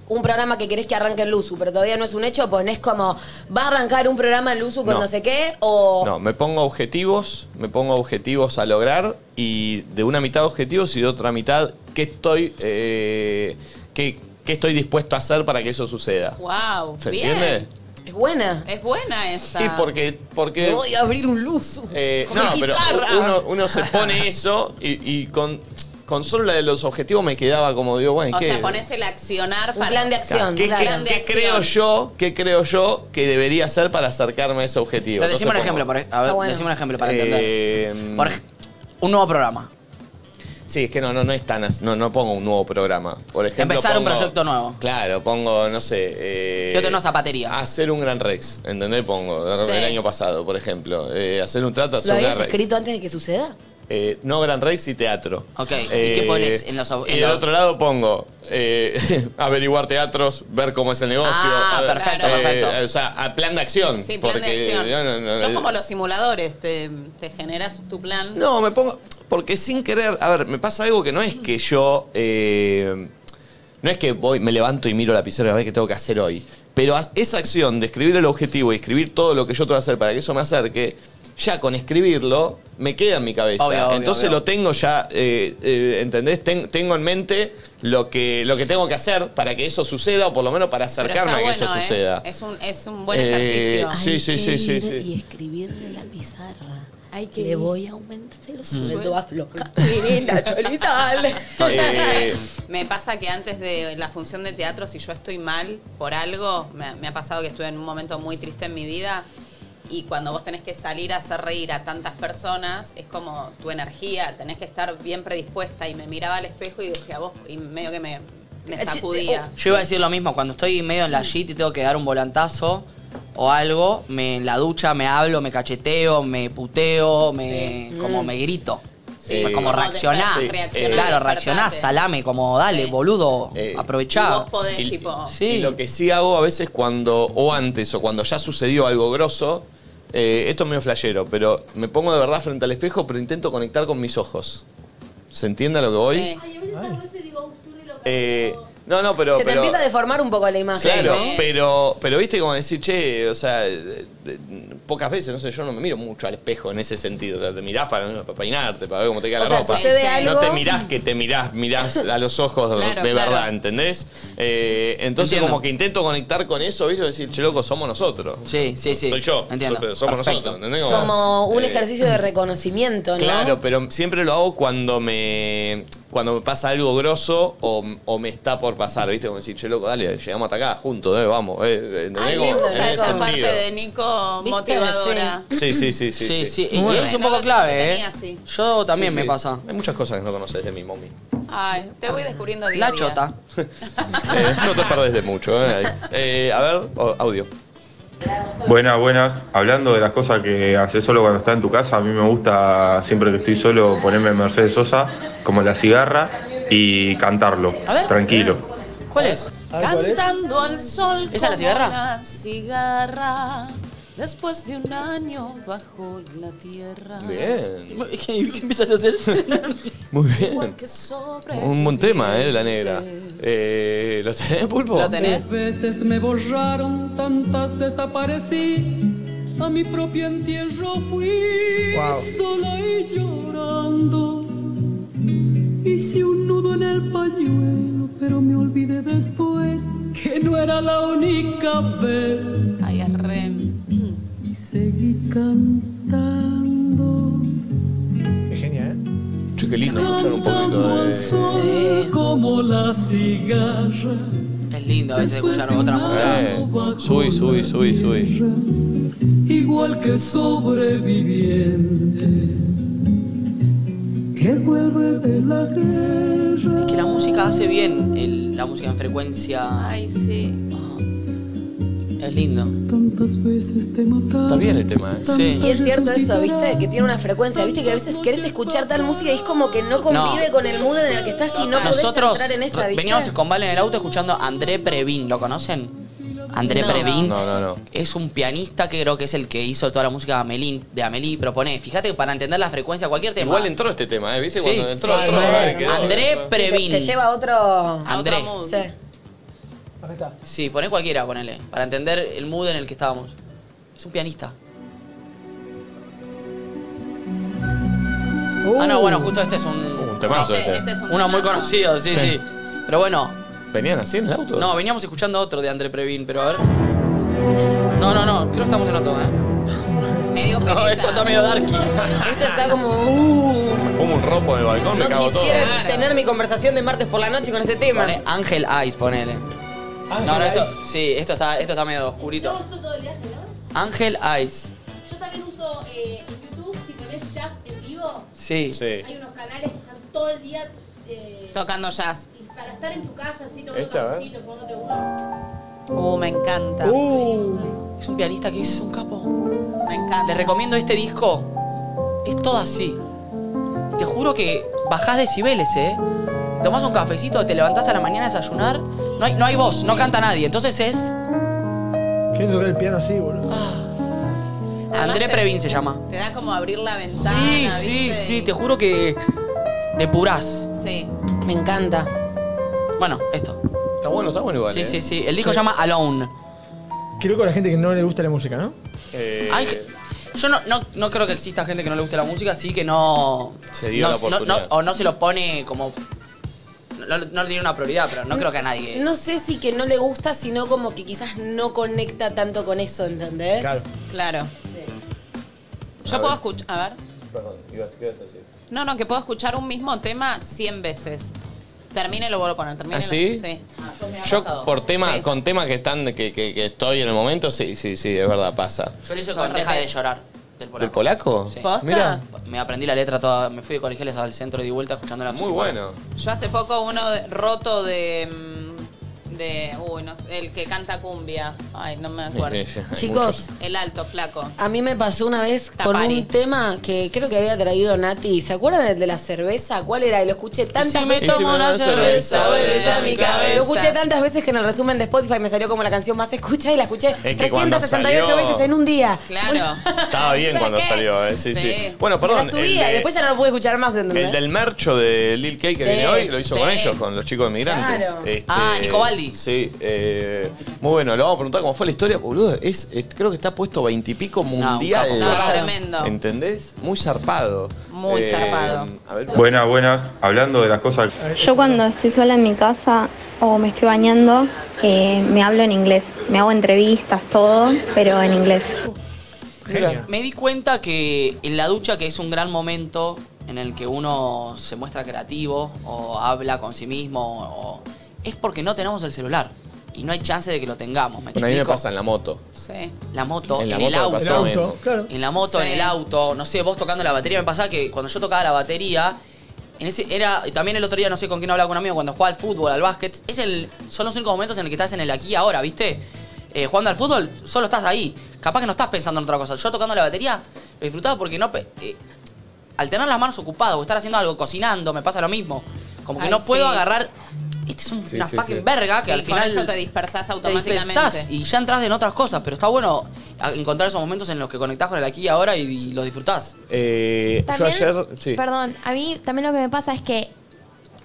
Un programa que querés que arranque en Luzu, pero todavía no es un hecho, ponés como, va a arrancar un programa en Luzu con no, No. sé qué, o No, me pongo objetivos, me pongo objetivos a lograr y de una mitad objetivos y de otra mitad qué estoy, eh, qué, qué estoy dispuesto a hacer para que eso suceda. Wow, ¿Se bien. entiende? Es buena. Es buena esa. Y porque, porque Me voy a abrir un luzu. Eh, Con no, pero pizarra. uno, uno se pone eso y, y con, con solo la de los objetivos me quedaba como digo, bueno, O ¿qué? sea, pones el accionar para. plan de acción, ¿Qué, qué- Plan de qué acción. creo yo? ¿Qué creo yo que debería hacer para acercarme a ese objetivo? Pero decime un Entonces ejemplo, pongo, por ej- a ver, Ah, bueno. decime un ejemplo para entender. eh, Por ej- un nuevo programa. Sí, es que no, no, no es tan as- no, no pongo un nuevo programa. Por ejemplo, Empezar un pongo- proyecto nuevo. Claro, pongo, no sé. eh, Yo tengo una zapatería. Hacer un gran Rex, ¿entendés? Pongo el Sí. año pasado, por ejemplo. eh, hacer un trato, hacer lo un habías gran Rex. escrito antes de que suceda. Eh, no Gran Rex y teatro. Ok, ¿y qué pones en los ob- Eh, Y en del los- otro lado pongo eh, averiguar teatros, ver cómo es el negocio. Ah, a ver, eh, perfecto, perfecto. O sea, a plan de acción. Sí, plan de porque, acción. no, no, no, Son eh, como los simuladores, te, te generas tu plan. no, me pongo. Porque sin querer. A ver, me pasa algo que no es que yo. eh, no es que voy, me levanto y miro la pizarra a ver qué tengo que hacer hoy. Pero a- esa acción de escribir el objetivo y escribir todo lo que yo tengo que hacer para que eso me acerque, ya con escribirlo, me queda en mi cabeza. Obvio, obvio, Entonces obvio. lo tengo ya, eh, eh, ¿entendés? Ten- tengo en mente lo que, lo que tengo que hacer para que eso suceda o por lo menos para Pero acercarme a está que bueno, eso ¿eh? suceda. Es un, es un buen Eh, ejercicio. sí, Hay sí, que sí, sí, ir sí. Y escribirle la pizarra. Hay que que Le ir. voy a aumentar el Mm. sueldo a Floca. Linda Cholizal. Eh, Me pasa que antes de la función de teatro, si yo estoy mal por algo, me, me ha pasado que estuve en un momento muy triste en mi vida y cuando vos tenés que salir a hacer reír a tantas personas, es como tu energía, tenés que estar bien predispuesta y me miraba al espejo y decía vos, y medio que me, Eh, me sacudía. Yo iba a decir lo mismo, cuando estoy medio en la shit y tengo que dar un volantazo o algo, me en la ducha me hablo, me cacheteo, me puteo, me Sí. como Mm. me grito. Sí. Pues como Como reaccionar. despertar, reaccionar, Eh. claro, despertarte. reaccionar, salame, como dale, boludo, Y aprovechá. vos podés, tipo. Y lo que sí hago a veces cuando, o antes, o cuando ya sucedió algo grosso, eh, esto es medio flashero, pero me pongo de verdad frente al espejo, pero intento conectar con mis ojos. ¿Se entiende a lo que voy? Eh, no, no, pero... Se te pero- empieza a deformar un poco la imagen. Claro, ¿no? pero, pero viste como decir, che, o sea, de- de- pocas veces, no sé, yo no me miro mucho al espejo en ese sentido. O sea, te mirás para, para peinarte, para ver cómo te queda O la sea, ropa. sucede No algo- te mirás que te mirás, mirás a los ojos Claro, de claro. verdad, ¿entendés? Eh, entonces como que intento conectar con eso, viste, decir, che, loco, somos nosotros. Sí, sí, sí. Soy yo, Entiendo. so- somos Perfecto. nosotros, ¿entendés? Como- Como un eh, ejercicio de reconocimiento, ¿no? Claro, pero siempre lo hago cuando me cuando me pasa algo grosso o, o me está por pasar, ¿viste? Como decir, che, loco, dale, llegamos hasta acá, juntos, eh, vamos. Eh, ¿entendés? Ay, Como me en gusta ese esa parte sentido. de Nico ¿Viste? motivadora. Sí, sí, sí, sí. Sí, sí, y Bueno. es un poco clave, tenía ¿eh? así. Yo también Sí, me sí. pasa. Hay muchas cosas que no conoces de mi mommy. Ay, te voy descubriendo día a La día. chota. Eh, no te perdés de mucho, ¿eh? Eh, a ver, o- audio. Buenas, buenas. Hablando de las cosas que haces solo cuando estás en tu casa, a mí me gusta siempre que estoy solo ponerme Mercedes Sosa como la cigarra y cantarlo, A ver. tranquilo. ¿Cuál es? Ah, Cantando al sol. ¿Esa es la como cigarra? La cigarra. Después de un año bajo la tierra. Bien. ¿Qué, qué empezaste a hacer? Muy bien. Que sobre. Un buen tema, ¿eh? de La negra. Eh, ¿Lo tenés, Pulpo? Dos veces me borraron, tantas desaparecí. A mi propio entierro fui Wow. sola y llorando. Hice un nudo en el pañuelo, pero me olvidé después que no era la única vez. Ay, Y seguí cantando. Qué genial, ¿eh? Che, qué lindo escuchar un poquito de... Soy Como la cigarra. Es lindo a veces escuchar otra música. Eh, subí, subí, subí, subí. igual que sobreviviente que vuelve de la guerra. Es que la música hace bien, el- la música en frecuencia. Ay, sí. Es lindo. Tantas veces te mataron. Está bien el tema, ¿eh? Sí. Y es cierto eso, ¿viste? Que tiene una frecuencia, ¿viste? Que a veces querés escuchar tal música y es como que no convive con el mood en el que estás y no podés Nosotros entrar en esa, ¿viste? veníamos con Vale en el auto escuchando a André Previn, ¿lo conocen? André No. Previn No, no, no. es un pianista que creo que es el que hizo toda la música de Amelie, de Amelie. Propone, fíjate que para entender la frecuencia de cualquier tema. Igual entró este tema, ¿eh? ¿Viste? Sí. Cuando entró, Sí. entró. eh, quedó. André Te, Previn. te lleva a otro... a André. otro mood. Sí. Sí, poné cualquiera, ponele. Para entender el mood en el que estábamos. Es un pianista. Ah, no, bueno, justo este es un. Un temazo este. Uno muy conocido, sí, sí, Pero bueno. ¿Venían así en el auto? No, veníamos escuchando otro de André Previn, pero a ver. No, no, no, creo que estamos en otro, ¿eh? Medio No, esto está medio darky. Esto está como... uh, Me fumo un ropo en el balcón, me no cago todo. quisiera tener mi conversación de martes por la noche con este tema. Poné Ángel Eyes, ponele. no, no, esto. Sí, esto está, esto está medio oscurito. uso todo el viaje, ¿no? Ángel Eyes. Yo también uso eh, en YouTube, si pones jazz en vivo, Sí. Sí. hay unos canales que están todo el día eh, Tocando jazz. y para estar en tu casa, así tomando Esta, a ver. cafecito, tomándote uno. Uh, me encanta. Uh. Es un pianista que es un capo. Me encanta. Les recomiendo este disco. Es todo así. Y te juro que bajás decibeles, ¿eh? Tomás un cafecito, te levantás a la mañana a desayunar. No hay, no hay voz, no canta nadie. Entonces es. Quiero tocar el piano así, boludo. André Previn se llama. Ah, Te da como abrir la ventana. Sí, ¿viste? sí, sí, te juro que. Depurás. Sí. Me encanta. Bueno, esto. Está bueno, está bueno igual. Sí, eh. sí, sí. El disco se llama Alone. Quiero con la gente que no le gusta la música, ¿no? Eh, Hay ge- yo no, no, no creo que exista gente que no le guste la música, sí que no. Se dio no- la oportunidad. no- no- o no se lo pone como. No, no- no le tiene una prioridad, pero no creo que a nadie. No sé si que no le gusta, sino como que quizás no conecta tanto con eso, ¿entendés? Claro. Claro. A Yo puedo ver. escuchar. A ver. Perdón, ibas, ¿qué ibas a decir? No, no, que puedo escuchar un mismo tema 100 veces. Termine y lo vuelvo a poner. Termine ¿Ah, y sí? lo- Sí. Yo por tema, con temas que están, que, que, que estoy en el momento, sí, sí, sí, es verdad, pasa. Yo lo hice con Deja de llorar. Del polaco. ¿Del polaco? Sí. Mira, Me aprendí la letra toda. Me fui de colegiales al centro y di vuelta escuchando la muy bueno. Yo hace poco uno de- roto de. mm, de uy, no sé, el que canta cumbia. Ay, no me acuerdo. Sí, sí, hay Chicos. muchos. El alto, flaco. A mí me pasó una vez con Tapari. un tema que creo que había traído Nati. ¿Se acuerdan del de la cerveza? ¿Cuál era? Y lo escuché tantas me veces. tomo una cerveza, vuelves a mi cabeza. Lo escuché tantas veces que en el resumen de Spotify me salió como la canción más escuchada y la escuché que cuando 368 salió- veces en un día. Claro. Estaba bien cuando salió, eh. Sí, sí. Sí. Bueno, Me perdón. la el subía de- y después ya no lo pude escuchar más, ¿entendés? El del mercho de Lil K que Sí, viene hoy lo hizo sí. con ellos, con los chicos de migrantes. Claro. Este, Ah, Nico Baldi. Sí, eh, muy bueno. Le vamos a preguntar cómo fue la historia. Boludo, es, es- creo que está puesto veintipico mundial. capo, zarpado. Tremendo. ¿Entendés? Muy zarpado. Eh, Muy zarpado. A ver, Buenas, buenas. Hablando de las cosas. Yo cuando estoy sola en mi casa o me estoy bañando, eh, me hablo en inglés. Me hago entrevistas, todo, pero en inglés. Me di cuenta que en la ducha, que es un gran momento en el que uno se muestra creativo o habla con sí mismo, o- es porque no tenemos el celular y no hay chance de que lo tengamos. ¿me bueno, a mí me explico? pasa en la moto. Sí. La moto, En en, la el moto me auto. pasa lo mismo. En la moto, Sí. en el auto. No sé, vos tocando la batería. Me pasaba que cuando yo tocaba la batería. En ese era, y también el otro día, no sé con quién hablaba con un amigo, cuando jugaba al fútbol, al básquet, es el, son los únicos momentos en el que estás en el aquí y ahora, ¿viste? Eh, jugando al fútbol, solo estás ahí. Capaz que no estás pensando en otra cosa. Yo tocando la batería, lo disfrutaba porque no. pe- eh, al tener las manos ocupadas o estar haciendo algo, cocinando, me pasa lo mismo. Como que Ay, no puedo sí. agarrar este es un- Sí, una sí, fucking sí. verga que Sí, al final. Con eso te dispersás te automáticamente. dispersás y ya entras en otras cosas, pero está bueno a- encontrar esos momentos en los que conectás con el aquí y ahora y, y los disfrutás. Eh, yo También- ayer. Sí. Perdón, a mí también lo que me pasa es que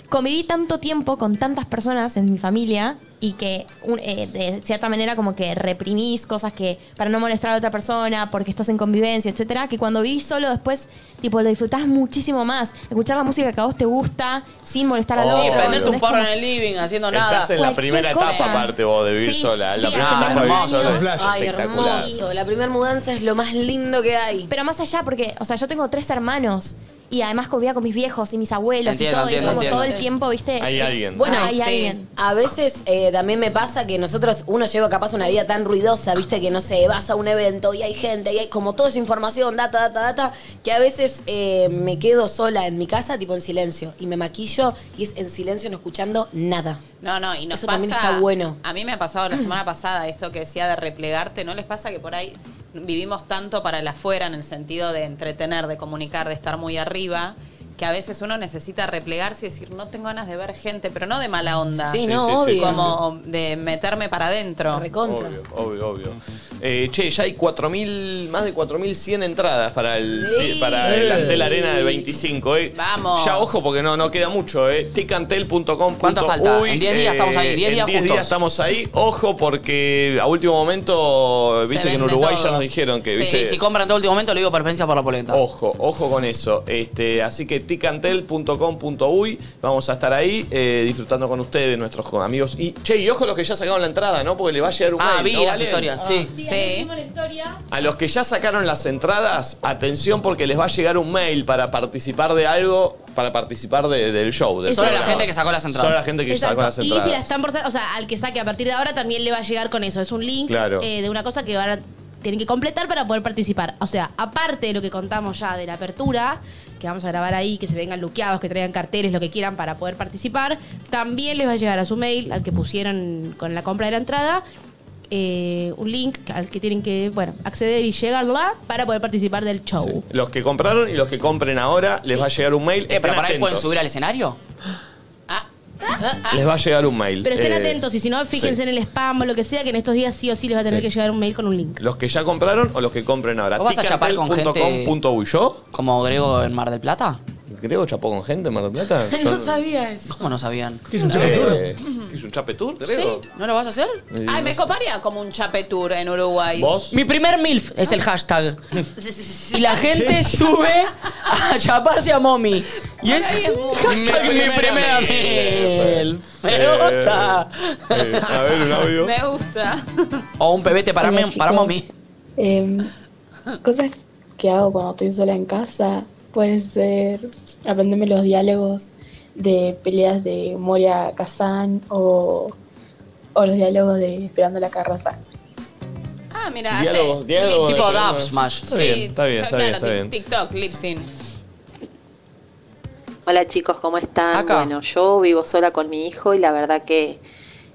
conviví tanto tiempo con tantas personas en mi familia y que un- eh, de cierta manera como que reprimís cosas que para no molestar a otra persona, porque estás en convivencia, etcétera, que cuando vivís solo después, tipo, lo disfrutás muchísimo más. Escuchar la música que a vos te gusta sin molestar a Oh, otro. sí, prenderte un ¿entendés? porro Como- en el living haciendo Estás en la Cualquier primera cosa. etapa, aparte vos, de vivir Sí, sola. sí, la hace primera etapa de vivir hermoso. sola es Ay, espectacular. hermoso. La primera mudanza es lo más lindo que hay. Pero más allá, porque, o sea, yo tengo tres hermanos y además convivía con mis viejos y mis abuelos y Entiendo, todo, entiendo, y como entiendo. todo el Sí. tiempo, ¿viste? Bueno, hay sí. alguien. a veces eh, también me pasa que nosotros, uno lleva capaz una vida tan ruidosa, viste, que no sé, vas a un evento y hay gente y hay como toda esa información, data, data, data, que a veces eh, me quedo sola en mi casa, tipo en silencio, y me maquillo y es en silencio no escuchando nada. No, no, y nos Eso pasa- también está bueno. A mí me ha pasado la semana pasada esto que decía de replegarte. ¿No les pasa que por ahí vivimos tanto para el afuera en el sentido de entretener, de comunicar, de estar muy arriba? Que a veces uno necesita replegarse y decir, no tengo ganas de ver gente, pero no de mala onda. Sí, Sí, no, sí, sí, obvio. sí, Como de meterme para adentro. Recontra. Obvio, obvio. Eh, che, ya hay 4.000, más de 4.100 entradas para el, Sí. para el Sí. Antel Arena del 25. Eh. Vamos. Ya ojo porque no, no queda mucho. Eh. Ticantel.com. ¿Cuánto falta? En 10 días estamos ahí, eh, 10 días En 10 días justos. estamos ahí. Ojo porque a último momento, Se viste que en vende Uruguay todo. ya nos dijeron que... Sí, viste, si compran todo último momento, lo digo por experiencia por la polenta. Ojo, ojo con eso. Este, así que ticantel.com.uy, vamos a estar ahí eh, disfrutando con ustedes, nuestros co- amigos. Y che, y ojo los que ya sacaron la entrada, ¿no? Porque le va a llegar un Ah, mail, vi ¿no, las Valen? historias, sí. Sí. La historia. A los que ya sacaron las entradas, atención porque les va a llegar un mail para participar de algo, para participar de- del show. del Solo la programa. gente que sacó las entradas. Solo la gente que Exacto. sacó las Y si la entradas. están por sa- o sea, al que saque a partir de ahora también le va a llegar con eso. Es un link Claro. eh, de una cosa que van a tienen que completar para poder participar. O sea, aparte de lo que contamos ya de la apertura, que vamos a grabar ahí, que se vengan luqueados, que traigan carteles, lo que quieran para poder participar, también les va a llegar a su mail, al que pusieron con la compra de la entrada, eh, un link al que tienen que, bueno, acceder y llegarla para poder participar del show. Los que compraron y los que compren ahora, les va a llegar un mail. Eh, pero para ahí atentos. pueden subir al escenario. Les va a llegar un mail. Ah. Pero estén Eh, atentos y si no, fíjense sí. en el spam o lo que sea, que en estos días sí o sí les va a tener que llegar un mail con un link. Los que ya compraron o los que compren ahora. ¿Vos vas a chapar con gente ticantel.com.uy. ¿Yo? como Grego en Mar del Plata? ¿Grego chapó con gente en Mar del Plata? Yo- sabía eso. ¿Cómo no sabían? ¿Qué es un chape tour? ¿Qué es un chape tour, Grego? ¿No lo vas a hacer? Eh, Ay, me no coparía como un chapetour en Uruguay. ¿Vos? Mi primer MILF es el hashtag. Y la gente sube a chaparse a mommy. Y es Ay, es muy- hashtag Mi mi primera primera MILF. Me gusta. Eh, a ver, un audio. Me gusta. O un pebete para, Hola, mí- para chicos. mommy. Em, cosas que hago cuando estoy sola en casa pueden ser aprenderme los diálogos de peleas de Moria Kazan o, o los diálogos de Esperando la carroza. Ah, mira. Diálogos, diálogos. Tipo de- Dab Smash. Está bien, está bien, está bien, está bien. TikTok, Lipsin. Hola chicos, ¿cómo están? Acá. Bueno, yo vivo sola con mi hijo y la verdad que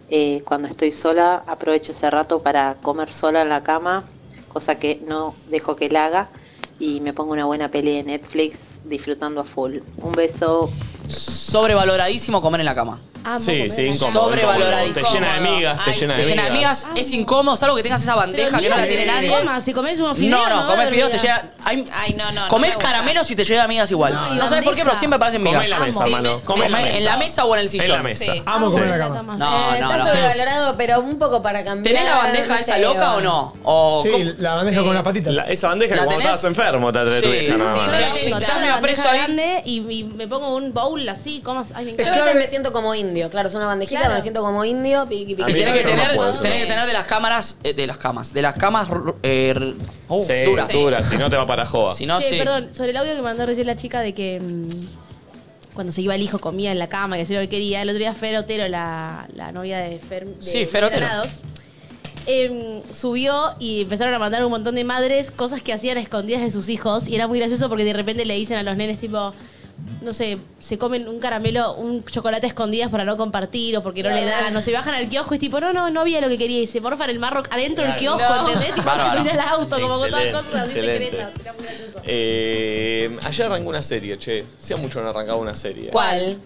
eh, cuando estoy sola aprovecho ese rato para comer sola en la cama, cosa que no dejo que él haga, y me pongo una buena peli de Netflix disfrutando a full. Un beso. Sobrevaloradísimo comer en la cama. Sí, sí, incómodo. Sobrevaloradísimo. Te llena de migas, te llena de Te llena de migas, es incómodo, salvo que tengas esa bandeja que no la tiene nadie. Comas, si comés unos fideos, No, no, comés fideos te llega. llega. Ay, no, no. comés caramelos y te llega migas igual. No, No, y sabes por qué, bandeja. pero siempre parecen migas. Come en la mesa, Amo. mano. Come en la mesa. en la mesa o en el sillón. En la mesa. Sí. Amo comer en la cama. No, Eh, no, está no. sobrevalorado, pero un poco para cambiar. Ah, ¿Tenés la bandeja no esa sé, loca o no? O Sí, cómo- la bandeja con las patitas. esa bandeja que ¿La cuando tenés? estabas enfermo te Sí. atreves nada Sí, más. pero- Tengo Estás toda medio una preso bandeja ahí. grande y, y me pongo un bowl así, comas. Ay, me Yo a encanta. veces me siento como indio, claro, es una bandejita, Claro. me siento como indio, piqui, piqui. Y tenés Ah, que, no tener, puedo hacer tenés nada. que tener de las cámaras, eh, de las camas, de las camas ru- eh, r- oh, Sí, duras. dura, si no te va para joa. Si no, Che, sí. perdón, sobre el audio que mandó recién la chica de que mm, cuando se iba el hijo comía en la cama, que hacía lo que quería. El otro día Fer Otero, la, la novia de Fer. de Sí, Fer Otero. Granados, em, subió y empezaron a mandar un montón de madres cosas que hacían a escondidas de sus hijos. Y era muy gracioso porque de repente le dicen a los nenes, tipo, no sé, se comen un caramelo, un chocolate a escondidas para no compartir o porque no le dan. No se bajan al kiosco y tipo, no, no, no había lo que quería. Y se morfan el marro adentro del Claro. kiosco, No. ¿entendés? Tipo, Bárbaro. que subir al auto, como con todas Excelente, cosas así excelente. secretas. Eh, ayer arrancó una serie, che. Hacía mucho no arrancaba una serie. ¿Cuál?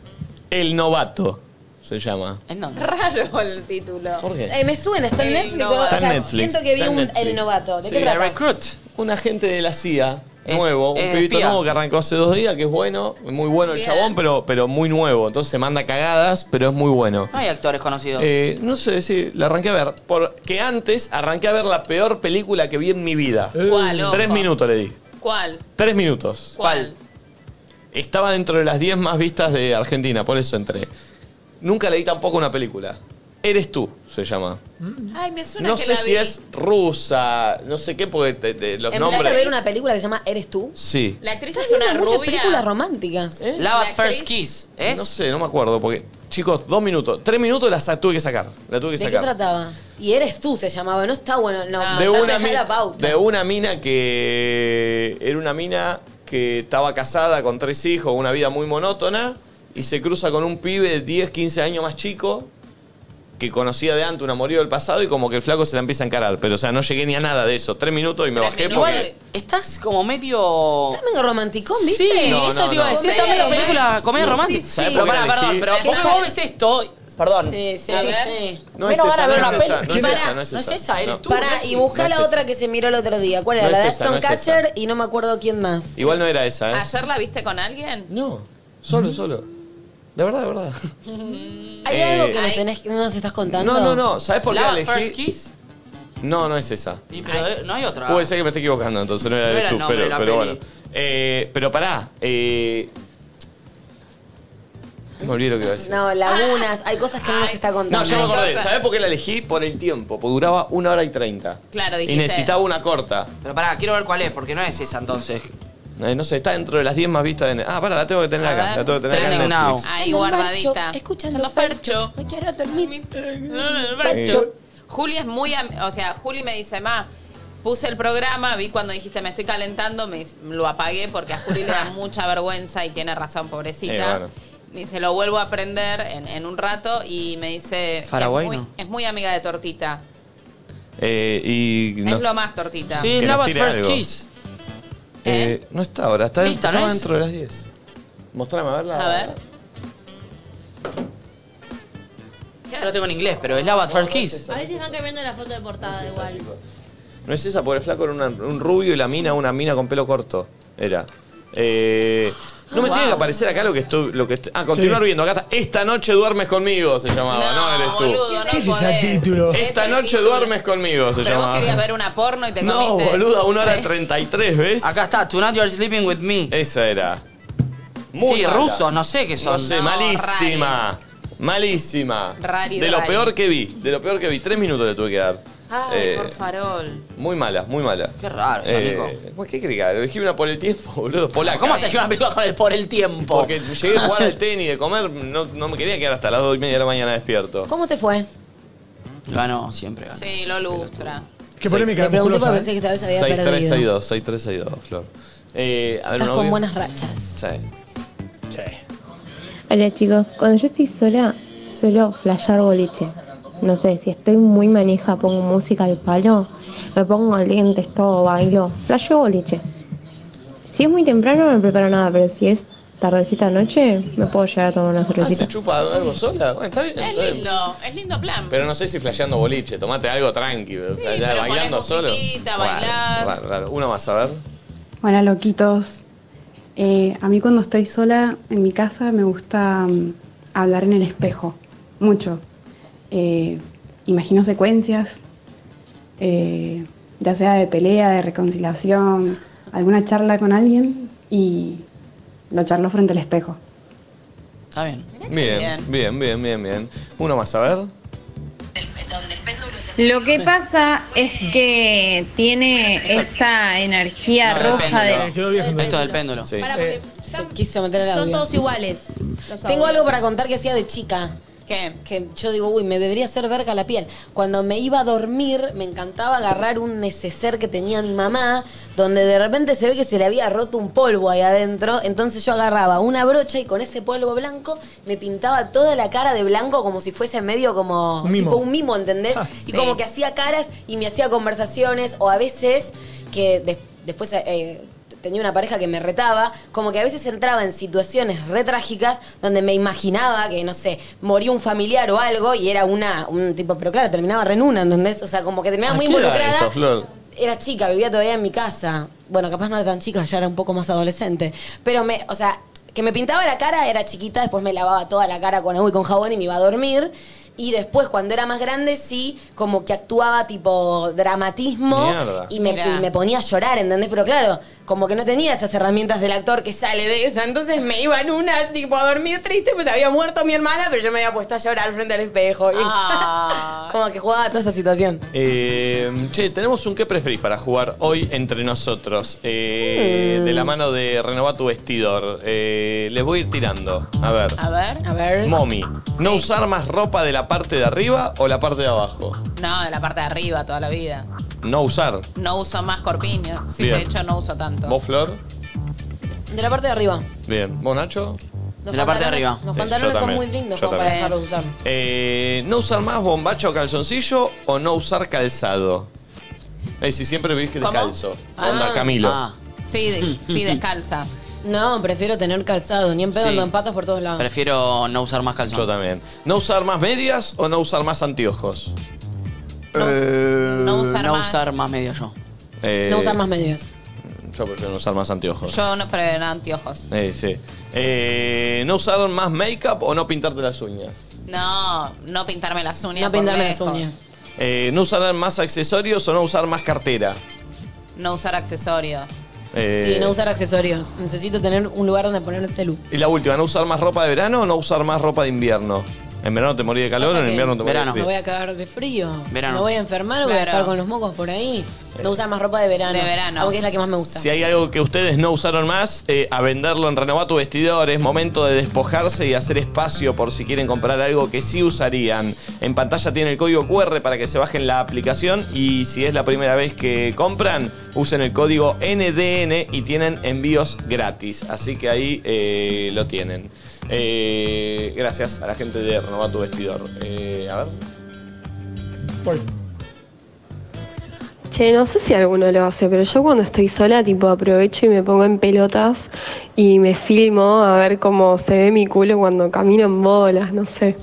El novato. se llama. ¿En dónde? Raro el título. ¿Por qué? Eh, me suena, está en El Netflix. novato. o sea, Está en Netflix, siento que vi está en un, Netflix. El Novato. ¿De Sí. qué La trata? Recruit. Un agente de la CIA. nuevo, un es pibito espía. nuevo que arrancó hace dos días, que es bueno, muy bueno el Bien. chabón, pero, pero muy nuevo. Entonces se manda cagadas, pero es muy bueno. No hay actores conocidos. Eh, no sé, sí, la arranqué a ver. Porque antes arranqué a ver la peor película que vi en mi vida. ¿Cuál, ojo? Tres minutos le di. ¿Cuál? Tres minutos. ¿Cuál? Estaba dentro de las 10 más vistas de Argentina, por eso entré. Nunca leí tampoco una película. Eres tú, se llama. Ay, me suena No que sé la si vi. es rusa, no sé qué, porque te- te- los Empezaste a nombres. ver una película que se llama Eres tú. Sí. La actriz Estás es una viendo muchas rubia. películas románticas. ¿Eh? Love at First Kiss. ¿Es? No sé, no me acuerdo, porque. Chicos, dos minutos. Tres minutos las tuve que sacar. La tuve que ¿De qué sacar. trataba? Y Eres tú se llamaba. No está bueno. No, Ah, de, ya una empezá mi- la pauta. de una mina que era una mina que estaba casada con tres hijos, una vida muy monótona, y se cruza con un pibe de 10, 15 años más chico, que conocía de antes un amorío del pasado, y como que el flaco se la empieza a encarar. Pero, o sea, no llegué ni a nada de eso. Tres minutos y me bajé porque... Igual, estás como medio. Estás medio romanticón, ¿viste? Sí, No, eso no, te iba a no. decir. Estás medio película, comedia Sí, romántica. sí, sí. ¿Sabés por Pero qué pará, la perdón, elegí? pero vos, vos ves esto. Perdón. Sí, sí, A ver. sí. No es esa, Bueno, ahora no ver es una esa, peli. no es Pará, esa, no es no es esa. esa, eres tú. Pará, y buscá No es la esa. otra que se miró el otro día. ¿Cuál era? No la es de esa, Aston no es esa. Catcher y no me acuerdo quién más. Igual no era esa, ¿eh? ¿Ayer la viste con alguien? No, solo, solo. De verdad, de verdad. ¿Hay Eh, algo que nos, tenés, no nos estás contando? No, no, no. ¿Sabés por qué Love la at First elegí? Kiss. No, no es esa. Y, pero eh, no hay otra. Puede ser que me esté equivocando, entonces no era No de era tú, el nombre de pero, la pero peli. bueno. Eh, pero pará. Eh, me olvidé lo que iba a decir. No, lagunas. Hay cosas que no nos está No, contando. yo me acordé. ¿Sabés por qué la elegí? Por el tiempo, porque duraba una hora y treinta. Claro, Y necesitaba una corta. Pero pará, quiero ver cuál es, porque no es esa entonces. Eh, No sé, está dentro de las 10 más vistas de Net- Ah, pará, la tengo que tener acá. La tengo que tener acá en Trending Netflix. now. Ahí, guardadita. Escuchando Fercho. No quiero dormir. Fercho. Juli es muy... am- O sea, Juli me dice, ma, puse el programa, vi cuando dijiste me estoy calentando, me, dice- lo apagué porque a Juli le da mucha vergüenza y tiene razón, pobrecita. Eh, bueno. Me dice, lo vuelvo a aprender en, en un rato y me dice... que es Paraguay, muy- ¿no? Es muy amiga de Tortita. Eh, y Es lo más Tortita. Que nos tire algo. Eh, no está ahora, está Lista, ¿no estaba es? dentro de las 10. Mostrame, a verla. A ver. Ya lo tengo en inglés, pero es Love at First Kiss. A veces van cambiando la foto de portada igual. No es esa, porque el flaco era una- un rubio y la mina, una mina con pelo corto. Era. Eh, no me tiene que aparecer acá lo que estoy. Lo que estoy- ah, continuar Sí. viendo. Acá está. Esta noche duermes conmigo se llamaba. No, eres tú. ¿Qué es ese título? Esta Es noche difícil. duermes conmigo se Pero vos llamaba. querías ver una porno y te No, comiste... boluda, una hora Sí. 33, ¿ves? Acá está, Tonight You're Sleeping With Me. Esa era. sí, mala. rusos, no sé qué son. No sé, malísima. Malísima. Rari, de lo rari. peor que vi. De lo peor que vi. Tres minutos le tuve que dar. Ay, Eh, por farol. Muy mala, muy mala. Eh, Qué raro esto, ¿Por qué crees que elegí una por el tiempo, boludo? Polaca. ¿Cómo has elegido una película con el por el tiempo? Porque llegué a jugar al tenis, de comer, no, no me quería quedar hasta las dos y media de la mañana despierto. ¿Cómo te fue? Ganó, siempre ganó. Sí, lo lustra. Qué polémica, Me pregunté porque pensé que esta vez había perdido. 6362, 6362, Flor. Eh, a ver, Estás un con audio. buenas rachas. Sí. Sí. Hola chicos, cuando yo estoy sola, suelo flashear boliche. No sé, si estoy muy manija, pongo música al palo, me pongo lentes, todo, bailo, flasheo boliche. Si es muy temprano no me preparo nada, pero si es tardecita noche, me puedo llegar a tomar una Ah, ¿se cervecita. chupa algo sola? Bueno, está bien. está Es bien. lindo, es lindo plan. Pero no sé si flasheando boliche, tomate algo tranqui, ya pero bailando ponés solo. musiquita, Raro, bailás. raro, raro. Una más, a ver. Hola loquitos. Eh, a mí cuando estoy sola en mi casa me gusta mm, hablar en el espejo, mucho. Eh, imagino secuencias, eh, ya sea de pelea, de reconciliación, alguna charla con alguien y lo charlo frente al espejo. Está bien. Bien, bien, bien, bien, bien. Una más, a ver. Lo que pasa es que tiene esa energía roja de... Esto del péndulo. Sí. eh, Se quiso meter el son audio. todos iguales. Tengo audios. algo para contar que hacía de chica. ¿Qué? Que yo digo, uy, me debería hacer verga la piel. Cuando me iba a dormir, me encantaba agarrar un neceser que tenía mi mamá, donde de repente se ve que se le había roto un polvo ahí adentro. Entonces yo agarraba una brocha y con ese polvo blanco me pintaba toda la cara de blanco como si fuese medio como Un mimo. tipo un mimo, ¿entendés? y sí. como que hacía caras y me hacía conversaciones o a veces que des- después eh, te- tenía una pareja que me retaba, como que a veces entraba en situaciones re trágicas donde me imaginaba que, no sé, moría un familiar o algo y era una, un tipo, pero claro, terminaba re en una, ¿entendés? O sea, como que Ah, terminaba muy ¿Qué era involucrada. esto, Flor? Era chica, vivía todavía en mi casa. Bueno, capaz no era tan chica, ya era un poco más adolescente. Pero me, o sea, que me pintaba la cara, era chiquita, después me lavaba toda la cara con agua y con jabón y me iba a dormir. Y después, cuando era más grande, sí, como que actuaba tipo dramatismo Mierda. y me, Mirá. y me ponía a llorar, ¿entendés? Pero claro, como que no tenía esas herramientas del actor que sale de esa. Entonces me iba en una, tipo, a dormir triste, pues había muerto mi hermana, pero yo me había puesto a llorar frente al espejo. Y- Ah. como que jugaba toda esa situación. Eh, che, tenemos un qué preferís para jugar hoy entre nosotros. Eh, Mm. De la mano de Renovar tu vestidor. Eh, les voy a ir tirando. A ver. A ver. A ver. Mommy, ¿no usar más ropa de la parte de arriba o la parte de abajo? No, de la parte de arriba toda la vida. No usar. No uso más corpiños. Sí, Bien. de hecho no uso tanto. ¿Vos, Flor? De la parte de arriba. Bien. ¿Vos, Nacho? Los pantalones- Los Sí, pantalones yo son muy también. lindos Yo como para también. dejarlos usar. Eh, ¿No usar más bombacho o calzoncillo o no usar calzado? Es si siempre vivís que ¿Cómo? descalzo. Ah. Onda, Camilo. Ah. Sí, de- sí, descalza. No, prefiero tener calzado, ni en pedo Sí. ando en patas por todos lados. Prefiero no usar más calzón. Yo también. ¿No usar más medias o no usar más anteojos? no usar no más. usar más medio yo. Eh, No usar más medias. Yo prefiero no usar más anteojos. Yo no, pero no anteojos. Eh, sí. Eh, ¿No usar más make-up o no pintarte las uñas? No, no pintarme las uñas. No por pintarme las lejos. uñas. Eh, ¿No usar más accesorios o no usar más cartera? No usar accesorios. Eh, Sí, no usar accesorios. Necesito tener un lugar donde poner el celu. Y la última, ¿no usar más ropa de verano o no usar más ropa de invierno? En verano te morí de calor, Pasa en que invierno te morí de Me frío. voy a cagar de frío. Verano. Me voy a enfermar o voy a Claro. estar con los mocos por ahí. No usar más ropa de verano. De verano. Aunque es la que más me gusta. Si hay algo que ustedes no usaron más, eh, a venderlo en Renovar tu vestidor. Es momento de despojarse y hacer espacio por si quieren comprar algo que sí usarían. En pantalla tiene el código QR para que se bajen la aplicación y si es la primera vez que compran, usen el código NDN y tienen envíos gratis. Así que ahí eh, lo tienen. Eh, gracias a la gente de Renovar tu vestidor. Eh, a ver. Che, no sé si alguno lo hace, pero yo cuando estoy sola, tipo, aprovecho y me pongo en pelotas y me filmo a ver cómo se ve mi culo cuando camino en bolas, no sé.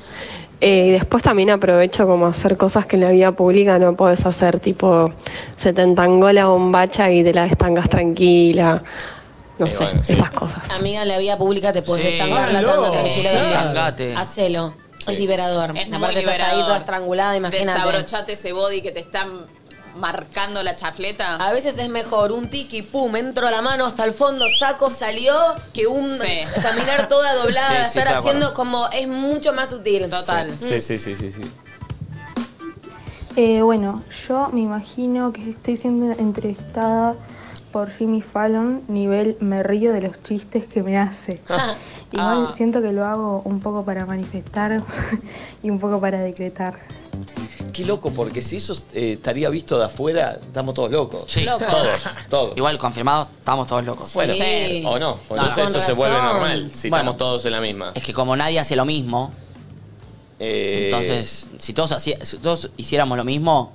Eh, y después también aprovecho como a hacer cosas que en la vida pública no podés hacer, tipo, se te entangó la bombacha y te la estangas tranquila, no sé, esas cosas. Amiga, en la vida pública te puedes Sí. estancar la Háganlo. tanga tranquila. de verdad. Estangate. Hacelo. Es liberador. Es muy Aparte estás ahí liberador. toda estrangulada, imagínate. Desabrochate ese body que te están marcando la chafleta. A veces es mejor un tiki, pum, eh. entro la mano hasta el fondo, saco, salió, que un caminar toda doblada, Sí, sí, estoy estar de haciendo acuerdo. como es mucho más sutil. Total. Sí, sí, sí, sí. sí. Eh, bueno, yo me imagino que estoy siendo entrevistada por Jimmy Fallon, nivel me río de los chistes que me hace. Igual Ah. siento que lo hago un poco para manifestar y un poco para decretar. Qué loco, porque si eso eh, estaría visto de afuera, estamos todos locos. Sí. Locos. Todos, todos. Igual, confirmado, estamos todos locos. Bueno, o no. o Entonces eso se vuelve normal, si Bueno, estamos todos en la misma. Es que como nadie hace lo mismo, Eh, entonces, si todos, haci- si todos hiciéramos lo mismo,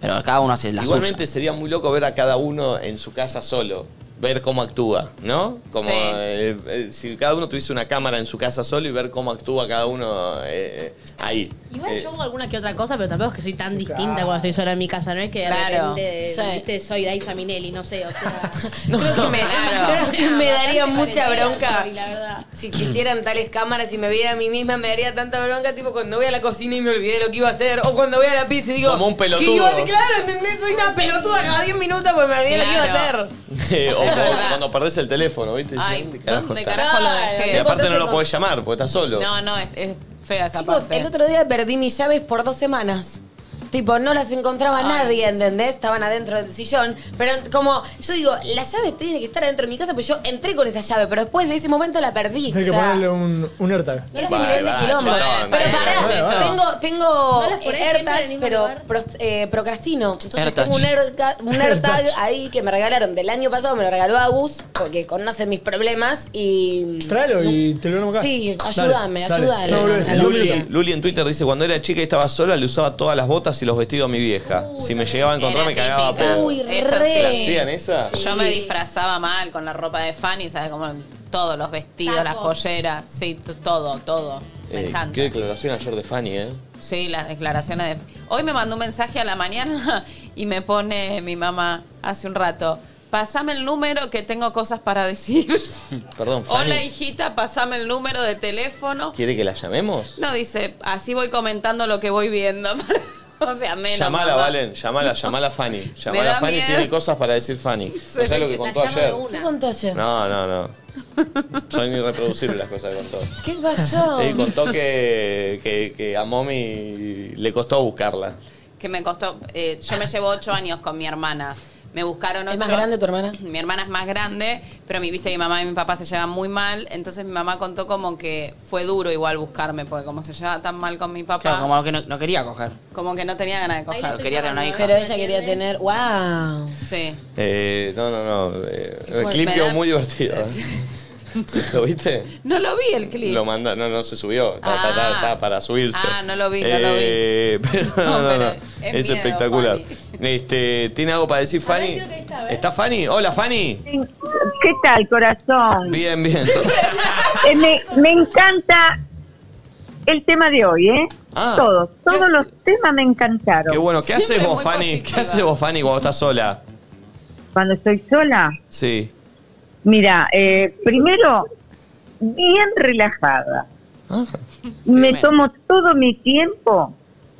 pero cada uno hace la suya. Igualmente sería muy loco ver a cada uno en su casa solo, ver cómo actúa, ¿no? Como Sí. eh, eh, si cada uno tuviese una cámara en su casa solo y ver cómo actúa cada uno eh, eh, ahí. Igual Eh, yo hago alguna que otra cosa, pero tampoco es que soy tan distinta cuando estoy sola en mi casa. No es que de Claro. repente, Sí. viste, soy Raisa Minelli, no sé, o sea... Creo que me, creo que me daría mucha bronca. La verdad. Si existieran tales cámaras y me viera a mí misma, me daría tanta bronca, tipo cuando voy a la cocina y me olvidé lo que iba a hacer, o cuando voy a la pizza y digo. Como un ¿qué pelotudo. iba a hacer? Claro, ¿entendés? Soy una pelotuda cada 10 minutos porque me olvidé lo que iba a Claro. hacer. eh, o Es cuando- verdad. cuando perdés el teléfono, ¿viste? Dicen, Ay, "¿Dónde carajo ¿dónde está?". carajo lo dejé? Y aparte no Entonces lo no- podés llamar porque estás solo. No, no, es, es fea esa Chicos, parte. el otro día perdí mis llaves por dos semanas. Tipo, no las encontraba nadie, ¿entendés? Estaban adentro del sillón. Pero como, yo digo, la llave tiene que estar adentro de mi casa, pues yo entré con esa llave, pero después de ese momento la perdí. Tenés que O sea, ponerle un, un AirTag. Ese nivel este de quilombo. ¿eh? pero pará, tengo, tengo No las ponés eh, siempre en el AirTags, pero pros- eh, procrastino. Entonces AirTag. tengo un, AirTag- un AirTag. AirTag ahí que me regalaron del año pasado, me lo regaló Agus, porque conoce mis problemas y... Tráelo y te lo nombro acá. Sí, Dale, ayúdame, dale. ayúdame. No, boludo, es A la Luli, Luli en Twitter dice, cuando era chica y estaba sola, le usaba todas las botas y y los vestidos a mi vieja. Si me llegaba a encontrar, me cagaba a pedo. Uy, ¿Se re. la hacían esa? Yo me disfrazaba mal con la ropa de Fanny, ¿sabes? Como todos los vestidos, las polleras, sí, t- todo, todo. Me Eh, encanta. qué declaración ayer de Fanny, ¿eh? Sí, las declaraciones de... Hoy me mandó un mensaje a la mañana y me pone mi mamá hace un rato, pasame el número que tengo cosas para decir. Perdón, Fanny. Hola hijita, pasame el número de teléfono. ¿Quiere que la llamemos? No, dice, así voy comentando lo que voy viendo. o sea, menos. llamala, mamá. Valen. Llamala, llamala Fanny. Llamala da Fanny, miedo. tiene cosas para decir Fanny. No sé lo que contó ayer. ¿Qué contó ayer? No, no, no. Son irreproducibles las cosas que contó. ¿Qué pasó? Y contó que, que, que a Mommy le costó buscarla. Que me costó, eh, yo me llevo ocho años con mi hermana. Me buscaron ocho. ¿Es más grande tu hermana? Mi hermana es más grande, pero mi, viste, mi mamá y mi papá se llevan muy mal. Entonces mi mamá contó como que fue duro igual buscarme, porque como se llevaba tan mal con mi papá, Claro, como... como que no, no quería coger. que no tenía ganas de coger. Pero quería tener una hija. Pero ella quería tener. ¡Wow! Sí. Eh, no, no, no. eh, el fuerte. clip Me quedó da- muy divertido. ¿eh? ¿Lo viste? No lo vi el clip. Lo manda, no, no se subió. Está, está, está, está para subirse. Ah, no lo vi, no lo vi. Eh, Pero no, no, no. es Es miedo, espectacular. Este, ¿Tiene algo para decir Fanny? ¿Está Fanny? Hola, Fanny. ¿Qué tal, corazón? Bien, bien. Eh, me, me encanta el tema de hoy, ¿eh? todos, todos los temas me encantaron. Ah. Qué bueno. ¿Qué haces vos, Fanny? ¿Qué haces vos, Fanny, cuando estás sola? Cuando estoy sola, Sí. mira, eh, primero, bien relajada. me tomo todo mi tiempo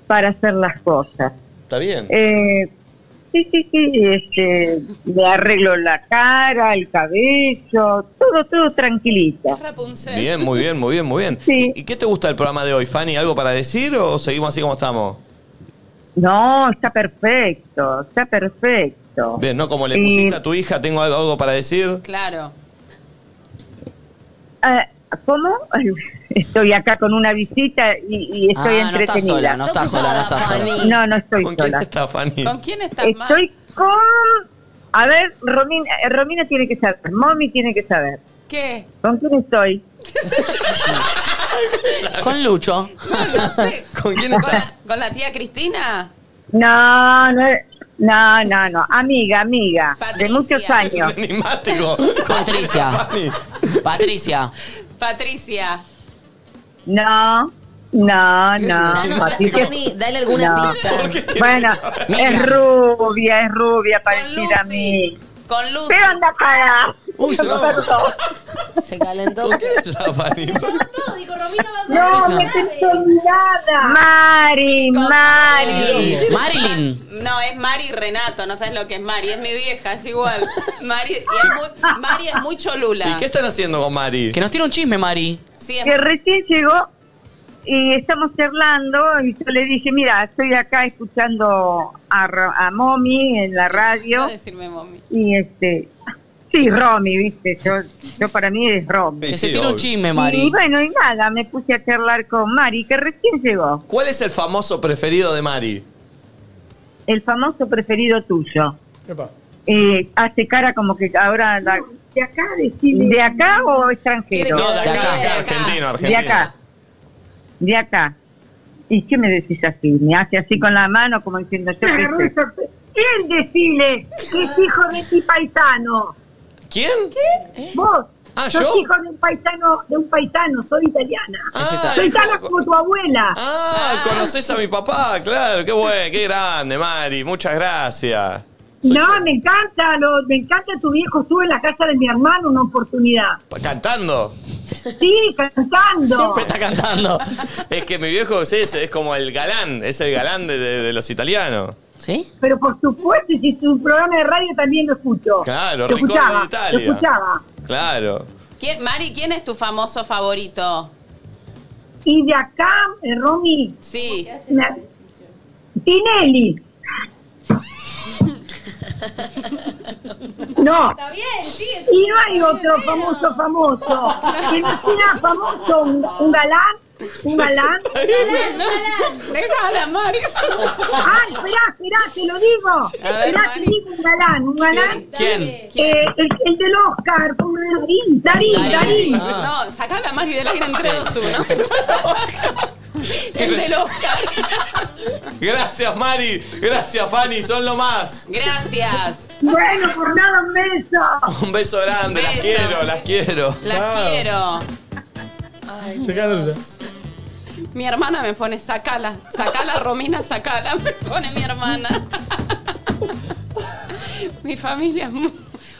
para hacer las cosas. ¿Está bien? Eh, sí, sí, sí, este, le arreglo la cara, el cabello, todo, todo tranquilita. Bien, muy bien, muy bien, muy bien. ¿Y qué te gusta del programa de hoy, Fanny? ¿Algo para decir o seguimos así como estamos? No, está perfecto, está perfecto. Bien, ¿no? Como le Eh, pusiste a tu hija, tengo algo, algo para decir. Claro. Ah, ¿Cómo? Estoy acá con una visita y, y estoy Ah, no estás entretenida. sola, no estás sola, no estás sola. No, no estoy ¿Con sola. quién está Fanny? ¿Con quién estás más? Estoy con... A ver, Romina, eh, Romina tiene que saber, Mommy tiene que saber. ¿Qué? ¿Con quién estoy? Con Lucho. No sé. ¿Con quién está? ¿Con la tía Cristina? No, no, es- no, no, no. Amiga, amiga. De muchos años. Enigmático. Patricia. Patricia. Patricia. No, no, no. No, no, Patricia- Dani, dale alguna pista. ¿Por qué tiene Bueno, que saber? es Mira. rubia, es rubia, parecida a mí. Con Lucy. Pero anda para. Uy, se Se calentó. No, me siento olvidada. Mari, Mari. Marilyn. Mm. No, es Mari Renato, no sabes lo que es Mari, es mi vieja, es igual. Mari, y es muy, Mari es muy cholula. ¿Y qué están haciendo con Mari? Que nos tiene un chisme, Mari. Sí, es- Que recién llegó y estamos charlando y yo le dije, mira, estoy acá escuchando a, Ro- a Momi en la radio. No decirme mami. Y este, sí, Romy, viste, yo, yo para mí es Romy. Que se sí, tire un obvio. chisme, Y Mari. bueno, y nada, me puse a charlar con Mari, que recién llegó. ¿Cuál es el famoso preferido de Mari? El famoso preferido tuyo. Eh, hace cara como que ahora... La, ¿De acá ¿De acá o extranjero? No, de acá, acá, argentino, De argentino. acá. De acá. ¿Y qué me decís así? Me hace así con la mano como diciendo yo qué sé. ¿Quién decile que es hijo de ti paisano? ¿Quién? ¿Qué? Vos. Ah, sos ¿yo? Ah, hijo de un paisano, de un paisano, soy italiana. soy hijo- italiana como tu abuela. Ah, conoces a mi papá, claro, qué bueno, qué grande, Mari, muchas gracias. No, me encanta, lo- me encanta tu viejo. Estuve en la casa de mi hermano una oportunidad. Cantando. Sí, cantando. cantando. Es que mi viejo es ese, es como el galán, es el galán de, de- de los italianos. ¿Sí? Pero por supuesto, y si es un programa de radio también lo escucho. Claro, Lo Ricordo de escuchaba, Italia. Lo escuchaba. Claro. ¿Quién- Mari, ¿quién es tu famoso favorito? Y de acá, eh, Romy, Sí. la- Tinelli. No. Está bien, sí. Y no hay otro famoso, famoso. Que no sea famoso un, un galán. Un galán. Galán, galán. Déjala, Mari. Ah, esperá, esperá, te lo digo. ver, Esperá, te digo un galán, un galán. ¿Quién? Eh, el, el del Oscar, pobre Darín, Darín, Darín. No, sacá a la Mari del aire entre dos uno. El del Oscar. Gracias, Mari. Gracias, Fanny. Son lo más. Gracias. Bueno, por nada, un beso. Un beso grande. Las Beso. quiero, las quiero. Las quiero. Se quedaron ya. Mi hermana me pone, sacala, sacala, Romina, sacala, me pone mi hermana. mi familia es muy...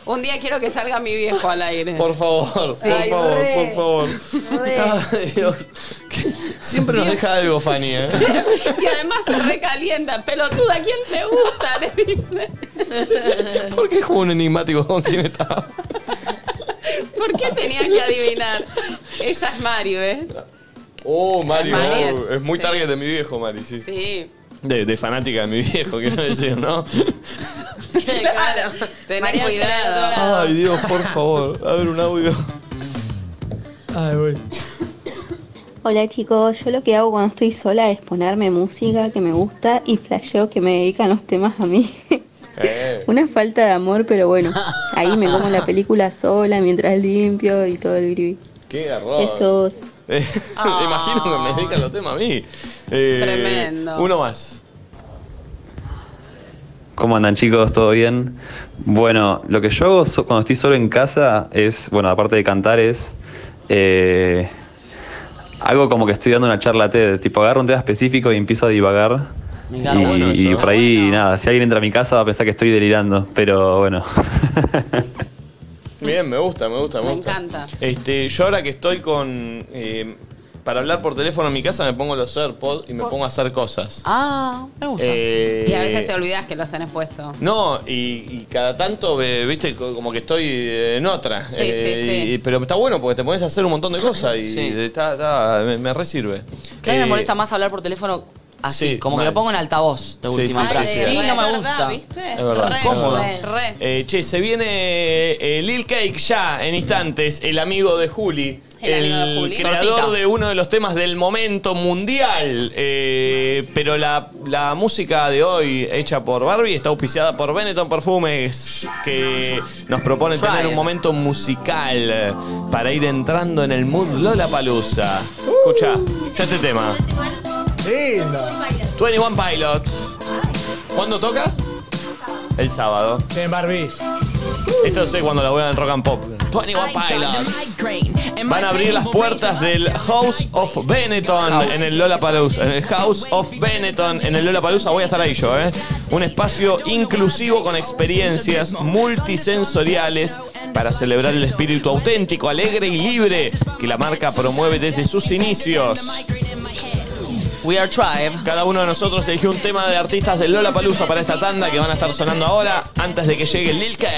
Un día quiero que salga mi viejo al aire. Por favor, Sí, por favor, re. por favor. Ay, Dios. ¿Qué? Siempre nos deja algo, Fanny, ¿eh? y además se recalienta, pelotuda, ¿quién te gusta? Le dice. ¿Por qué es como un enigmático con quién está? ¿Por qué tenían que adivinar? Ella es Mari, ¿ves? Oh, Mari, Mari. oh, es muy target de mi viejo, Mari, sí. Sí. De, de fanática de mi viejo, quiero decir, ¿no? Claro. Tenés María cuidado. Ay, Dios, por favor. A ver, un audio. Ay, voy. Hola chicos, yo lo que hago cuando estoy sola es ponerme música que me gusta y flasheo que me dedican los temas a mí. Eh. Una falta de amor, pero bueno, ahí me como la película sola mientras limpio y todo el gribi. Qué garrón. Besos. Eh, me imagino que me dedican los temas a mí. Eh, Tremendo. Uno más. ¿Cómo andan chicos? ¿Todo bien? Bueno, lo que yo hago so- cuando estoy solo en casa es, bueno, aparte de cantar es, eh, hago como que estoy dando una charla TED, tipo agarro un tema específico y empiezo a divagar. Me Y, encanta. Bueno, eso. y por ahí nada, si alguien entra a mi casa va a pensar que estoy delirando, pero bueno. Bien, me gusta, me gusta, me, Me gusta. encanta. Este, yo ahora que estoy con. eh, para hablar por teléfono en mi casa me pongo los AirPods y me Por- pongo a hacer cosas. Ah, me gusta. Eh, y a veces te olvidas que los tenés puestos. No, y, y cada tanto, eh, viste, co- como que estoy eh, en otra. Eh, Sí, sí, sí. y- pero está bueno porque te pones a hacer un montón de cosas y Sí. está, está- me, me resirve. Que a mí Eh, me molesta más hablar por teléfono así, sí, como mal. que lo pongo en altavoz de Sí, última sí, sí, frase. sí. Sí, Es no me verdad, gusta. ¿viste? Es verdad, Re, es verdad. re, re. Eh, che, se viene eh, Lil Cake ya en instantes, el amigo de Juli. El amigo de Juli. creador Tortita. de uno de los temas del momento mundial. Eh, pero la, la música de hoy, hecha por Barbie, está auspiciada por Benetton Perfumes, que nos propone Try tener it. un momento musical para ir entrando en el mood Lola Palusa. Escucha, ya este tema. Lindo. 21 Pilots. ¿Cuándo toca? El sábado. Bien, Barbie. Esto sé cuando la voy en Rock and Pop. 21 Pilots. Van a abrir las puertas del House of Benetton en el Lola En el House of Benetton en el Lola voy a estar ahí yo, ¿eh? Un espacio inclusivo con experiencias multisensoriales para celebrar el espíritu auténtico, alegre y libre que la marca promueve desde sus inicios. We are Tribe. Cada uno de nosotros eligió un tema de artistas del Lola Palusa para esta tanda que van a estar sonando ahora antes de que llegue el Lil Cake.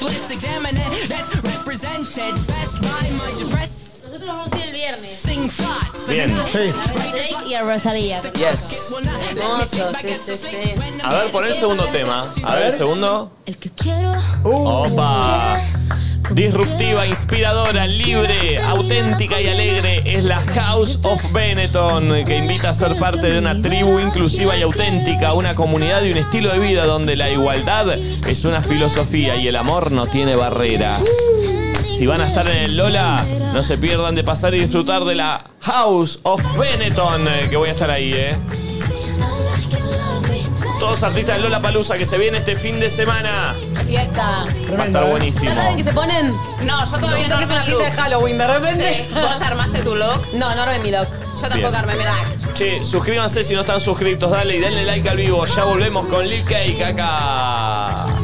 Ruthless examiner that's represented best by my depressed. Nosotros vamos a ir el viernes. Sing thoughts. Bien. Sí. Drake y a Rosalía. Yes. Hermoso, sí, sí, sí. A ver, pon el segundo tema. A ver, el segundo. El que quiero. Opa. Disruptiva, inspiradora, libre, auténtica y alegre es la House of Benetton, que invita a ser parte de una tribu inclusiva y auténtica, una comunidad y un estilo de vida donde la igualdad es una filosofía y el amor no tiene barreras. Si van a estar en el Lola, no se pierdan de pasar y disfrutar de la House of Benetton, eh, que voy a estar ahí, ¿eh? Todos artistas de Lola Palusa que se viene este fin de semana. Fiesta. Va a estar buenísimo. ¿Ya saben que se ponen? No, yo todavía Siento no que es una armé el fiesta de look. Halloween de repente. Sí. ¿Vos armaste tu look? No, no armé mi look. Yo tampoco Bien. armé mi look. Che, suscríbanse si no están suscritos, dale y denle like al vivo. Ya volvemos con Lil Cake acá.